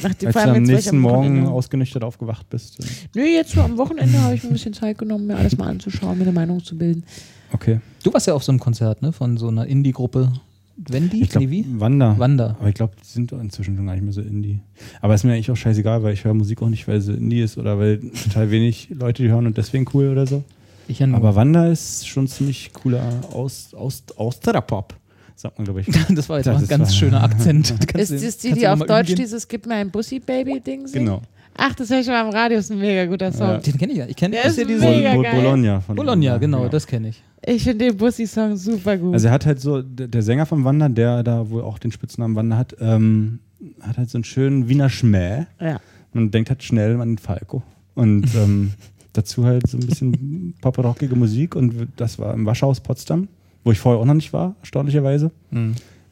Speaker 2: Nach dem
Speaker 3: Als du
Speaker 2: vor allem jetzt,
Speaker 3: am
Speaker 2: weil ich
Speaker 3: nächsten Morgen
Speaker 2: Wochenende-
Speaker 3: ausgenüchtert aufgewacht bist. äh,
Speaker 2: Nö, jetzt so am Wochenende habe ich
Speaker 4: Ich habe ein bisschen Zeit genommen, mir alles mal anzuschauen, mir eine Meinung zu bilden.
Speaker 3: Okay.
Speaker 1: Du warst ja auf so einem Konzert, ne? Von so einer Indie-Gruppe. Wendy?
Speaker 3: Ich glaube,
Speaker 1: Levi?
Speaker 3: Wanda.
Speaker 1: Wanda.
Speaker 3: Aber ich glaube, die sind doch inzwischen schon gar nicht mehr so Indie. Aber ist mir eigentlich auch scheißegal, weil ich höre Musik auch nicht, weil sie Indie ist oder weil total wenig Leute die hören und deswegen cool oder so.
Speaker 1: Ich
Speaker 2: Hm.
Speaker 1: ja nur.
Speaker 3: Aber Wanda ist schon ziemlich cooler aus, aus, aus Pop, sagt man, glaube ich.
Speaker 1: das war jetzt
Speaker 3: Das
Speaker 1: auch ein
Speaker 3: ist
Speaker 1: ganz
Speaker 3: wahr.
Speaker 1: schöner Akzent. Kannst
Speaker 2: Ist
Speaker 1: du-
Speaker 2: das die,
Speaker 1: kannst
Speaker 2: die
Speaker 1: du
Speaker 2: auf
Speaker 1: mal
Speaker 2: Deutsch
Speaker 1: üben gehen?
Speaker 2: dieses Gib mir ein Bussi-Baby-Ding singt?
Speaker 3: Genau.
Speaker 2: Ach, das höre ich mal am Radio, ist ein mega guter Song.
Speaker 3: Ja.
Speaker 1: Den kenne ich ja. Ich kenne
Speaker 2: Der
Speaker 1: das
Speaker 2: ist
Speaker 1: ja diese.
Speaker 2: mega
Speaker 3: Bo- Bo-
Speaker 2: geil.
Speaker 3: Bologna. Von
Speaker 1: Bologna, genau, das kenne ich.
Speaker 2: Ich finde den Bussi-Song super gut.
Speaker 3: Also er hat halt so, der der Sänger von Wanda, der da wohl auch den Spitznamen Wanda hat, ähm, hat halt so einen schönen Wiener Schmäh.
Speaker 2: ja.
Speaker 3: Man denkt halt schnell an den Falco. Und ähm, dazu halt so ein bisschen paparockige Musik. Und das war im Waschhaus Potsdam, wo ich vorher auch noch nicht war, erstaunlicherweise.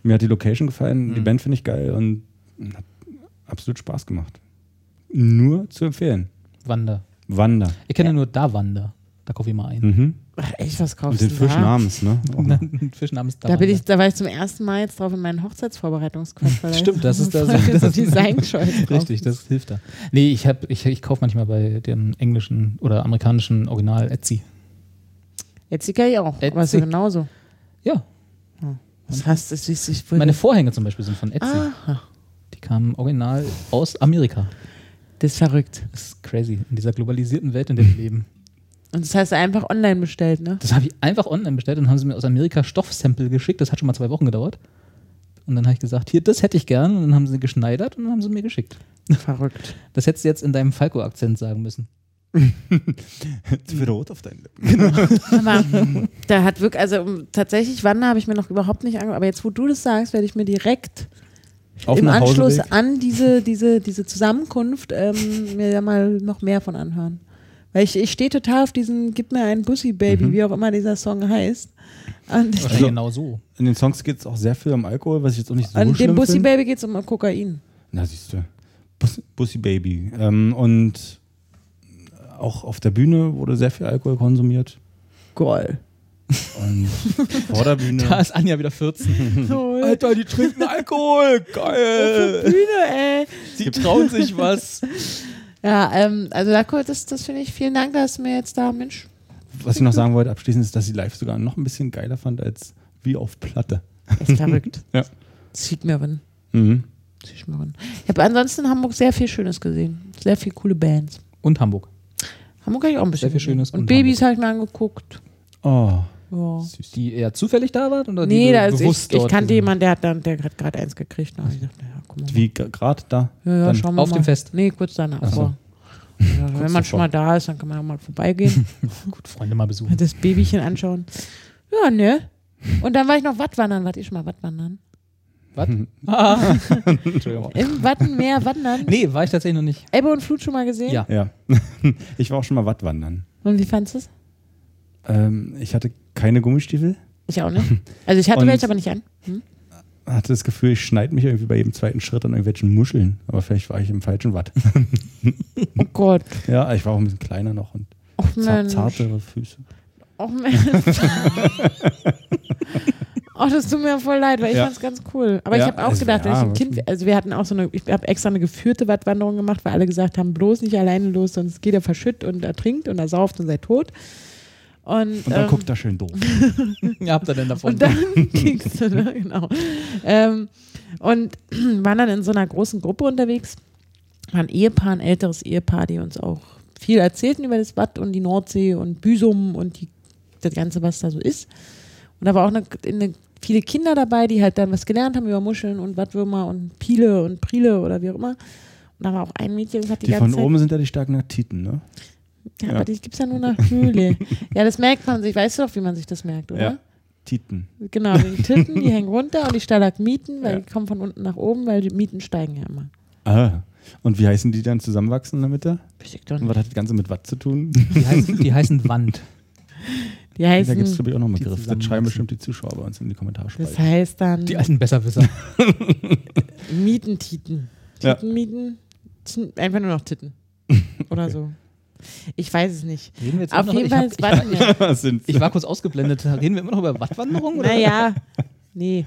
Speaker 3: Mir hat die Location gefallen, die
Speaker 1: Mhm.
Speaker 3: Band finde ich geil und hat absolut Spaß gemacht. Nur zu empfehlen.
Speaker 1: Wander.
Speaker 3: Wanda.
Speaker 1: Ich kenne nur Da Wander. Da kaufe ich mal ein.
Speaker 3: Mhm.
Speaker 2: Ach, echt, was
Speaker 3: Und
Speaker 2: kaufst
Speaker 3: den
Speaker 2: du
Speaker 3: Fisch
Speaker 2: da?
Speaker 3: namens, ne? Auch noch.
Speaker 1: Ein Fisch namens Da
Speaker 2: Mhm. Da, bin
Speaker 1: Wander.
Speaker 2: ich, da war ich zum ersten Mal jetzt drauf in meinen Hochzeitsvorbereitungsquatsch. weil
Speaker 1: Stimmt, das ist da so-
Speaker 2: so, so
Speaker 1: das-
Speaker 2: Design-Choice drauf
Speaker 1: Richtig, das hilft da. Nee, ich, hab, ich, ich kaufe manchmal bei dem englischen oder amerikanischen Original Etsy.
Speaker 2: Jetzt sieht er ja auch, aber ist ja
Speaker 1: Etsy.
Speaker 2: genauso.
Speaker 1: Ja,
Speaker 2: Was hast du? Ich, ich würde-
Speaker 1: meine Vorhänge zum Beispiel sind von Etsy.
Speaker 2: Aha,
Speaker 1: Die kamen original aus Amerika.
Speaker 2: das ist verrückt.
Speaker 1: Das ist crazy, in dieser globalisierten Welt, in der wir leben.
Speaker 2: Und das hast du einfach online bestellt, ne?
Speaker 1: Das habe ich einfach online bestellt und haben sie mir aus Amerika Stoffsample geschickt. Das hat schon mal zwei Wochen gedauert. Und dann habe ich gesagt, hier, das hätte ich gern. Und dann haben sie geschneidert und dann haben sie mir geschickt.
Speaker 2: Verrückt.
Speaker 1: Das hättest du jetzt in deinem Falco-Akzent sagen müssen.
Speaker 3: Wird rot auf deinen Lippen.
Speaker 2: Aber da hat wirklich, also um, tatsächlich, Wanda habe ich mir noch überhaupt nicht angeguckt. Aber jetzt, wo du das sagst, werde ich mir direkt
Speaker 3: Auf
Speaker 2: im
Speaker 3: dem
Speaker 2: Anschluss
Speaker 3: Nachhauseweg.
Speaker 2: an diese, diese, diese Zusammenkunft ähm, mir da mal noch mehr von anhören. Weil ich, ich stehe total auf diesen Gib mir einen Bussi Baby,
Speaker 1: Mhm.
Speaker 2: wie auch immer dieser Song heißt. Und ich,
Speaker 1: Wahrscheinlich genau so.
Speaker 3: In den Songs geht es auch sehr viel um Alkohol, was ich jetzt auch nicht so
Speaker 2: an dem
Speaker 3: schlimm
Speaker 2: Bussi
Speaker 3: finde.
Speaker 2: Baby geht es um Kokain.
Speaker 3: Na, siehst du. Bus Bussi Baby. Ähm, und auch auf der Bühne wurde sehr viel Alkohol konsumiert.
Speaker 2: Goll.
Speaker 3: Und vor der
Speaker 1: Da
Speaker 3: Bühne.
Speaker 1: ist Anja wieder 14.
Speaker 2: Auf
Speaker 1: Mhm. Alter, die trinken Alkohol.
Speaker 2: der
Speaker 1: Geil.
Speaker 2: Bühne, ey.
Speaker 1: Die trauen sich was.
Speaker 2: Ja, ähm, also da, das, das finde ich, vielen Dank, dass du mir jetzt da, Mensch.
Speaker 3: Was ich noch sagen wollte abschließend ist, dass ich live sogar noch ein bisschen geiler fand als wie auf Platte.
Speaker 2: Ist verrückt.
Speaker 3: Ja.
Speaker 2: Zieht mir ran.
Speaker 3: Mhm.
Speaker 2: Zieht mir ran. Ich habe ansonsten in Hamburg sehr viel Schönes gesehen. Sehr viele coole Bands.
Speaker 1: Und Hamburg.
Speaker 2: Hamburg habe ich auch ein bisschen.
Speaker 1: Sehr viel
Speaker 2: gesehen.
Speaker 1: Schönes
Speaker 2: Und,
Speaker 1: und
Speaker 2: Babys habe ich mir angeguckt.
Speaker 3: Oh,
Speaker 2: Ja.
Speaker 1: Die eher zufällig da waren oder die
Speaker 2: Nee,
Speaker 1: be-
Speaker 2: da ist,
Speaker 1: bewusst
Speaker 2: ich, ich
Speaker 1: dort
Speaker 2: kannte
Speaker 1: gewesen?
Speaker 2: jemanden, der hat, dann, der hat gerade eins gekriegt. Und ich dachte, ja, guck mal.
Speaker 3: wie gerade da.
Speaker 2: Ja, ja,
Speaker 3: Dann
Speaker 2: schauen wir
Speaker 1: auf
Speaker 2: mal.
Speaker 1: dem Fest?
Speaker 2: Nee, kurz danach.
Speaker 3: Ach so.
Speaker 2: Aber, ja, wenn man schon
Speaker 3: davor.
Speaker 2: mal da ist, dann kann man auch mal vorbeigehen,
Speaker 1: Gut, Freunde mal besuchen.
Speaker 2: das Babychen anschauen. Ja, ne? Und dann war ich noch Wattwandern. Wart ihr schon mal Wattwandern?
Speaker 1: Was? Ah. Entschuldigung.
Speaker 2: Im Wattenmeer wandern?
Speaker 1: Nee, war ich tatsächlich noch nicht.
Speaker 2: Ebbe und Flut schon mal gesehen?
Speaker 1: Ja.
Speaker 3: Ja. ich war auch schon mal Wattwandern.
Speaker 2: Und wie fandest du es?
Speaker 3: Ähm, ich hatte keine Gummistiefel,
Speaker 2: Ich auch nicht. Also ich hatte
Speaker 3: Und-
Speaker 2: welche, aber nicht an.
Speaker 3: hatte das Gefühl, ich schneide mich irgendwie bei jedem zweiten Schritt an irgendwelchen Muscheln. Aber vielleicht war ich im falschen Watt.
Speaker 2: Oh Gott.
Speaker 3: ja, ich war auch ein bisschen kleiner noch und
Speaker 2: Och
Speaker 3: zart,
Speaker 2: Mensch.
Speaker 3: zartere Füße.
Speaker 2: Och Oh, Mensch. Ach, das tut mir voll leid, weil ich
Speaker 3: Ja.
Speaker 2: fand's ganz cool. Aber
Speaker 3: Ja,
Speaker 2: ich habe auch
Speaker 3: also,
Speaker 2: gedacht, wenn
Speaker 3: ja,
Speaker 2: ich ein
Speaker 3: aber
Speaker 2: Kind, also wir hatten auch so eine, ich habe extra eine geführte Wattwanderung gemacht, weil alle gesagt haben, bloß nicht alleine los, sonst geht er verschütt und ertrinkt und er sauft und seid tot. Und,
Speaker 3: Und dann
Speaker 2: ähm,
Speaker 3: guckt er schön doof.
Speaker 1: Ja, habt ihr denn davon?
Speaker 2: Und dann ging's, ne? genau. Ähm, und waren dann in so einer großen Gruppe unterwegs. War ein Ehepaar, ein älteres Ehepaar, die uns auch viel erzählten über das Bad und die Nordsee und Büsum und die, das Ganze, was da so ist. Und da war auch eine, eine, viele Kinder dabei, die halt dann was gelernt haben über Muscheln und Wattwürmer und Piele und Priele oder wie auch immer. Und da war auch ein Mädchen, das hat die,
Speaker 3: Die
Speaker 2: ganze
Speaker 3: von
Speaker 2: Zeit
Speaker 3: oben sind ja die starken Atiten, ne?
Speaker 2: ja,
Speaker 3: Ja.
Speaker 2: aber die gibt's ja nur nach Höhle. ja, das merkt man sich. Weißt du doch, wie man sich das merkt, oder?
Speaker 3: Ja. Titen.
Speaker 2: Genau, die Titten, die hängen runter und die Stalagmiten, weil
Speaker 3: Ja.
Speaker 2: die kommen von unten nach oben, weil die Mieten steigen ja immer.
Speaker 3: Ah. Und wie heißen die dann zusammenwachsen in der Mitte?
Speaker 4: Weiß ich doch
Speaker 3: Und was
Speaker 4: nicht.
Speaker 3: hat das Ganze mit was zu tun?
Speaker 1: Die heißen, die heißen Wand.
Speaker 2: Die
Speaker 3: da gibt es,
Speaker 2: heißen,
Speaker 3: glaube ich, auch noch einen
Speaker 1: die
Speaker 3: Begriff. Das schreiben
Speaker 1: zusammenwachsen.
Speaker 3: bestimmt die Zuschauer bei uns in die
Speaker 2: das
Speaker 3: Kommentarspalte.
Speaker 2: heißt dann
Speaker 1: Die alten Besserwisser.
Speaker 2: Mietentiten.
Speaker 3: Ja.
Speaker 2: Titen, Mieten, Titen, einfach nur noch Titten. Oder so. Ich weiß es nicht.
Speaker 1: Reden wir jetzt
Speaker 2: Auf
Speaker 1: immer noch-
Speaker 2: jeden
Speaker 1: ich hab-
Speaker 2: Fall, es war
Speaker 1: ich, war,
Speaker 3: Was sind's?
Speaker 1: ich war kurz ausgeblendet. Reden wir immer noch über Wattwanderung? Oder?
Speaker 2: Naja, nee.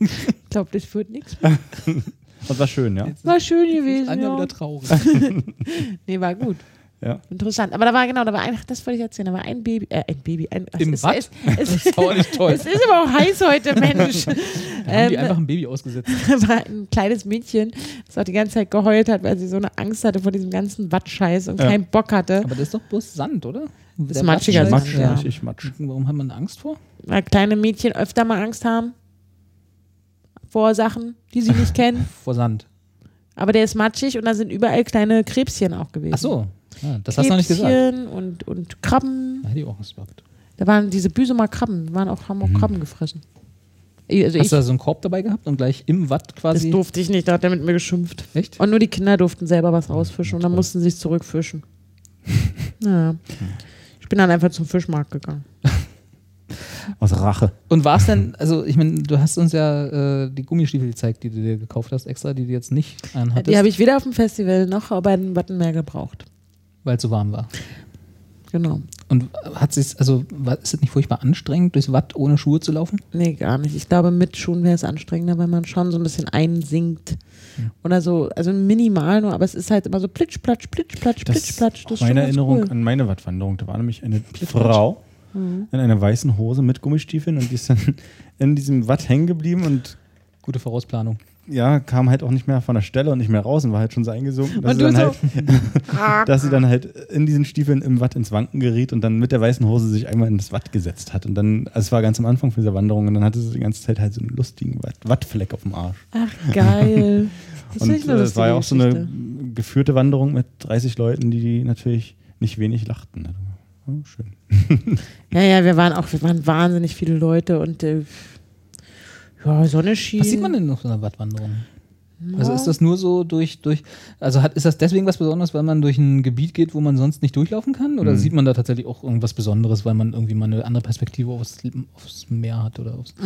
Speaker 4: Ich glaube, das wird nichts.
Speaker 3: Das war schön, ja.
Speaker 2: War schön
Speaker 1: Ist
Speaker 2: gewesen.
Speaker 1: Anja
Speaker 2: Ja.
Speaker 1: wieder traurig.
Speaker 2: Nee, war gut.
Speaker 3: Ja.
Speaker 2: Interessant. Aber da war genau, da war ein, ach, das wollte ich erzählen, da war ein Baby, äh, ein Baby, ein.
Speaker 1: Im
Speaker 2: es,
Speaker 1: Watt?
Speaker 2: es, es,
Speaker 1: Das war nicht toll.
Speaker 2: es ist aber auch heiß heute, Mensch.
Speaker 1: Da haben die
Speaker 2: Ähm,
Speaker 1: einfach ein Baby ausgesetzt.
Speaker 2: Da war ein kleines Mädchen, das auch die ganze Zeit geheult hat, weil sie so eine Angst hatte vor diesem ganzen Wattscheiß und
Speaker 3: Ja.
Speaker 2: keinen Bock hatte.
Speaker 1: Aber das ist doch bloß Sand, oder? Das
Speaker 2: ist matschiger Sand,
Speaker 3: Matsch,
Speaker 2: Ja.
Speaker 3: ja. ich Matsch.
Speaker 1: Warum hat man da Angst vor?
Speaker 2: Weil kleine Mädchen öfter mal Angst haben vor Sachen, die sie nicht kennen.
Speaker 1: Vor Sand.
Speaker 2: Aber der ist matschig und da sind überall kleine Krebschen auch gewesen.
Speaker 1: Ach so. Ja, das hast du noch nicht gesagt.
Speaker 2: Krebschen Und, und Krabben.
Speaker 1: Da hätte ich auch Angst gehabt.
Speaker 2: Da waren diese Büsumer Krabben, die waren auch, haben auch Krabben gefressen. Ich- Also ich,
Speaker 1: Hast du da Hm. so einen Korb dabei gehabt und gleich im Watt
Speaker 2: das
Speaker 1: quasi?
Speaker 2: durfte ich nicht, da hat er mit mir geschimpft.
Speaker 1: Echt?
Speaker 2: Und nur die Kinder durften selber was rausfischen und dann mussten sie es zurückfischen. Naja. Ich bin dann einfach zum Fischmarkt gegangen.
Speaker 3: Aus Rache.
Speaker 1: Und war es denn, also ich meine, du hast uns ja äh, die Gummistiefel gezeigt, die du dir gekauft hast extra, die du jetzt nicht
Speaker 2: Die habe
Speaker 1: anhattest,
Speaker 2: ich weder auf dem Festival noch bei den Wattenmeer gebraucht.
Speaker 1: weil es so warm war.
Speaker 2: Genau.
Speaker 1: Und hat sich, also war- ist es nicht furchtbar anstrengend, durchs Watt ohne Schuhe zu laufen?
Speaker 2: Nee, gar nicht. Ich glaube, mit Schuhen wäre es anstrengender, weil man schon so ein bisschen einsinkt. Oder so, also minimal nur, aber es ist halt immer so plitsch, platsch, plitsch, platsch, plitsch, platsch. Das ist schon
Speaker 3: meine
Speaker 2: ganz
Speaker 3: Erinnerung
Speaker 2: cool. Mhm.
Speaker 3: an meine Wattwanderung. Da war nämlich eine Frau in einer weißen Hose mit Gummistiefeln und die ist dann in diesem Watt hängen geblieben und
Speaker 1: Gute Vorausplanung.
Speaker 3: ja, kam halt auch nicht mehr von der Stelle und nicht mehr raus und war halt schon so eingesunken, dass,
Speaker 2: Und
Speaker 3: sie
Speaker 2: du
Speaker 3: dann, halt, dass sie dann halt in diesen Stiefeln im Watt ins Wanken geriet und dann mit der weißen Hose sich einmal in das Watt gesetzt hat. Und dann, also es war ganz am Anfang von dieser Wanderung und dann hatte sie die ganze Zeit halt so einen lustigen Watt Wattfleck auf dem Arsch.
Speaker 2: Ach, geil. Das
Speaker 3: und
Speaker 2: ist echt eine
Speaker 3: äh, es war ja auch so
Speaker 2: lustige
Speaker 3: eine
Speaker 2: Geschichte.
Speaker 3: geführte Wanderung mit 30 Leuten, die natürlich nicht wenig lachten. Also, oh, schön.
Speaker 2: Ja, ja, wir waren auch, wir waren wahnsinnig viele Leute und äh, ja, Sonne schien.
Speaker 1: Was sieht man denn auf so einer Wattwanderung? Also ist das nur so durch, durch also hat, ist das deswegen was Besonderes, weil man durch ein Gebiet geht, wo man sonst nicht durchlaufen kann? Oder sieht man da tatsächlich auch irgendwas Besonderes, weil man irgendwie mal eine andere Perspektive aufs, aufs Meer hat oder aufs, auf,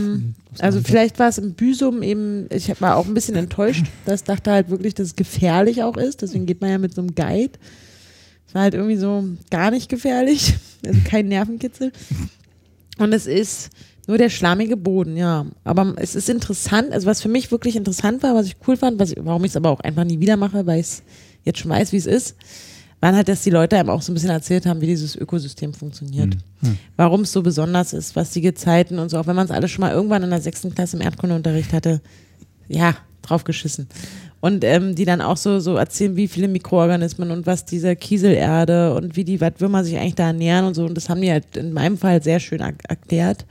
Speaker 1: aufs Land
Speaker 2: Also
Speaker 1: hat?
Speaker 2: vielleicht war es im Büsum eben, ich war auch ein bisschen enttäuscht, dass dachte halt wirklich, dass es gefährlich auch ist. Deswegen geht man ja mit so einem Guide. Es war halt irgendwie so gar nicht gefährlich. Also kein Nervenkitzel. Und es ist nur der schlammige Boden, ja. Aber es ist interessant, also was für mich wirklich interessant war, was ich cool fand, was ich, warum ich es aber auch einfach nie wieder mache, weil ich es jetzt schon weiß, wie es ist, waren halt, dass die Leute einem auch so ein bisschen erzählt haben, wie dieses Ökosystem funktioniert. Warum es so besonders ist, was die Gezeiten und so, auch wenn man es alles schon mal irgendwann in der sechsten Klasse im Erdkundeunterricht hatte, ja, drauf geschissen. Und ähm, die dann auch so, so erzählen, wie viele Mikroorganismen und was diese Kieselerde und wie die Wattwürmer sich eigentlich da ernähren und so. Und das haben die halt in meinem Fall sehr schön ak- erklärt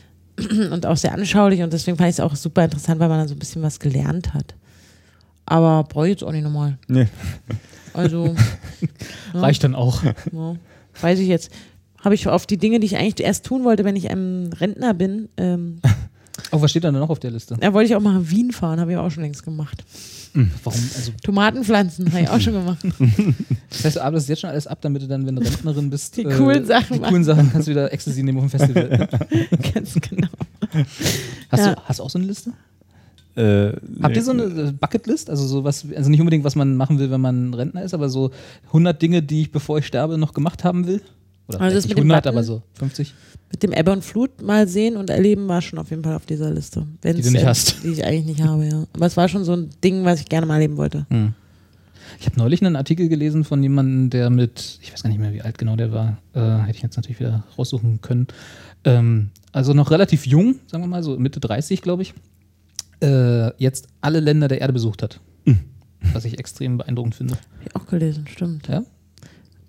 Speaker 2: und auch sehr anschaulich. Und deswegen fand ich es auch super interessant, weil man da so ein bisschen was gelernt hat. Aber brauche ich jetzt auch nicht nochmal.
Speaker 3: Nee.
Speaker 2: Also,
Speaker 1: reicht dann auch.
Speaker 2: ja, weiß ich jetzt. Habe ich auf die Dinge, die ich eigentlich erst tun wollte, wenn ich ein Rentner bin, ähm,
Speaker 1: Auch Oh, was steht dann noch auf der Liste?
Speaker 2: da wollte ich auch mal nach Wien fahren, habe ich auch schon längst gemacht.
Speaker 1: Warum? Also,
Speaker 2: Tomatenpflanzen habe ich auch schon gemacht.
Speaker 1: das heißt, du arbeitest jetzt schon alles ab, damit du dann, wenn du Rentnerin bist, äh,
Speaker 2: Die coolen Sachen
Speaker 1: die
Speaker 2: machen.
Speaker 1: coolen Sachen kannst du wieder Ecstasy nehmen auf dem Festival.
Speaker 2: Ganz genau.
Speaker 1: Hast, du,
Speaker 2: Ja.
Speaker 1: hast du auch so eine Liste?
Speaker 3: Äh,
Speaker 1: Habt ihr so eine äh, Bucketlist? Also so was, also nicht unbedingt, was man machen will, wenn man Rentner ist, aber so 100 Dinge, die ich, bevor ich sterbe, noch gemacht haben will? Oder
Speaker 2: Also das
Speaker 1: vielleicht
Speaker 2: mit
Speaker 1: nicht
Speaker 2: dem
Speaker 1: 100,
Speaker 2: Button?
Speaker 1: aber so 50.
Speaker 2: Mit dem Ebbe und Flut mal sehen und erleben war schon auf jeden Fall auf dieser Liste. Wenn's,
Speaker 1: Die du nicht
Speaker 2: äh,
Speaker 1: hast.
Speaker 2: Die ich eigentlich nicht habe, ja. Aber es war schon so ein Ding, was ich gerne mal erleben wollte.
Speaker 1: Hm. Ich habe neulich einen Artikel gelesen von jemandem, der mit, ich weiß gar nicht mehr, wie alt genau der war, äh, hätte ich jetzt natürlich wieder raussuchen können. Ähm, also noch relativ jung, sagen wir mal, so Mitte 30, glaube ich, äh, jetzt alle Länder der Erde besucht hat. Was ich extrem beeindruckend finde.
Speaker 2: Hab ich auch gelesen, stimmt.
Speaker 1: Ja?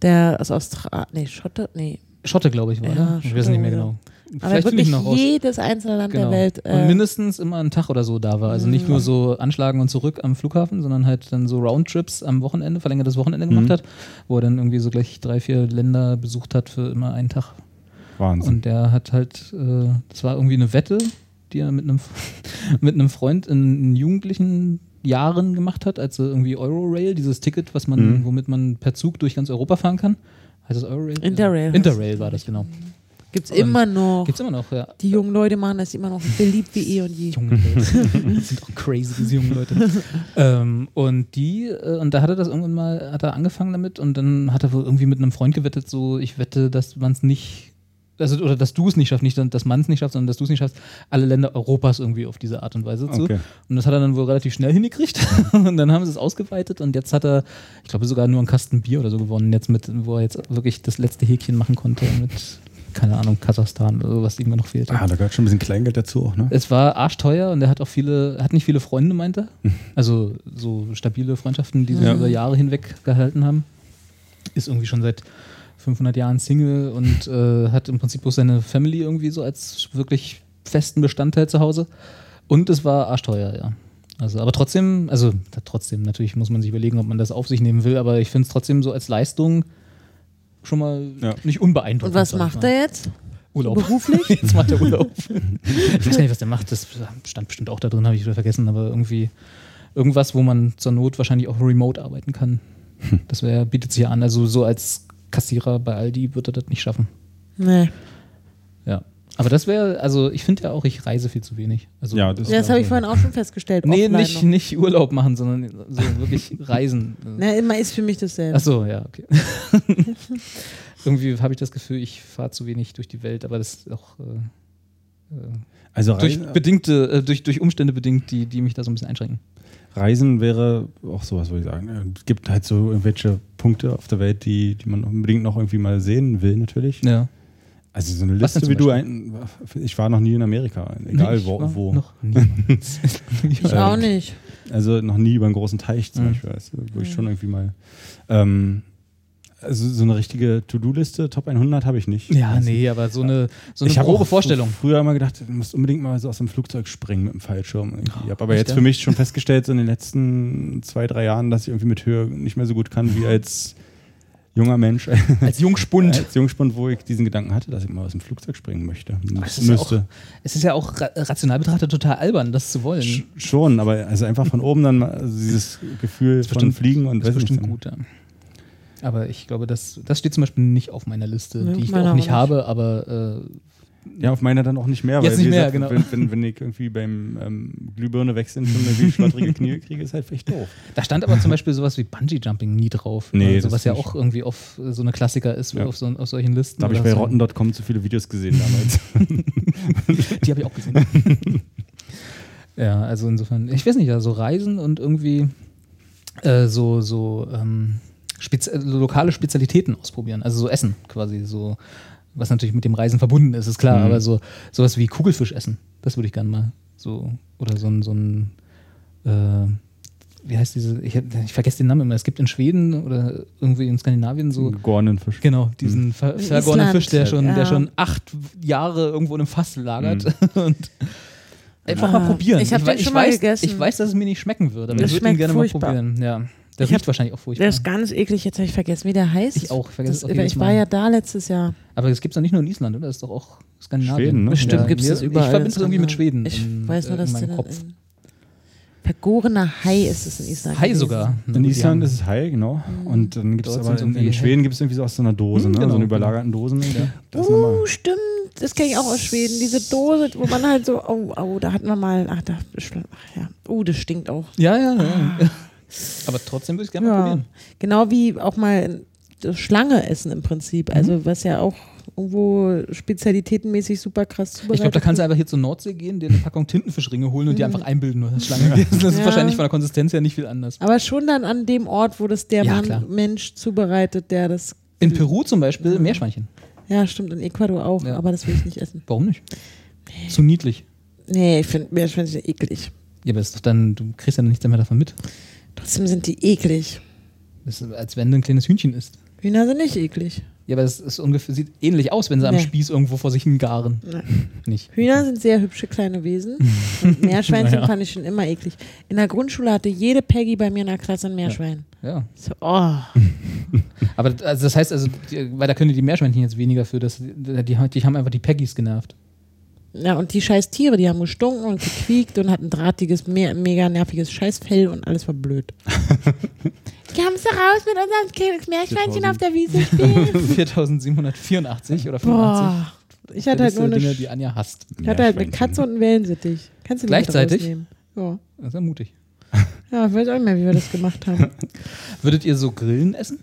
Speaker 2: Der aus Australien, nee, Schotte, nee.
Speaker 1: Schotte, glaube ich, war,
Speaker 2: Ja,
Speaker 1: ne? Ich weiß
Speaker 2: Schotte,
Speaker 1: nicht mehr
Speaker 2: ja.
Speaker 1: genau.
Speaker 2: Aber
Speaker 1: finde
Speaker 2: wirklich
Speaker 1: ihn raus.
Speaker 2: jedes einzelne Land
Speaker 1: Genau.
Speaker 2: der Welt.
Speaker 1: und
Speaker 2: Äh, Mhm.
Speaker 1: mindestens immer einen Tag oder so da war. Also nicht nur so anschlagen und zurück am Flughafen, sondern halt dann so Roundtrips am Wochenende, verlängertes Wochenende gemacht hat, wo er dann irgendwie so gleich drei, vier Länder besucht hat für immer einen Tag.
Speaker 3: Wahnsinn.
Speaker 1: Und der hat halt, äh, das war irgendwie eine Wette, die er mit einem, mit einem Freund, einem Jugendlichen Jahren gemacht hat, als sie irgendwie Eurorail, dieses Ticket, was man,
Speaker 3: Mhm.
Speaker 1: womit man per Zug durch ganz Europa fahren kann. Heißt das Eurorail?
Speaker 2: Interrail.
Speaker 1: Interrail war das, genau.
Speaker 2: äh, Gibt's
Speaker 1: Ähm,
Speaker 2: immer noch.
Speaker 1: Gibt's immer noch, ja.
Speaker 2: die jungen Leute machen das immer noch beliebt wie eh und je.
Speaker 1: Junge Leute. Das sind auch crazy, diese jungen Leute. ähm, und die, äh, und da hat er das irgendwann mal, hat er angefangen damit und dann hat er wohl irgendwie mit einem Freund gewettet, so, ich wette, dass man es nicht, also, oder dass du es nicht schaffst, nicht, dass man es nicht schafft, sondern dass du es nicht schaffst, alle Länder Europas irgendwie auf diese Art und Weise zu.
Speaker 3: Okay.
Speaker 1: Und das hat er dann wohl relativ schnell hingekriegt. und dann haben sie es ausgeweitet und jetzt hat er, ich glaube, sogar nur einen Kasten Bier oder so gewonnen, jetzt mit, wo er jetzt wirklich das letzte Häkchen machen konnte mit, keine Ahnung, Kasachstan oder so, was ihm noch fehlte.
Speaker 3: Ah, da gehört schon ein bisschen Kleingeld dazu auch, ne?
Speaker 2: Äh,
Speaker 1: Es war arschteuer und er hat auch viele, hat nicht viele Freunde, meint er.
Speaker 3: Mhm.
Speaker 1: Also so stabile Freundschaften, die sich
Speaker 3: Ja.
Speaker 1: über Jahre hinweg gehalten haben. Ist irgendwie schon seit 500 Jahren Single und äh, hat im Prinzip bloß seine Family irgendwie so als wirklich festen Bestandteil zu Hause. Und es war arschteuer, ja. Also, aber trotzdem, also da- trotzdem, natürlich muss man sich überlegen, ob man das auf sich nehmen will, aber ich finde es trotzdem so als Leistung schon mal
Speaker 3: Ja.
Speaker 1: nicht unbeeindruckend.
Speaker 2: Und was
Speaker 1: sag ich
Speaker 2: macht
Speaker 1: mal.
Speaker 2: er jetzt?
Speaker 1: Urlaub.
Speaker 2: Beruflich?
Speaker 1: Jetzt macht er Urlaub. ich weiß gar nicht, was der macht. Das stand bestimmt auch da drin, habe ich wieder vergessen. Aber irgendwie irgendwas, wo man zur Not wahrscheinlich auch remote arbeiten kann. Das wär, bietet sich ja an. Also so als Kassierer bei Aldi würde er das nicht schaffen.
Speaker 2: Nee.
Speaker 1: Ja. Aber das wäre, also ich finde ja auch, ich reise viel zu wenig. Also,
Speaker 3: Ja, das-
Speaker 2: Ja, das habe ich vorhin auch schon festgestellt.
Speaker 1: Nee,
Speaker 2: offline
Speaker 1: nicht,
Speaker 2: noch.
Speaker 1: nicht Urlaub machen, sondern so wirklich reisen.
Speaker 2: Na, immer ist für mich dasselbe.
Speaker 1: Ach so, ja, okay. Irgendwie habe ich das Gefühl, ich fahre zu wenig durch die Welt, aber das ist auch äh, äh,
Speaker 3: Also
Speaker 1: durch
Speaker 3: Reisen,
Speaker 1: bedingte, äh, durch, durch Umstände bedingt, die, die mich da so ein bisschen einschränken.
Speaker 3: Reisen wäre auch sowas, würde ich sagen. Es gibt halt so irgendwelche Punkte auf der Welt, die, die man unbedingt noch irgendwie mal sehen will, natürlich.
Speaker 1: Ja.
Speaker 3: Also so eine
Speaker 1: Was denn
Speaker 3: Liste,
Speaker 1: zum
Speaker 3: wie du ein. Ich war noch nie in Amerika, egal wo. wo.
Speaker 1: Noch nie.
Speaker 2: ich
Speaker 3: Ja.
Speaker 2: auch nicht.
Speaker 3: Also noch nie über einen großen Teich zum
Speaker 1: Mhm.
Speaker 3: Beispiel, weißt du, wo ich schon irgendwie mal. Ähm, also so eine richtige To-Do-Liste, Top 100 habe ich nicht.
Speaker 1: ja,
Speaker 3: Also,
Speaker 1: nee, aber so eine, so eine
Speaker 3: ich habe
Speaker 1: grobe
Speaker 3: auch
Speaker 1: Vorstellung.
Speaker 3: Früher immer gedacht, du musst unbedingt mal so aus dem Flugzeug springen mit dem Fallschirm. Ich habe aber
Speaker 1: Oh, echt,
Speaker 3: jetzt
Speaker 1: ja?
Speaker 3: für mich schon festgestellt, so in den letzten zwei, drei Jahren, dass ich irgendwie mit Höhe nicht mehr so gut kann wie als junger Mensch.
Speaker 1: Als Jungspund.
Speaker 3: Als Jungspund, wo ich diesen Gedanken hatte, dass ich mal aus dem Flugzeug springen möchte.
Speaker 1: das ist ja
Speaker 3: müsste.
Speaker 1: Es ist ja auch ra rational betrachtet total albern, das zu wollen.
Speaker 3: Sch schon, aber also einfach von oben dann mal also dieses Gefühl
Speaker 1: Ist
Speaker 3: von
Speaker 1: bestimmt-
Speaker 3: Fliegen und
Speaker 1: das ist
Speaker 3: weiß
Speaker 1: bestimmt
Speaker 3: nicht.
Speaker 1: gut, ja. Aber ich glaube, das, das steht zum Beispiel nicht auf meiner Liste,
Speaker 2: Nee,
Speaker 1: die ich
Speaker 2: meiner
Speaker 1: auch
Speaker 2: auch
Speaker 1: nicht
Speaker 2: nicht.
Speaker 1: habe, aber äh,
Speaker 3: Ja, auf meiner dann auch nicht mehr, weil
Speaker 1: Jetzt nicht
Speaker 3: wie
Speaker 1: mehr,
Speaker 3: gesagt,
Speaker 1: genau.
Speaker 3: wenn, wenn, wenn ich irgendwie beim ähm, Glühbirne wechseln schon irgendwie schlottrige Knie kriege, ist halt echt doof.
Speaker 1: äh, da stand aber zum Beispiel sowas wie Bungee-Jumping nie drauf.
Speaker 3: Nee,
Speaker 1: also,
Speaker 3: das
Speaker 1: was ja
Speaker 3: nicht.
Speaker 1: auch irgendwie auf äh, so eine Klassiker ist,
Speaker 3: Ja.
Speaker 1: auf, so, auf solchen Listen.
Speaker 3: Da habe ich
Speaker 1: oder
Speaker 3: bei
Speaker 1: so.
Speaker 3: rotten.com zu viele Videos gesehen damals.
Speaker 1: Die habe ich auch gesehen. ja, also insofern, ich weiß nicht, ja, so Reisen und irgendwie äh, so, so ähm, spez äh, lokale Spezialitäten ausprobieren, also so Essen quasi, so was natürlich mit dem Reisen verbunden ist, ist klar,
Speaker 3: Mhm.
Speaker 1: aber so sowas wie Kugelfisch essen, das würde ich gerne mal so oder so ein so ein äh, wie heißt diese? Ich, hab- ich vergesse den Namen immer. Es gibt in Schweden oder irgendwie in Skandinavien so
Speaker 3: Gegorenen Fisch.
Speaker 1: Genau, diesen ver
Speaker 2: In
Speaker 1: vergorenen
Speaker 2: Island.
Speaker 1: Fisch, der schon, der
Speaker 2: Ja.
Speaker 1: schon acht Jahre irgendwo in einem Fass lagert.
Speaker 3: Hm.
Speaker 1: Und einfach mal
Speaker 2: Ah.
Speaker 1: probieren.
Speaker 2: Ich hab
Speaker 1: wei-
Speaker 2: den schon mal
Speaker 1: weiß,
Speaker 2: gegessen.
Speaker 1: Ich weiß, dass es mir nicht schmecken würde, aber
Speaker 2: Das
Speaker 1: ich würde ihn
Speaker 2: schmeckt
Speaker 1: gerne
Speaker 2: furchtbar.
Speaker 1: mal probieren. Ja. Der
Speaker 2: Ich
Speaker 1: riecht
Speaker 2: hab-
Speaker 1: wahrscheinlich auch furchtbar.
Speaker 2: Der ist ganz eklig. Jetzt habe ich vergessen, wie der heißt.
Speaker 1: Ich auch, vergesse
Speaker 2: Das,
Speaker 1: es auch jedes
Speaker 2: ich war
Speaker 1: Mal.
Speaker 2: ja da letztes Jahr.
Speaker 1: aber das gibt es doch nicht nur in Island, oder? Das ist doch auch Skandinavien.
Speaker 3: Schweden, ne?
Speaker 2: Bestimmt
Speaker 1: Ja,
Speaker 2: gibt es
Speaker 1: mir-
Speaker 2: das überall.
Speaker 1: Ich verbinde es irgendwie mit
Speaker 2: Skandinavien.
Speaker 1: Schweden.
Speaker 2: Ich
Speaker 1: in-
Speaker 2: weiß nur,
Speaker 1: äh,
Speaker 2: dass
Speaker 1: in
Speaker 2: der
Speaker 1: meinem
Speaker 2: dann
Speaker 1: Kopf.
Speaker 2: in Vergorener Hai ist es in Island.
Speaker 1: Hai
Speaker 2: gewesen.
Speaker 1: sogar.
Speaker 3: In Island ist es Hai, genau. Und dann gibt es
Speaker 1: Mhm. Dort
Speaker 3: aber
Speaker 1: sind's
Speaker 3: in,
Speaker 1: irgendwie-
Speaker 3: in Schweden gibt es irgendwie so aus so einer Dose,
Speaker 1: Hm, genau,
Speaker 3: ne? so
Speaker 1: genau.
Speaker 3: eine überlagerten Dosen. Ja. Das nochmal.
Speaker 2: Uh, stimmt. Das kenne ich auch aus Schweden. Diese Dose, wo man halt so, oh, oh, da hatten wir mal, ach, da, ach ja. Uh, das stinkt auch.
Speaker 1: Ja, ja, ja. Aber trotzdem würde ich gerne mal
Speaker 2: Ah. Ja.
Speaker 1: probieren.
Speaker 2: Genau wie auch mal das Schlange essen im Prinzip.
Speaker 1: Mhm.
Speaker 2: Also was ja auch irgendwo spezialitätenmäßig super krass zubereitet
Speaker 1: Ich glaube, da kannst du
Speaker 2: wird.
Speaker 1: einfach hier zur Nordsee gehen, dir eine Packung Tintenfischringe holen und die einfach einbilden. nur als Schlange. Das ist
Speaker 2: Mhm. Ja.
Speaker 1: wahrscheinlich von der Konsistenz her nicht viel anders.
Speaker 2: Aber schon dann an dem Ort, wo das der
Speaker 1: Ja,
Speaker 2: Mann,
Speaker 1: klar.
Speaker 2: Mensch zubereitet, der das.
Speaker 1: In Peru zum Beispiel
Speaker 2: Mhm.
Speaker 1: Meerschweinchen.
Speaker 2: Ja, stimmt, in Ecuador auch,
Speaker 1: Ja.
Speaker 2: aber das will ich nicht essen.
Speaker 1: Warum nicht? Zu niedlich.
Speaker 2: Nee, ich finde Meerschweinchen eklig.
Speaker 1: Ja, aber ist doch dann, du kriegst ja nichts mehr davon mit.
Speaker 2: Trotzdem sind die eklig.
Speaker 1: Das ist, als wenn du ein kleines Hühnchen isst.
Speaker 2: Hühner sind nicht eklig.
Speaker 1: Ja, aber es ist ungefähr, sieht ähnlich aus, wenn sie am
Speaker 2: Nee.
Speaker 1: Spieß irgendwo vor sich hingaren.
Speaker 2: Nein.
Speaker 1: Nicht.
Speaker 2: Hühner sind sehr hübsche kleine Wesen. Und Meerschweinchen
Speaker 1: Naja.
Speaker 2: fand ich schon immer eklig. In der Grundschule hatte jede Peggy bei mir in der Klasse ein Meerschwein.
Speaker 1: Ja.
Speaker 2: So, oh.
Speaker 1: Aber das- also das heißt, also, die- weil da können die Meerschweinchen jetzt weniger für, das, die, die haben einfach die Peggies genervt.
Speaker 2: Ja, und die scheiß Tiere, die haben gestunken und gequiekt und hatten drahtiges, me mega nerviges Scheißfell und alles war blöd. Kommst du raus mit unserem kleinen Meerschweinchen auf der Wiese spielen?
Speaker 1: 4784 oder 85.
Speaker 2: Boah. Ich hatte halt
Speaker 1: Das
Speaker 2: nur
Speaker 1: sind
Speaker 2: eine,
Speaker 1: Dinge,
Speaker 2: Sch-
Speaker 1: die Anja hasst.
Speaker 2: ich hatte halt eine Katze und einen Wellensittich. Kannst du nicht
Speaker 1: Gleichzeitig?
Speaker 2: rausnehmen. Ja.
Speaker 1: Das ist ja mutig.
Speaker 2: ja, ich weiß auch nicht mehr, wie wir das gemacht haben.
Speaker 1: Würdet ihr so Grillen essen?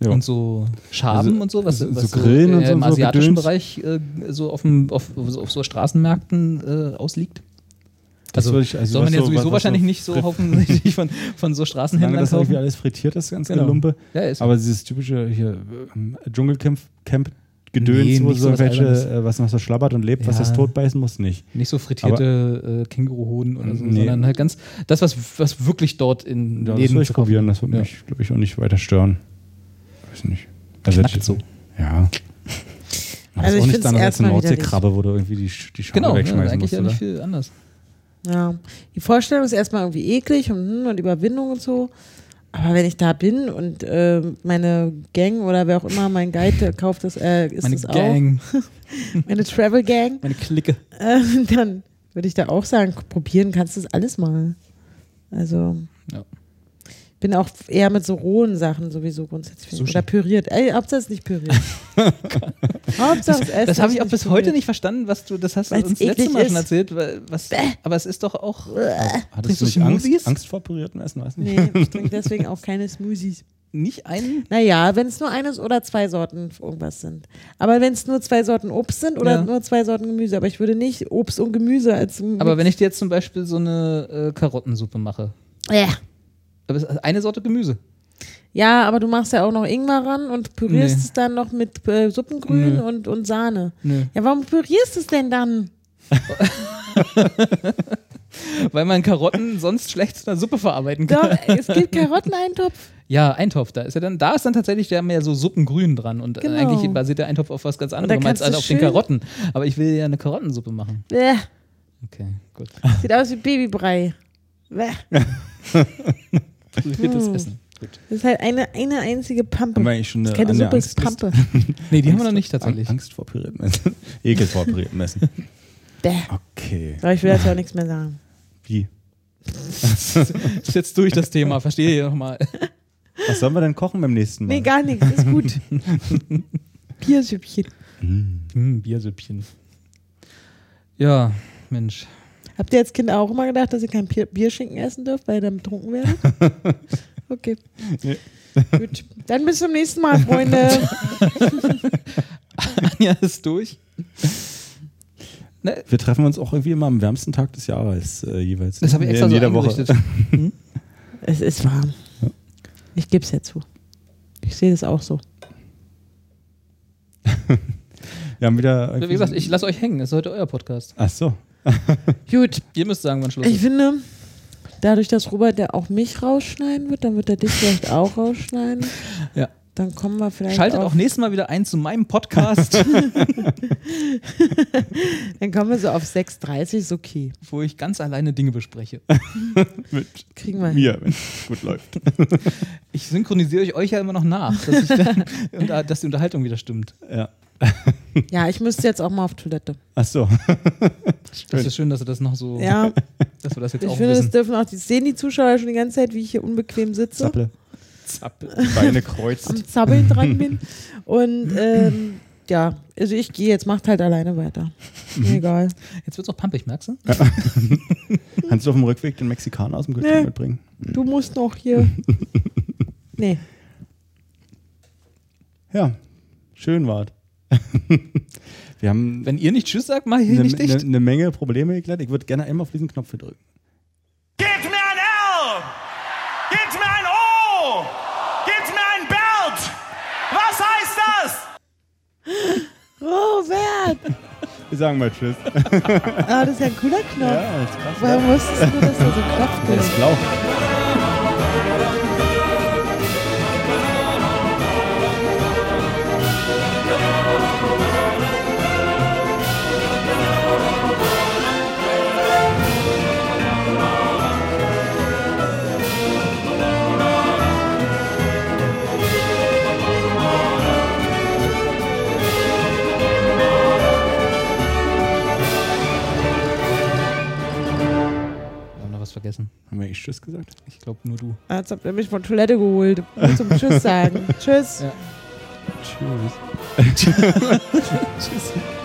Speaker 3: Ja.
Speaker 1: Und so Schaben
Speaker 3: Also,
Speaker 1: und so, was,
Speaker 3: so-
Speaker 1: was
Speaker 3: so Grillen und
Speaker 1: äh,
Speaker 3: so
Speaker 1: im
Speaker 3: und so
Speaker 1: asiatischen
Speaker 3: Gedöns?
Speaker 1: Bereich äh, so auf, dem, auf, auf so Straßenmärkten äh, ausliegt.
Speaker 3: Das
Speaker 1: Also,
Speaker 3: würde ich- also
Speaker 1: soll man
Speaker 3: was
Speaker 1: ja
Speaker 3: so-
Speaker 1: sowieso
Speaker 3: was- was
Speaker 1: wahrscheinlich
Speaker 3: so
Speaker 1: nicht so
Speaker 3: frit-
Speaker 1: haufenmäßig von, von so
Speaker 3: Solange
Speaker 1: Straßenhändlern
Speaker 3: das irgendwie
Speaker 1: kaufen.
Speaker 3: alles frittiert ist, ganz
Speaker 1: Genau.
Speaker 3: gelumpe.
Speaker 1: Ja, ist
Speaker 3: Aber dieses typische hier ähm, Dschungelcamp Camp Gedöns,
Speaker 1: Nee,
Speaker 3: wo
Speaker 1: nicht
Speaker 3: so
Speaker 1: sowas
Speaker 3: welche,
Speaker 1: Albernes.
Speaker 3: äh, was noch so schlabbert und lebt, was
Speaker 1: Ja.
Speaker 3: das tot beißen muss, nicht.
Speaker 1: nicht so frittierte äh, Känguruhoden oder so,
Speaker 3: Nee.
Speaker 1: sondern halt ganz das, was, was wirklich dort in
Speaker 3: Ja, das
Speaker 1: Läden
Speaker 3: würde ich
Speaker 1: verkauft
Speaker 3: probieren, das würde
Speaker 1: Ja.
Speaker 3: mich, glaube ich, auch nicht weiter stören. Weiß nicht. Also,
Speaker 1: Knackt
Speaker 3: ich-
Speaker 1: so.
Speaker 3: Ja. Aber
Speaker 2: Also
Speaker 3: ist
Speaker 2: ich
Speaker 3: auch
Speaker 2: find's
Speaker 3: nicht dann als eine
Speaker 2: erstmal widerlich.
Speaker 3: Nordseekrabbe, wo du irgendwie die, Sch- die Schale
Speaker 1: Genau, ja,
Speaker 3: wegschmeißen
Speaker 1: eigentlich
Speaker 3: musst,
Speaker 1: ja
Speaker 3: oder?
Speaker 1: nicht viel anders.
Speaker 2: Ja. Die Vorstellung ist erstmal irgendwie eklig und, hm, und Überwindung und so. Aber wenn ich da bin und äh, meine Gang oder wer auch immer, mein Guide der kauft das, äh, ist
Speaker 1: Meine
Speaker 2: es
Speaker 1: Gang,
Speaker 2: auch, meine Travel Gang,
Speaker 1: meine Clique.
Speaker 2: äh, dann würde ich da auch sagen, probieren kannst du es alles mal. Also
Speaker 1: Ja.
Speaker 2: bin auch eher mit so rohen Sachen sowieso grundsätzlich.
Speaker 1: Sushi.
Speaker 2: Oder püriert. Ey, Hauptsache es ist nicht püriert. Hauptsache es
Speaker 1: Das habe ich auch bis heute nicht verstanden, was du, das hast du
Speaker 2: Weil's
Speaker 1: uns letztes
Speaker 2: eklig
Speaker 1: Mal
Speaker 2: ist.
Speaker 1: schon erzählt, weil, was, aber es ist doch auch,
Speaker 3: Hattest
Speaker 1: Trinkst
Speaker 3: du nicht
Speaker 1: du
Speaker 3: Angst,
Speaker 1: Smoothies?
Speaker 3: Angst vor püriertem Essen? Weiß nicht.
Speaker 2: Nee, ich trinke deswegen auch keine Smoothies.
Speaker 1: nicht ein,
Speaker 2: Naja, wenn es nur eines oder zwei Sorten irgendwas sind. Aber wenn es nur zwei Sorten Obst sind oder
Speaker 1: Ja.
Speaker 2: nur zwei Sorten Gemüse. Aber ich würde nicht Obst und Gemüse als.
Speaker 1: aber wenn ich dir jetzt zum Beispiel so eine äh, Karottensuppe mache,
Speaker 2: Ja.
Speaker 1: aber es ist eine Sorte Gemüse.
Speaker 2: ja, aber du machst ja auch noch Ingwer ran und pürierst
Speaker 1: Nee.
Speaker 2: es dann noch mit äh, Suppengrün
Speaker 1: Nö.
Speaker 2: und, und Sahne.
Speaker 1: Nö.
Speaker 2: Ja, warum pürierst du es denn dann?
Speaker 1: Weil man Karotten sonst schlecht zu einer Suppe verarbeiten kann.
Speaker 2: Doch, es gibt Karotteneintopf.
Speaker 1: Ja, Eintopf, da ist ja dann, da ist dann tatsächlich der mehr so Suppengrün dran und äh,
Speaker 2: Genau.
Speaker 1: eigentlich basiert der Eintopf auf was ganz anderem als
Speaker 2: kannst
Speaker 1: als
Speaker 2: du
Speaker 1: auf den
Speaker 2: schön-
Speaker 1: Karotten. Aber ich will ja eine Karottensuppe machen.
Speaker 2: Bäh.
Speaker 1: Okay, gut.
Speaker 2: Sieht aus wie Babybrei. Bäh.
Speaker 1: Frittiertes Essen. Gut.
Speaker 2: Das ist halt eine, eine einzige Pampe.
Speaker 3: Haben wir eigentlich schon
Speaker 2: Das
Speaker 3: eine
Speaker 2: ist keine
Speaker 3: an der
Speaker 2: Suppe, es ist
Speaker 3: Angstliste?
Speaker 2: Pampe.
Speaker 1: Nee, die haben wir noch nicht tatsächlich.
Speaker 3: Angst vor püriertem Essen. Ekel vor püriertem Essen.
Speaker 2: Bäh.
Speaker 3: Okay.
Speaker 2: Aber ich will dazu auch nichts mehr sagen.
Speaker 3: Wie?
Speaker 1: Ist jetzt durch das Thema, verstehe ich nochmal.
Speaker 3: Was sollen wir denn kochen beim nächsten Mal?
Speaker 2: Nee, gar nichts, ist gut. Biersüppchen.
Speaker 1: Hm, Biersüppchen. Ja, Mensch.
Speaker 2: Habt ihr als Kind auch immer gedacht, dass ihr kein Bier Bierschinken essen dürft, weil ihr dann betrunken werdet? Okay.
Speaker 3: Nee.
Speaker 2: Gut. Dann bis zum nächsten Mal, Freunde.
Speaker 1: Anja ist durch.
Speaker 3: Wir treffen uns auch irgendwie immer am wärmsten Tag des Jahres äh, jeweils.
Speaker 1: Das habe ich
Speaker 3: In
Speaker 1: extra so
Speaker 3: jeder Woche.
Speaker 1: eingerichtet.
Speaker 2: Es ist warm. Ich gebe es ja zu. Ich sehe das auch so.
Speaker 3: Wir haben wieder.
Speaker 1: Wie gesagt, ich lasse euch hängen. Das ist heute euer Podcast.
Speaker 3: Ach so.
Speaker 2: Gut.
Speaker 1: Ihr müsst sagen, wann Schluss
Speaker 2: Ich
Speaker 1: ist.
Speaker 2: finde, dadurch, dass Robert ja auch mich rausschneiden wird, dann wird er dich vielleicht auch rausschneiden.
Speaker 1: Ja.
Speaker 2: Dann kommen wir vielleicht
Speaker 1: Schaltet
Speaker 2: auf,
Speaker 1: auch nächstes Mal wieder ein zu meinem Podcast,
Speaker 2: Dann kommen wir so auf 6.30, ist okay.
Speaker 1: wo ich ganz alleine Dinge bespreche.
Speaker 3: Mit
Speaker 2: Kriegen wir. hin.
Speaker 3: mir, wenn es gut läuft.
Speaker 1: Ich synchronisiere euch, euch ja immer noch nach, dass, ich dann, und, äh, dass die Unterhaltung wieder stimmt.
Speaker 3: Ja.
Speaker 2: Ja, ich müsste jetzt auch mal auf Toilette.
Speaker 3: Ach so.
Speaker 1: Das ist schön, dass wir das noch so,
Speaker 2: Ja,
Speaker 1: dass wir das jetzt
Speaker 2: ich
Speaker 1: auch
Speaker 2: finde, das
Speaker 1: wissen.
Speaker 2: dürfen auch, die sehen die Zuschauer schon die ganze Zeit, wie ich hier unbequem sitze.
Speaker 3: Zappel.
Speaker 1: Zapp.
Speaker 3: Die Beine kreuzt.
Speaker 2: am Zappeln dran bin. Und ähm, ja, also ich gehe jetzt, macht halt alleine weiter.
Speaker 1: Mhm.
Speaker 2: Mir egal.
Speaker 1: Jetzt wird es auch pampig, merkst du?
Speaker 3: Kannst du auf dem Rückweg den Mexikaner aus dem Kühlschrank
Speaker 2: Nee.
Speaker 3: mitbringen?
Speaker 2: Du musst noch hier. Nee,
Speaker 3: Ja. Schön wart. Wir haben
Speaker 1: Wenn ihr nicht Tschüss sagt, mach ich
Speaker 3: eine,
Speaker 1: nicht dicht.
Speaker 3: eine, eine Menge Probleme geklärt. Ich würde gerne einmal auf diesen Knopf hier drücken.
Speaker 5: Gebt mir ein L! Gebt mir ein O! Gebt mir ein Belt! Was heißt das?
Speaker 2: Robert!
Speaker 3: Wir sagen mal Tschüss.
Speaker 2: Ah, das ist ja ein cooler Knopf.
Speaker 3: Ja, ist krass.
Speaker 2: Warum wusstest du, dass da so ein Knopf
Speaker 3: Der
Speaker 2: ist?
Speaker 3: ist blau. Habe ich Tschüss gesagt?
Speaker 1: Ich glaube nur du.
Speaker 2: Als ob er mich von Toilette geholt um zum Tschüss sagen. Tschüss.
Speaker 3: Tschüss. Tschüss.